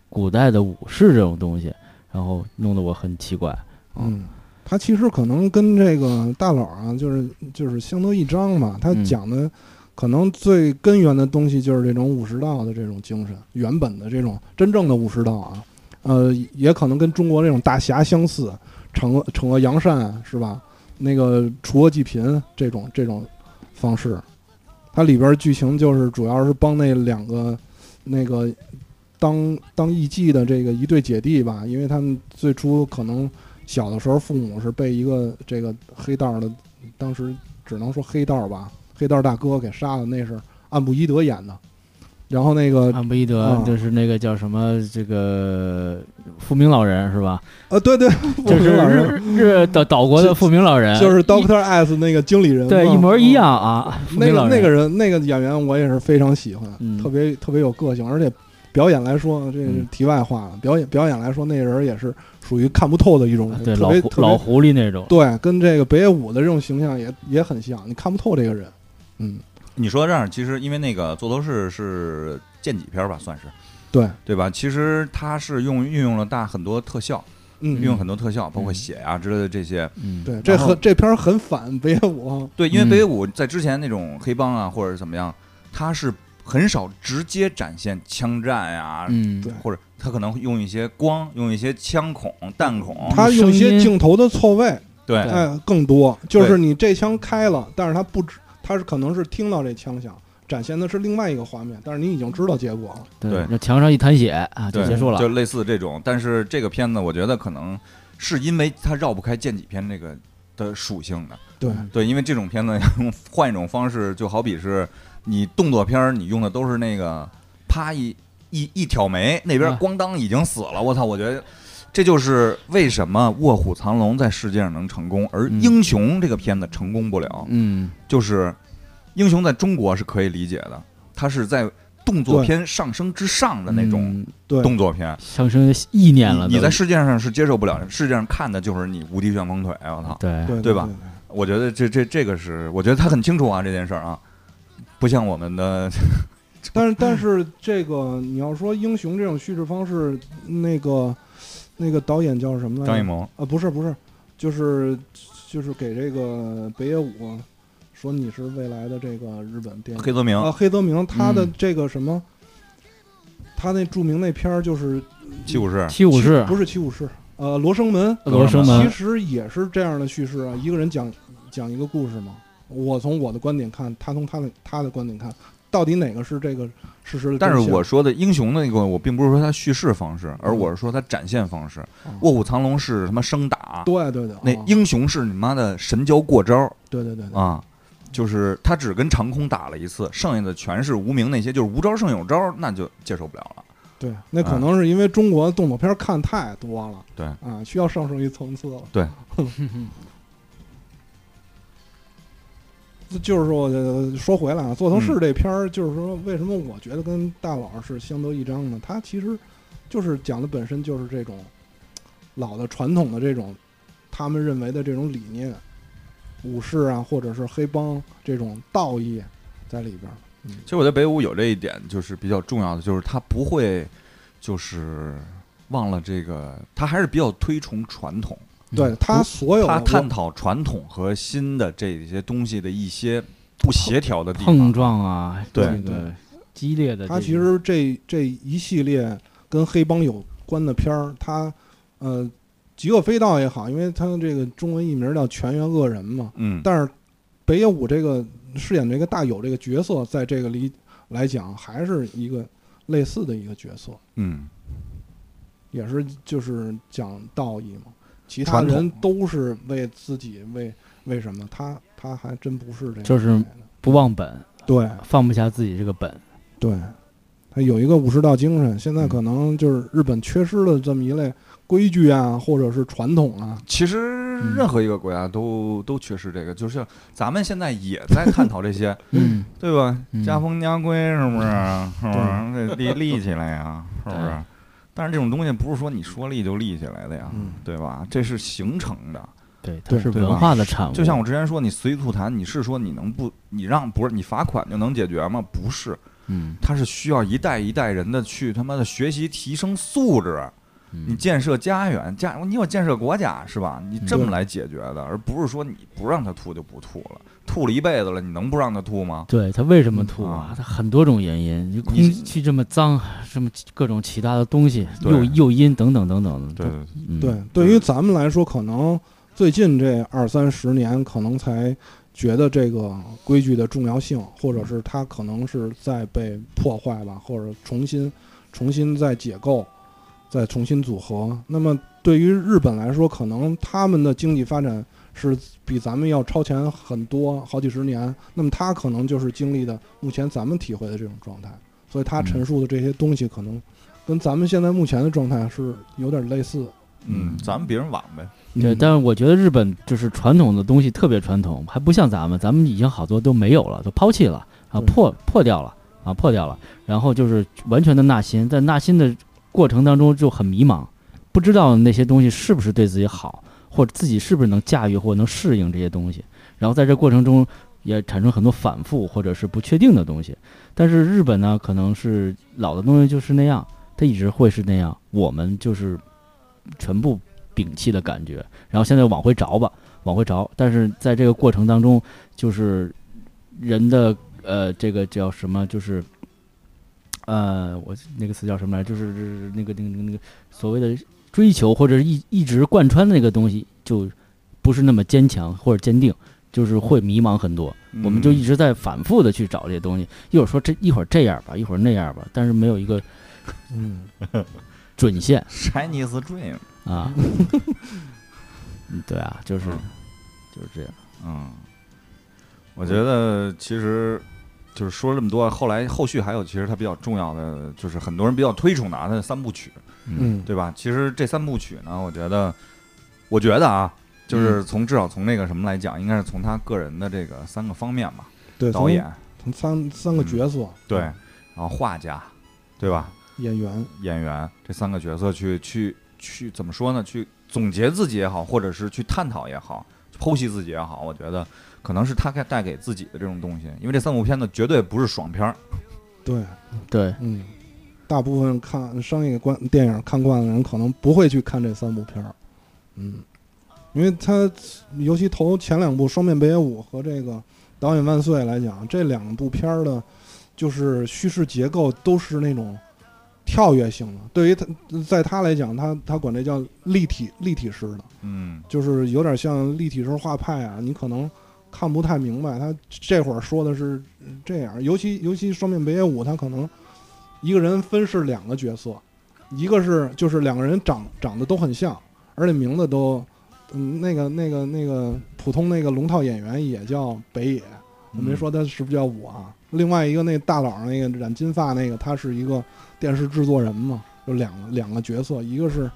C: 古代的武士这种东西，然后弄得我很奇怪，
D: 嗯，他其实可能跟这个大佬啊，就是就是相得益彰嘛。他
C: 嗯
D: 讲的可能最根源的东西就是这种武士道的这种精神，原本的这种真正的武士道啊，呃，也可能跟中国这种大侠相似，惩恶惩恶扬善是吧？那个除恶济贫这种这种方式，它里边剧情就是主要是帮那两个那个当当艺妓的这个一对姐弟吧，因为他们最初可能小的时候父母是被一个这个黑道的，当时只能说黑道吧，黑道大哥给杀了，那是岸布伊德演的。然后那个
C: 安布伊德
D: 啊
C: 就是那个叫什么这个富明老人是吧？
D: 呃，对对，
C: 就
D: 我
C: 是
D: 们老师
C: 日日岛岛国的富明老人，
D: 就是
C: 一
D: Doctor S 那个经理人嘛，
C: 呃对一模一
D: 嗯
C: 样啊，富
D: 那
C: 明
D: 个
C: 老人
D: 那个人那个演员我也是非常喜欢，
C: 嗯
D: 特别特别有个性，而且表演来说，这是
C: 嗯
D: 题外话了。表演表演来说，那人也是属于看不透的一种人，
C: 啊对
D: 特
C: 老
D: 别
C: 狐
D: 特
C: 老
D: 别
C: 狐狸那种，
D: 对，跟这个北野武的这种形象也也很像，你看不透这个人。嗯，
A: 你说到这儿，其实因为那个座头市是剑戟片儿吧，算是
D: 对，
A: 对吧？其实它是用运用了大很多特效，运
D: 嗯，
A: 用很多特效，包括血啊之类的这些。
C: 嗯，
D: 对，这
A: 然后
D: 很这片儿很反北野武，
A: 对，因为
C: 嗯
A: 北野武在之前那种黑帮啊，或者是怎么样，他是很少直接展现枪战呀，
C: 嗯
D: 对
A: 或者他可能用一些光，用一些枪孔、弹孔，
C: 嗯
D: 他用一
C: 声
D: 些
C: 音
D: 镜头的错位，
A: 对
D: 哎，更多就是
A: 对
D: 你这枪开了，但是他不知，他是可能是听到这枪响，展现的是另外一个画面，但是你已经知道结果了。
A: 对
C: 那墙上一滩血啊，就
A: 对
C: 结束了
A: 就。类似这种。但是这个片子，我觉得可能是因为它绕不开剑戟片这个的属性的。
D: 对，
A: 对，因为这种片子用换一种方式，就好比是你动作片儿，你用的都是那个啪一一一挑眉，那边
C: 啊
A: 咣当已经死了。我操，我觉得这就是为什么《卧虎藏龙》在世界上能成功，而《
C: 嗯
A: 英雄》这个片子成功不了。
C: 嗯，
A: 就是《英雄》在中国是可以理解的，它是在动作
D: 对
A: 片上升之上的那种
C: 嗯
D: 对，
A: 动作片。
C: 上升意念了都，
A: 你你在世界上是接受不了的，世界上看的就是你无敌旋风腿。我操！
C: 对
D: 对
A: 对吧？我觉得这这这个是，我觉得他很清楚啊这件事儿啊，不像我们
D: 嗯
A: 的
D: 但 是但是这个你要说英雄这种叙事方式，那个那个导演叫什么来着？
A: 张艺谋，
D: 啊，不是不是，就是就是给这个北野武说你是未来的这个日本电影
A: 黑泽明
D: 啊，黑泽明他的
C: 嗯
D: 这个什么，他那著名那片儿就是
A: 七武士，
C: 七武士
D: 不是七武士，呃，罗生门
C: 罗生门
D: 其实也是这样的叙事啊，一个人讲讲一个故事嘛。我从我的观点看，他从他的他的观点看，到底哪个是这个事实的真相？
A: 但是我说的英雄那个，我并不是说他叙事方式，而
D: 嗯
A: 我是说他展现方式。
D: 啊
A: 卧虎藏龙是他妈生打，
D: 对对对，
A: 那
D: 啊
A: 英雄是你妈的神交过招
D: 对对对对
A: 啊，就是他只跟长空打了一次，剩下的全是无名那些，就是无招胜有招，那就接受不了了。
D: 对，那可能是因为中国动作片看太多了，
A: 对
D: 啊，需要上升一层次了。
A: 对，
D: 就是说，呃说回来啊，《
A: 嗯
D: 座头市》这片儿，就是说，为什么我觉得跟大佬是相得益彰呢？它其实就是讲的本身就是这种老的传统的这种他们认为的这种理念，武士啊，或者是黑帮这种道义在里边儿。
A: 其实我在北舞有这一点，就是比较重要的，就是他不会，就是忘了这个，他还是比较推崇传统，
D: 对他
C: 哎
D: 所有
A: 嗯
D: 的
A: 他探
D: 我
A: 讨传统和新的这些东西的一些不协调的地
C: 碰
A: 方。
C: 撞啊，
A: 对
C: 这个激烈呃的这个，
D: 他其实这这一系列跟黑帮有关的片儿，他呃，极恶飞盗也好，因为他这个中文译名叫《全员恶人》嘛，
A: 嗯，
D: 但是北野武这个饰演这个大友这个角色，在这个里来讲，还是一个类似的一个角色，
A: 嗯，
D: 也是就是讲道义嘛。其他
A: 传统
D: 人都是为自己为为什么？他他还真不是这样，
C: 就是不忘本，
D: 对
C: 放不下自己这个本。
D: 对，他有一个武士道精神。现在可能就是日本缺失了这么一类规矩啊，或者是传统啊。
A: 其实
C: 嗯
A: 任何一个国家都都缺失这个，就是咱们现在也在探讨这 些，
C: 嗯，
A: 对吧
C: 嗯？
A: 家风家规是不是？是不是得立立起来呀？是不是
C: 对？
A: 但是这种东西不是说你说立就立起来的呀，
D: 嗯
A: 对吧？这是形成的。
C: 对，它
D: 对
C: 是
A: 对吧
C: 文化的产物。
A: 就像我之前说，你随地吐痰，你是说你能不你让不是你罚款就能解决吗？不是，
C: 嗯，
A: 它是需要一代一代人的去他妈的学习提升素质，
C: 嗯
A: 你建设家园，家你有建设国家是吧？你这
D: 嗯
A: 么来解决的，而不是说你不让他吐就不吐了，吐了一辈子了，你能不让他吐吗？
C: 对他为什么吐
A: 啊
C: 啊？他很多种原因，你空
A: 你
C: 气这么脏，什么各种其他的东西，
A: 对
C: 诱诱因等等等等的。
A: 对对，对
C: 嗯
D: 对，对于咱们来说，可能最近这二三十年，可能才觉得这个规矩的重要性，或者是它可能是在被破坏吧，或者重新重新再解构，再重新组合。那么对于日本来说，可能他们的经济发展是比咱们要超前很多，好几十年。那么他可能就是经历的目前咱们体会的这种状态，所以他
C: 嗯
D: 陈述的这些东西可能。跟咱们现在目前的状态是有点类似，
A: 嗯，咱们比人晚呗，
C: 对，
D: 嗯
C: 但是我觉得日本就是传统的东西特别传统，还不像咱们，咱们已经好多都没有了，都抛弃了啊，
D: 对
C: 破破掉了啊，破掉了。然后就是完全的纳新，在纳新的过程当中就很迷茫，不知道那些东西是不是对自己好，或者自己是不是能驾驭或能适应这些东西。然后在这过程中也产生很多反复或者是不确定的东西。但是日本呢，可能是老的东西就是那样，它一直会是那样，我们就是全部摒弃的感觉。然后现在往回找吧，往回找。但是在这个过程当中，就是人的呃，这个叫什么？就是呃，我那个词叫什么来着？就是那个那个那个那个所谓的追求或者一一直贯穿的那个东西，就不是那么坚强或者坚定。就是会迷茫很多，
A: 嗯
C: 我们就一直在反复的去找这些东西，一会儿说这一会儿这样吧，一会儿那样吧，但是没有一个
D: 嗯，
C: 准线
A: Chinese dream，
C: 啊。嗯对啊，就是就是这样。
A: 嗯，我觉得其实就是说了这么多，后来后续还有其实它比较重要的，就是很多人比较推崇的啊，它的三部曲，
D: 嗯，
A: 对吧？其实这三部曲呢，我觉得，我觉得啊，就是从至少从那个什么来讲，应该是从他个人的这个三个方面吧，
D: 对，
A: 导演
D: 从三三个角色，
A: 对，然后画家，对吧？
D: 演员，
A: 演员这三个角色去去去怎么说呢？去总结自己也好，或者是去探讨也好，剖析自己也好，我觉得可能是他该带给自己的这种东西，因为这三部片子绝对不是爽片儿，
D: 对，
C: 对，
D: 嗯，大部分看商业观电影看惯的人，可能不会去看这三部片儿，嗯，因为他尤其头前两部《双面北野武》和这个《导演万岁》来讲，这两部片儿的，就是叙事结构都是那种跳跃性的。对于他，在他来讲，他他管这叫立体立体式的，
A: 嗯
D: 就是有点像立体式画派啊，你可能看不太明白。他这会儿说的是这样，尤其尤其双面北野武，他可能一个人分饰两个角色，一个是就是两个人长长得都很像，而且名字都，嗯，那个那个那个普通那个龙套演员也叫北野，我
A: 嗯
D: 没说他是不是叫武啊。另外一个那大佬那个染金发那个，他是一个电视制作人嘛，有两个两个角色，一个是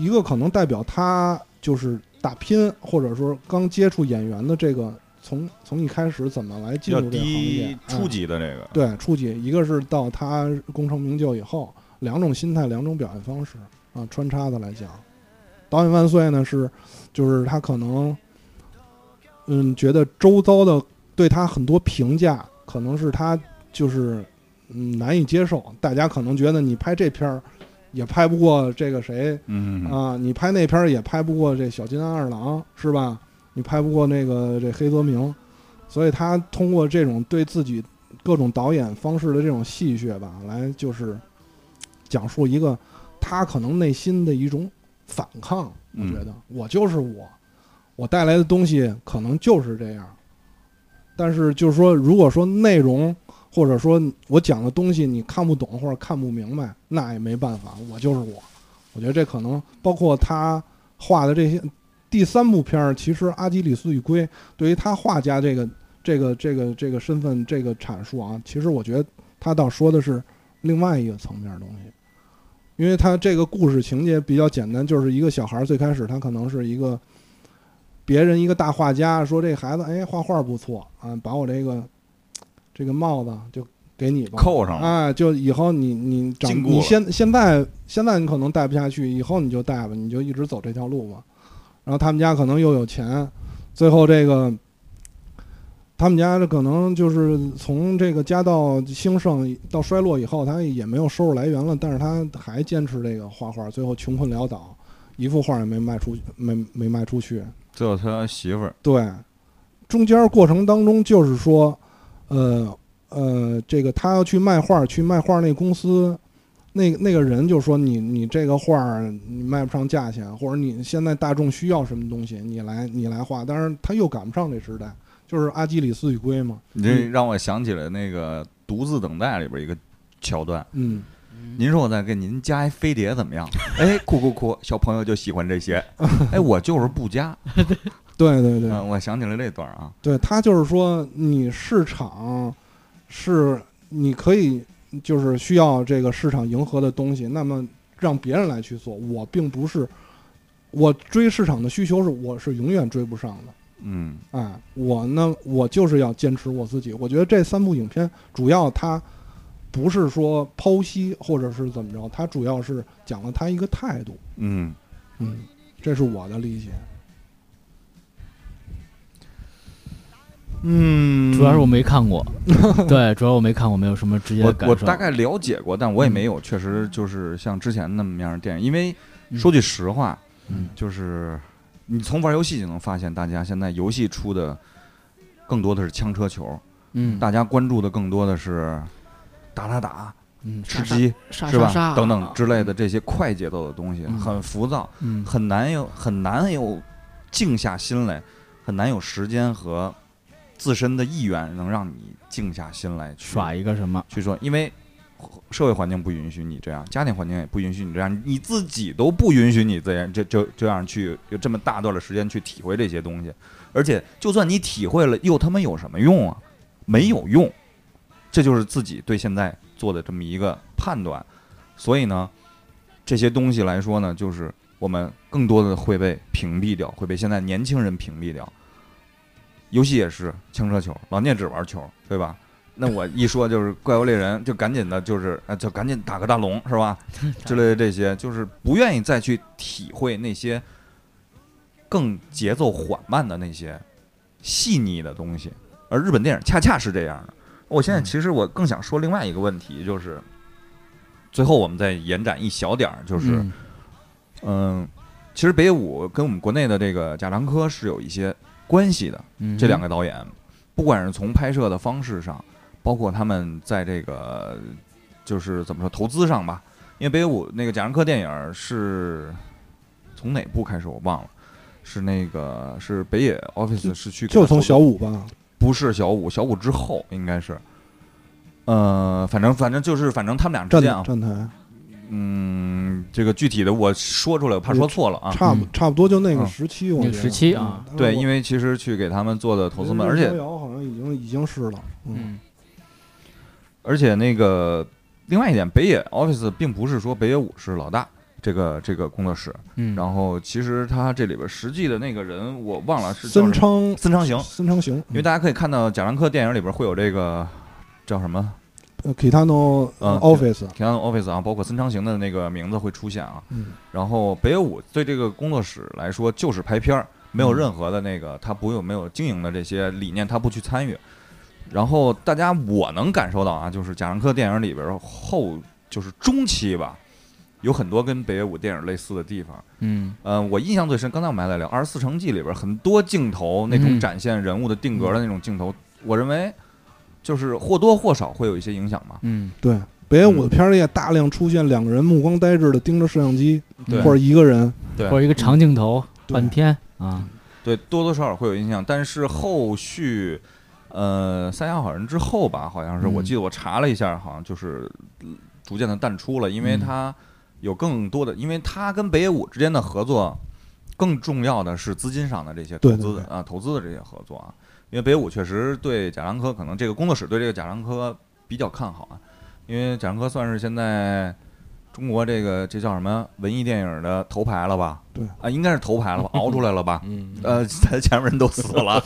D: 一个可能代表他就是打拼，或者说刚接触演员的这个从从一开始怎么来进
A: 要
D: 入这个行业
A: 低，初
D: 嗯
A: 级的这个，
D: 对，初级，一个是到他功成名就以后，两种心态，两种表现方式啊，穿插的来讲，《导演万岁》呢是，就是他可能，嗯，觉得周遭的对他很多评价，可能是他就是嗯难以接受，大家可能觉得你拍这片儿也拍不过这个谁
A: 嗯
D: 啊，你拍那片儿也拍不过这小金安二郎是吧？你拍不过那个这黑泽明，所以他通过这种对自己各种导演方式的这种戏谑吧，来就是讲述一个他可能内心的一种反抗。我
A: 嗯
D: 觉得我就是我，我带来的东西可能就是这样。但是就是说，如果说内容或者说我讲的东西你看不懂或者看不明白，那也没办法，我就是我。我觉得这可能包括他画的这些第三部片儿，其实阿基里斯与龟对于他画家这个这个这个这个身份这个阐述啊，其实我觉得他倒说的是另外一个层面的东西，因为他这个故事情节比较简单，就是一个小孩儿最开始他可能是一个别人一个大画家说这孩子哎画画不错啊，把我这个这个帽子就给你吧，
A: 扣上了，
D: 啊，就以后你你长
A: 禁锢
D: 你
A: 了
D: 现现在现在你可能带不下去，以后你就带吧，你就一直走这条路吧。然后他们家可能又有钱，最后这个他们家可能就是从这个家道兴盛到衰落以后，他也没有收入来源了，但是他还坚持这个画画，最后穷困潦倒，一幅画也没卖出，没没卖出去。
A: 最后他媳妇儿，
D: 对，中间过程当中就是说，呃呃，这个他要去卖画，去卖画那公司，那那个人就说你你这个画儿你卖不上价钱，或者你现在大众需要什么东西，你来你来画。但是他又赶不上这时代，就是阿基里斯与龟嘛。
A: 你这让我想起了那个《独自等待》里边一个桥段。
D: 嗯，
A: 您说我再给您加一飞碟怎么样？ 哎，酷酷酷，小朋友就喜欢这 些。哎，我就是不加。
D: 对对对，
A: 嗯，我想起来这段啊，
D: 对他就是说，你市场是你可以就是需要这个市场迎合的东西，那么让别人来去做。我并不是我追市场的需求是我是永远追不上的。
A: 嗯
D: 哎，我呢，我就是要坚持我自己。我觉得这三部影片主要它不是说剖析或者是怎么着，它主要是讲了他一个态度。
A: 嗯，
D: 嗯，这是我的理解。
A: 嗯，
C: 主要是我没看过，
D: 嗯
C: 对，主要我没看过，没有什么直接的
A: 我
C: 感受。嗯
A: 我大概了解过，但我也没有确实就是像之前那么样的电影。因为说句实话，
C: 嗯
A: 就是你从玩游戏就能发现，大家现在游戏出的更多的是枪车球，
C: 嗯
A: 大家关注的更多的是打打打、
C: 嗯
A: 吃鸡
F: 杀
A: 是
F: 杀
A: 吧？
F: 杀
A: 等等之类的这些快节奏的东西，
C: 啊嗯
A: 很浮躁，
C: 嗯
A: 很难有很难有静下心来，很难有时间和自身的意愿能让你静下心来去
C: 耍一个什么？
A: 去说，因为社会环境不允许你这样，家庭环境也不允许你这样，你自己都不允许你这样，这这这样去有这么大段的时间去体会这些东西，而且就算你体会了，又他妈有什么用啊？没有用，这就是自己对现在做的这么一个判断。所以呢，这些东西来说呢，就是我们更多的会被屏蔽掉，会被现在年轻人屏蔽掉。游戏也是轻车球，老聂只玩球，对吧？那我一说就是怪物猎人，就赶紧的，就是啊，就赶紧打个大龙，是吧？ 之类的这些，就是不愿意再去体会那些更节奏缓慢的那些细腻的东西。而日本电影恰恰是这样的。我现在其实我更想说另外一个问题，就是最后我们再延展一小点儿，就是
C: 嗯
A: 嗯，其实北野武跟我们国内的这个贾樟柯是有一些关系的。
C: 嗯
A: 这两个导演，不管是从拍摄的方式上，包括他们在这个就是怎么说投资上吧，因为北野武那个贾樟柯电影是从哪部开始我忘了，是那个是北野 Office 是去给
D: 就
A: 他
D: 从
A: 投资
D: 小五吧，
A: 不是小五，小五之后应该是，呃，反正反正就是反正他们俩之
D: 站
A: 间啊，
D: 站台
A: 嗯，这个具体的我说出来我怕说错了啊。
D: 差不
C: 嗯
D: 差不多就那个
A: 嗯
D: 时期，我觉
C: 那
D: 得
C: 个时期啊，
D: 嗯
A: 对，
D: 当然我
A: 因为其实去给他们做的投资们，而且
D: 逍遥好像已经已经是了，嗯，
C: 嗯，
A: 而且那个另外一点，北野 Office 并不是说北野武是老大这个这个工作室，
C: 嗯，
A: 然后其实他这里边实际的那个人我忘了是叫
D: 森
A: 什么
D: 昌
A: 森昌行，
D: 森昌行，
A: 因为大家可以看到贾樟柯电影里边会有这个叫什么
D: 呃 Kitano
A: 嗯
D: 呃 Office，
A: k i a n Office 啊，包括森昌行的那个名字会出现啊。
D: 嗯，
A: 然后北野武对这个工作室来说就是拍片儿，没有任何的那个他不有没有经营的这些理念，他不去参与。然后大家我能感受到啊，就是贾樟柯电影里边后就是中期吧，有很多跟北野武电影类似的地方。
C: 嗯
A: 嗯，我印象最深，刚才我们还在聊《二十四城记》里边很多镜头，那种
C: 嗯
A: 展现人物的定格的那种镜
D: 嗯
A: 头，我认为就是或多或少会有一些影响嘛。
C: 嗯，
D: 对，北野武的片儿里也大量出现两个人目光呆滞的盯着摄像机，
A: 对
D: 嗯或者一个人，
A: 对
C: 或者一个长镜头
D: 对
C: 半天啊，
A: 对，多多少少会有印象，但是后续，呃，三峡好人之后吧，好像是、我
C: 嗯
A: 记得我查了一下，好像就是嗯逐渐的淡出了，因为
C: 嗯
A: 他有更多的，因为他跟北野武之间的合作，更重要的是资金上的这些投
D: 对
A: 资
D: 对
A: 的啊，投资的这些合作啊，因为北野武确实对贾樟柯可能这个工作室对这个贾樟柯比较看好啊，因为贾樟柯算是现在。中国这个这叫什么文艺电影的头牌了吧？
D: 对
A: 啊，应该是头牌了吧，熬出来了吧？
E: 嗯，
A: 呃，他前面人都死了，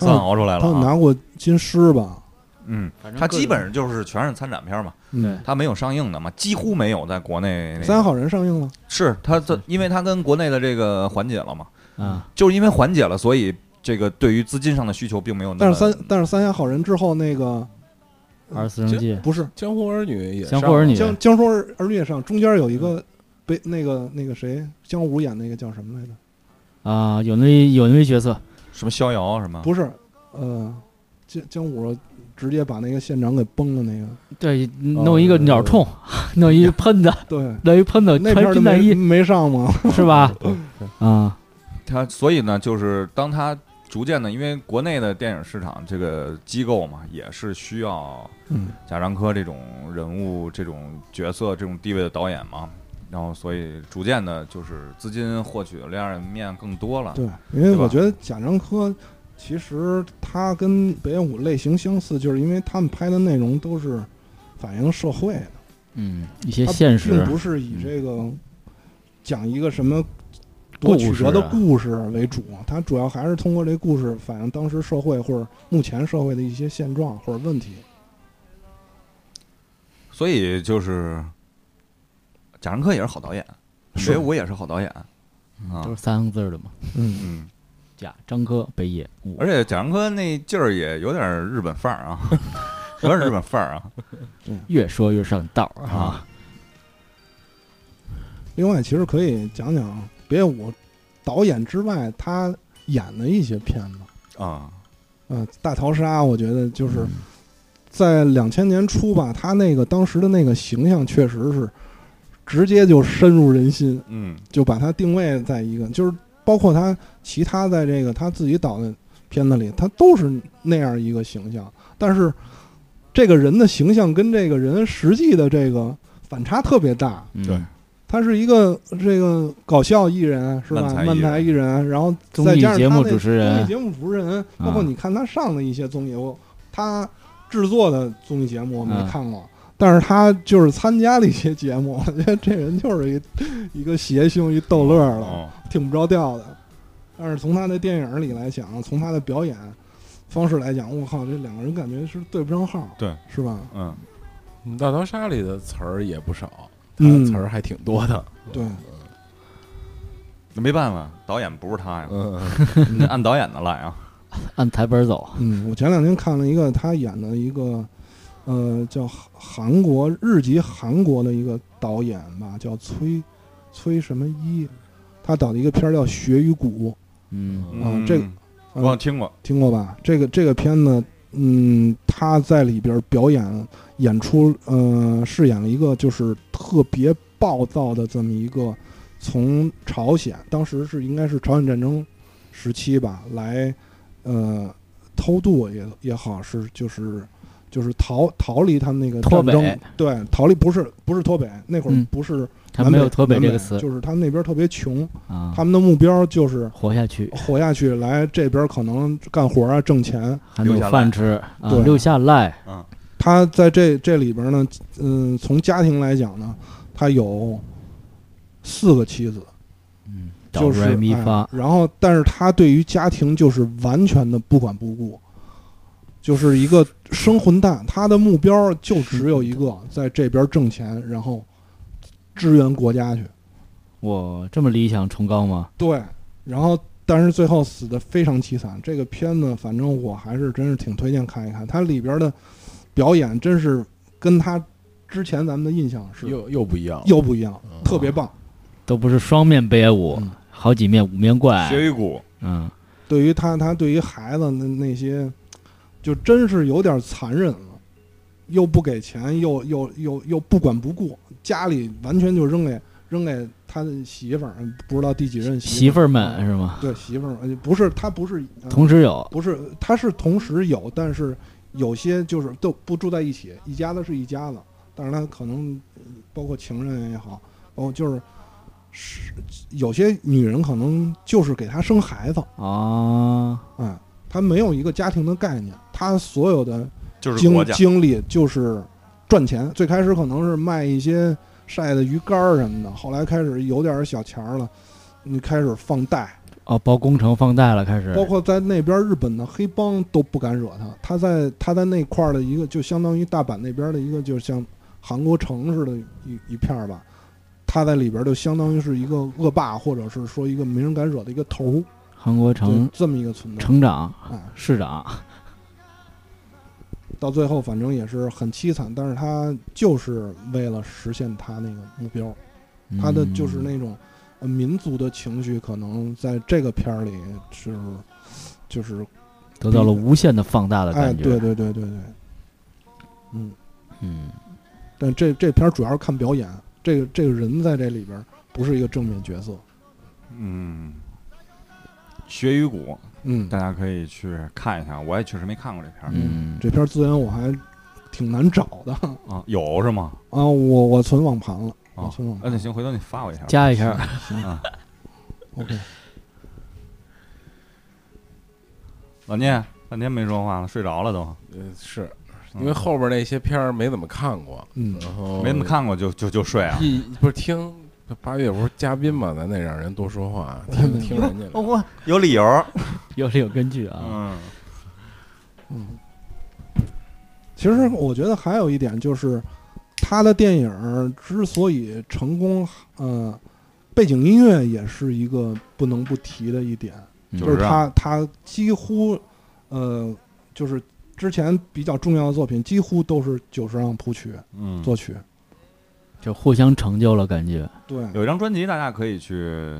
A: 算熬出来
D: 他
A: 了、啊。
D: 拿过金狮吧，
A: 嗯，
C: 反
A: 他基本上就是全是参展片嘛，
D: 嗯，
A: 他没有上映的嘛，几乎没有在国内那个。
D: 三好人上映了，
A: 是他这，因为他跟国内的这个缓解了嘛，
C: 啊，
A: 就是因为缓解了，所以这个对于资金上的需求并没有那
D: 但
A: 么。
D: 是三但是三峡好人之后那个
C: 二十四城记，
D: 不是
E: 江湖儿女也
C: 江
E: 上
C: 湖儿
E: 了
C: 女
A: 嗯
D: 江江说儿儿女也上，中间有一个北那个那个谁江武演那个叫什么来着？
C: 啊，有那有那角色，
A: 什么逍遥啊什么，
D: 不是，呃，江江武直接把那个县长给崩了那个，
C: 对，哦弄一个鸟铳，弄一喷 子，
D: 对，
C: 弄一喷子呃穿
D: 那片儿就
C: 军大
D: 没
C: 衣
D: 没上嘛，
C: 是 吧？啊，
A: 他所以呢，就是当他逐渐的，因为国内的电影市场这个机构嘛，也是需要
D: 嗯，
A: 贾樟柯这种人物、这种角色、这种地位的导演嘛，然后所以逐渐的，就是资金获取的量面更多了。
D: 对，因为
A: 对吧
D: 我觉得贾樟柯其实他跟北野武类型相似，就是因为他们拍的内容都是反映社会的，
C: 嗯，一些
D: 他
C: 现
D: 并
C: 实，
D: 不是以
C: 嗯
D: 这个讲一个什么。多曲折的故事为主，他主要还是通过这故事反映当时社会或者目前社会的一些现状或者问题。
A: 所以就是贾樟柯也是好导演，北野武也是好导演啊
C: 都，是三个字儿的嘛，
D: 嗯，
A: 嗯，
C: 贾张哥北野武
A: 而，且贾樟柯那劲儿也有点日本范儿啊，有点日本范儿啊，
C: 越说越上道儿
A: 啊
C: 啊，
D: 另外，其实可以讲讲别野武导演之外他演的一些片子。
A: 啊，
D: 嗯，大逃杀，我觉得就是在两千年初吧，他那个当时的那个形象确实是直接就深入人心，
A: 嗯
D: 就把他定位在一个，就是包括他其他在这个他自己导的片子里，他都是那样一个形象，但是这个人的形象跟这个人实际的这个反差特别大。
C: 嗯
E: 对，
D: 他是一个这个搞笑艺人是吧？
A: 漫才艺人
D: 漫才艺人，然后
C: 综
D: 再
C: 艺
D: 加上
C: 节
D: 他
C: 目
D: 那
C: 主持
D: 综艺
C: 人，啊
D: 节目主持人，包括你看他上的一些综艺，我他制作的综艺节目我没
C: 嗯
D: 看过，但是他就是参加了一些节目，我觉得这人就是一一个 谐星，一逗乐儿了，
A: 哦，
D: 挺不着调的。但是从他的电影里来讲，从他的表演方式来讲，我靠，这两个人感觉是对不上号，
A: 对，
D: 是吧？
A: 嗯，
E: 嗯大逃杀里的词儿也不少，他
D: 嗯
E: 词儿还挺多 的。
D: 对，
A: 那没办法，导演不是他呀，
E: 嗯，
A: 那按导演的来啊，
C: 按台本儿走，
D: 嗯，我前两天看了一个他演的一个，呃，叫韩韩国日籍韩国的一个导演吧，叫崔崔什么一，他导的一个片儿叫《血与骨
C: 嗯
D: 啊这个》
A: 我好像
D: 嗯，
A: 听过，
D: 听过吧？这个这个片子嗯，他在里边表演演出，呃，饰演了一个就是特别暴躁的这么一个，从朝鲜当时是应该是朝鲜战争时期吧，来呃偷渡也也好，是就是就是逃逃离他们那个
C: 脱
D: 战
C: 北
D: 争，对，逃离不是不是脱北，那会
C: 嗯
D: 儿不是
C: 他
D: 南
C: 没
D: 北
C: 有“脱北”
D: 南
C: 这个词
D: 就是他们那边特别穷，
C: 啊
D: 他，们的哦目标就是
C: 活下去，
D: 活下去，来这边可能干活啊，挣钱。
C: 还能
A: 留下
C: 有
A: 来
C: 饭吃啊
D: 对，
C: 留下赖，
D: 他在这这里边呢，嗯，从家庭来讲呢，他有四个妻子，
C: 嗯，
D: 就
C: 哆
D: 是
C: 来咪发
D: 哎，然后，但是他对于家庭就是完全的不管不顾，就是一个生混蛋。他的目标就只有一个，在这边挣钱，然后支援国家去。
C: 我这么理想崇高吗？
D: 对，然后但是最后死的非常凄惨。这个片子反正我还是真是挺推荐看一看，它里边的表演真是跟他之前咱们的印象是
B: 又又不一样，
D: 又不一样，特别棒。
C: 都不是双面北野武
D: 嗯，
C: 好几面五面怪，
A: 学一股，
C: 嗯，
D: 对于他，他对于孩子那那些，就真是有点残忍了，又不给钱，又又又又不管不顾，家里完全就扔给扔给他的媳妇儿，不知道第几任
C: 媳妇
D: 儿
C: 儿们是吗？
D: 对媳妇儿，呃不是他不是、呃
C: 同时有，
D: 不是，他是同时有，但是有些就是都不住在一起，一家子是一家子，但是他可能呃包括情人也好，包括就是是有些女人可能就是给他生孩子，
C: 啊，
D: 哎，他没有一个家庭的概念，他所有的
A: 就是
D: 经
A: 国家
D: 经历就是赚钱，最开始可能是卖一些晒的鱼干儿什么的，后来开始有点小钱儿了，你开始放贷。
C: 哦，包工程放贷了，开始
D: 包括在那边日本的黑帮都不敢惹他，他在他在那块儿的一个就相当于大阪那边的一个就像韩国城似的一一片儿吧，他在里边就相当于是一个恶霸或者是说一个没人敢惹的一个头儿，
C: 韩国
D: 就
C: 城
D: 这么一个存在。
C: 城长、
D: 哎，
C: 市长，
D: 到最后反正也是很凄惨，但是他就是为了实现他那个目标，他的就是
C: 嗯
D: 那种呃民族的情绪，可能在这个片儿里是就是
C: 得到了无限的放大的
D: 哎，
C: 感觉，
D: 对对对对对，嗯。
C: 嗯，
D: 但这这片儿主要是看表演，这个这个人在这里边儿不是一个正面角色。
A: 嗯，学一股，
D: 嗯，
A: 大家可以去看一下，我也确实没看过这片儿
C: 嗯，
D: 这片儿资源我还挺难找的
A: 啊，有是吗？
D: 啊，我我存网盘了，
A: 啊
D: 我存网
A: 哎，
D: 盘。
A: 那行，回头你发我一下吧。
C: 加一下，
A: 啊，
D: OK，
A: 老聂半天没说话了，睡着了都，
E: 呃，是
A: 嗯
E: 因为后边那些片儿没怎么看过，
D: 嗯，
E: 然后
A: 没怎么看过就就就睡啊。
E: 一不是听八月不是嘉宾嘛，咱得让人多说 话，听听人家的。
A: 我有理由，
C: 有理有根据啊，
A: 嗯，
D: 其实我觉得还有一点就是，他的电影儿之所以成功，呃，背景音乐也是一个不能不提的一点，
A: 就
D: 就是
A: 是啊
D: 他他几乎，呃，就是之前比较重要的作品几乎都是久石让谱曲
A: 嗯，
D: 作曲。
C: 就互相成就了感觉，
D: 对，
A: 有一张专辑大家可以去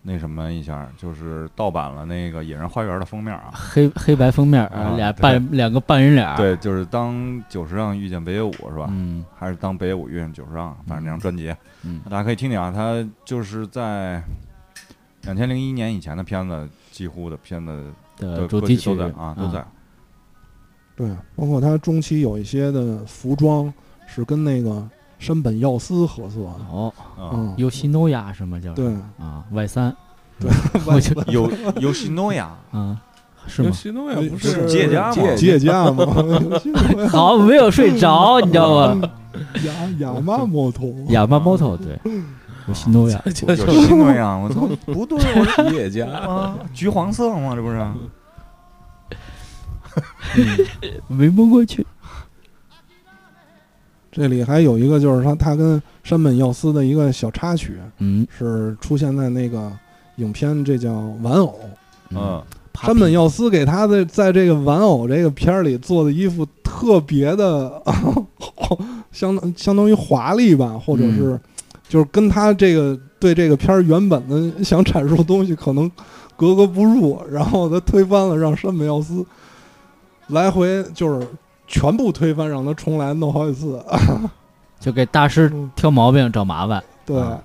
A: 那什么一下，就是盗版了那个《野人花园》的封面啊。
C: 黑黑白封面，啊
A: 啊
C: 俩
A: 对
C: 半两个半人脸，，
A: 对，就是当久石让遇见北野武是吧？
C: 嗯
A: 还是当北野武遇见久石让，反正那张专辑，
C: 嗯
A: 大家可以听听啊。他就是在两千零一年以前的片子，几乎的片子
C: 的
A: 的
C: 呃主
A: 歌
C: 题
A: 曲
C: 曲嗯
A: 都在啊，都在。
D: 对，啊包括他中期有一些的服装是跟那个山本耀司合作的，
C: 哦，
A: 啊。
D: 嗯，
C: 尤西诺亚什么叫
D: 对，
C: 啊？Y 三，
D: 对，
C: 我就
A: 有有西诺亚，
C: 啊，是
E: 刘
C: 吗？
E: 西诺也不
D: 不
E: 是
D: 是借
A: 呃家吗
E: 借
A: 对
D: 吉野 家嘛，
C: 好，没有睡着，你知道 吗？
D: 雅雅 妈摩托，
C: 亚麻猫头对，尤西诺亚，
A: 有西诺亚，我操，不对，我说
E: 吉野 家，
A: 啊，橘黄色吗？这不是？
C: 没蒙过去，
D: 这里还有一个就是他他跟山本耀司的一个小插曲
C: 嗯
D: 是出现在那个影片，这叫《玩偶》。
A: 嗯，
C: 爬
D: 山本耀司给他的在这个《玩偶》这个片儿里做的衣服特别的， 相当相当于华丽吧，或者是、
C: 嗯
D: 就是跟他这个对这个片儿原本的想阐述的东西可能格格不入，然后他推翻了，让山本耀司来回就是全部推翻，让他重来弄好几 次。
C: 就给大师挑毛病找麻烦。
D: 对，啊，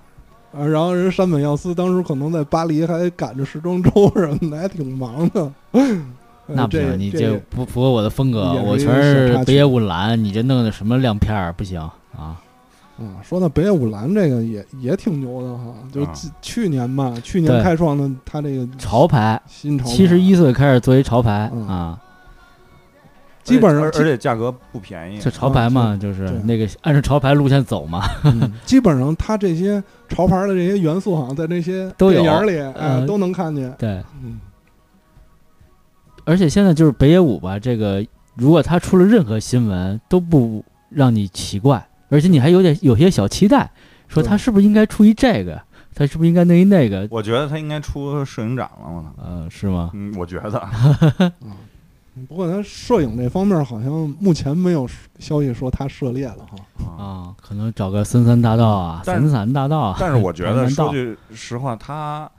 D: 然后人山本耀司当时可能在巴黎还赶着时装周什么的，还挺忙的。呃
C: 那不
D: 这
C: 行，你
D: 这
C: 这不符合我的风格，
D: 也是
C: 我
D: 一
C: 全
D: 个小
C: 是
D: 插曲
C: 北野武蓝，你这弄的什么亮片儿不行啊？
D: 啊，说到北野武蓝这个也也挺牛的哈，就
A: 啊
D: 去去年吧，去年
C: 对
D: 开创的他这个
C: 潮牌，
D: 新潮牌，
C: 七十一岁开始作为潮牌
D: 嗯
C: 啊，
D: 基本上
A: 而且而且价格不便宜
C: 这，潮牌嘛，就是
D: 嗯啊对
C: 那个按照潮牌路线走嘛。
D: 嗯基本上他这些潮牌的这些元素，好像在这些
C: 都有
D: 电影里，哎，
C: 呃
D: 都能看见。
C: 对，
D: 嗯，
C: 而且现在就是北野武吧，这个如果他出了任何新闻，都不让你奇怪，而且你还有点有些小期待，说
D: 对
C: 他是不是应该出一这个，他是不是应该弄一那个，
A: 我觉得他应该出摄影展了，我操！
C: 呃，是吗？
A: 嗯，我觉得
D: 不过他摄影这方面好像目前没有消息说他涉猎了哈。
C: 啊，可能找个森三大道啊，
A: 但
C: 散散大道啊，
A: 但是我觉得
C: 难道
A: 说句实话，他，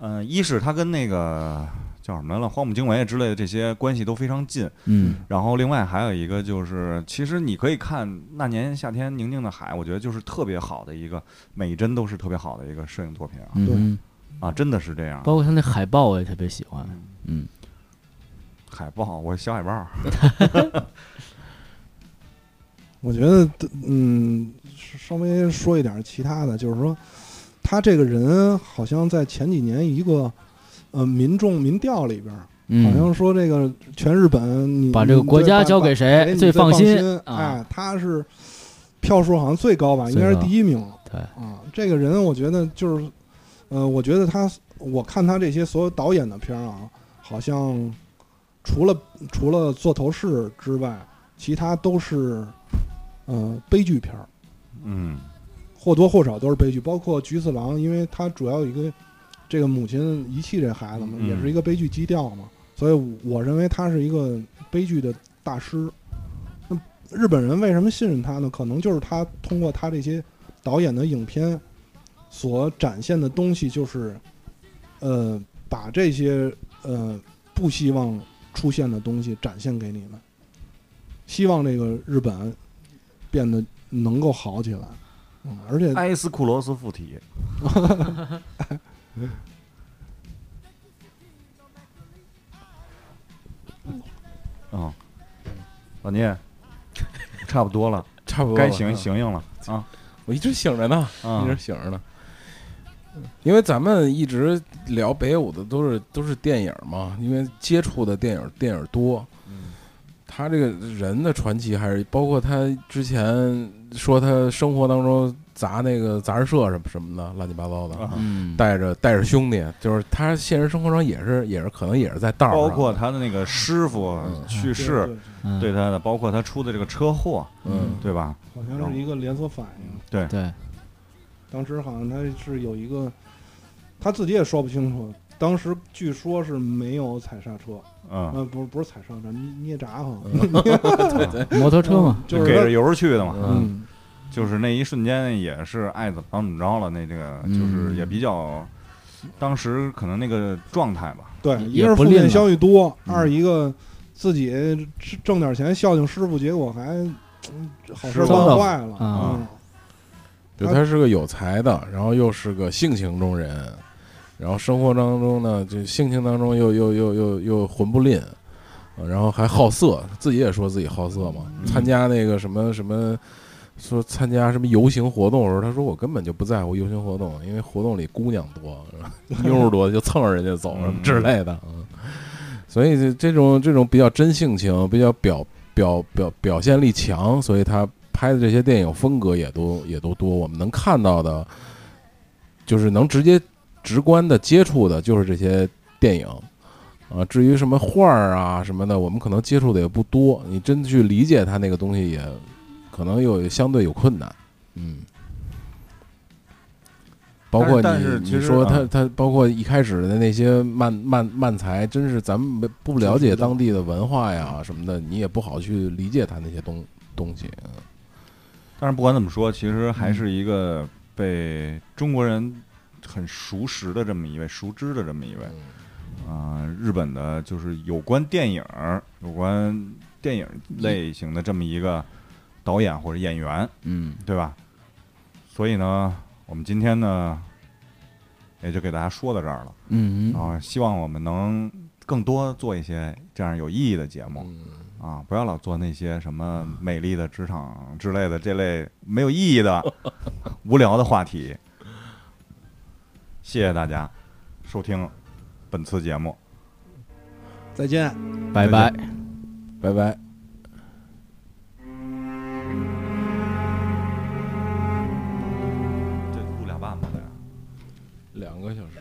A: 嗯，一是他跟那个叫什么来了，荒木经惟之类的这些关系都非常近，
C: 嗯，
A: 然后另外还有一个就是，其实你可以看《那年夏天宁静的海》，我觉得就是特别好的一个，每一帧都是特别好的一个摄影作品啊
C: 嗯
D: 对
C: 哼，
A: 啊，真的是这样。
C: 包括他那海报我也特别喜欢，
A: 嗯
C: 嗯，
A: 海报，我小海报，
D: 我觉得，嗯，稍微说一点其他的，就是说，他这个人好像在前几年一个呃民众民调里边儿，好
C: 嗯，
D: 像说这个全日本你
C: 把这个
D: 你
C: 国家
D: 把
C: 交
D: 把
C: 给
D: 哎
C: 谁
D: 你
C: 最
D: 最放
C: 心啊？
D: 哎，他是票数好像最高吧，应该是
C: 最高
D: 第一名。
C: 对
D: 啊，这个人我觉得就是，呃，我觉得他，我看他这些所有导演的片儿啊，好像除了除了做头饰之外，其他都是呃悲剧片儿，
A: 嗯，
D: 或多或少都是悲剧。包括《菊次郎》，因为他主要有一个这个母亲遗弃这孩子嘛，
A: 嗯
D: 也是一个悲剧基调嘛，所以我我认为他是一个悲剧的大师。那日本人为什么信任他呢？可能就是他通过他这些导演的影片所展现的东西，就是呃，把这些呃不希望出现的东西展现给你们，希望这个日本变得能够好起来。嗯，而且
A: 埃斯库罗斯附体， 嗯，老聂，差不多了，
B: 差不多了嗯
A: 该醒醒醒了啊
B: 我一直醒着呢，
A: 啊
B: 一！直醒着呢。因为咱们一直聊北野武的都是都是电影嘛，因为接触的电影电影多，
A: 嗯
B: 他这个人的传奇还是包括他之前说他生活当中砸那个杂志社什么什么的乱七八糟的，
A: 啊
C: 嗯，
B: 带着带着兄弟，就是他现实生活中也是也是可能也是在道儿上
A: 包
B: 的，
A: 括他的那个师傅
B: 嗯
A: 去
D: 对
A: 世，
D: 对
C: 嗯
A: 对他的，包括他出的这个车祸，
B: 嗯
A: 对吧？
D: 好像是一个连锁反应。
C: 对，
D: 当时好像他是有一个，他自己也说不清楚。当时据说是没有踩刹车，
A: 嗯，
D: 呃，不是不是踩刹车，捏捏闸好像。
C: 摩托车嘛，
D: 就是
A: 给
D: 他
A: 着油去的嘛，
B: 嗯，
D: 嗯，
A: 就是那一瞬间也是爱怎么着怎么着了，那这个就是也比较，当时可能那个状态吧，
D: 对，
C: 也
D: 一个是
C: 不
D: 负
C: 吝
D: 面
C: 了
D: 消息多，
C: 嗯
D: 二一个自己挣挣点钱孝敬师傅，结果还嗯好
A: 失
D: 事
C: 望
D: 办坏了
C: 啊
D: 嗯
B: 就他是个有才的，然后又是个性情中人，然后生活当中呢，就性情当中又又又又又混不吝，呃然后还好色，自己也说自己好色嘛。
A: 嗯
B: 参加那个什么什么，说参加什么游行活动的时候，他说我根本就不在乎游行活动，因为活动里姑娘多， 妞儿多，就蹭着人家走什么之类的。嗯，所以这这种这种比较真性情，比较表表表表现力强，所以他拍的这些电影风格也都也都多。我们能看到的，就是能直接直观的接触的，就是这些电影。啊，至于什么画儿啊什么的，我们可能接触的也不多。你真去理解他那个东西也，可能有相对有困难。嗯，包括你
A: 但是但是其
B: 你
A: 实
B: 说他
A: 啊
B: 他包括一开始的那些漫漫漫才，真是咱们没不了解当地的文化呀什么的，你也不好去理解他那些东东西。
A: 但是不管怎么说，其实还是一个被中国人很熟识的这么一位、熟知的这么一位。啊、日本的就是有关电影儿有关电影类型的这么一个导演或者演员，
C: 嗯，
A: 对吧？所以呢，我们今天呢，也就给大家说到这儿了。
C: 嗯
A: 啊，希望我们能更多做一些这样有意义的节目
B: 嗯
A: 啊，不要老做那些什么美丽的职场之类的这类没有意义的无聊的话题。谢谢大家收听本次节目。
D: 再见。
C: 嗯拜
A: 再
C: 拜。
E: 拜拜。
A: 这录俩半吧，得。
E: 两个小时。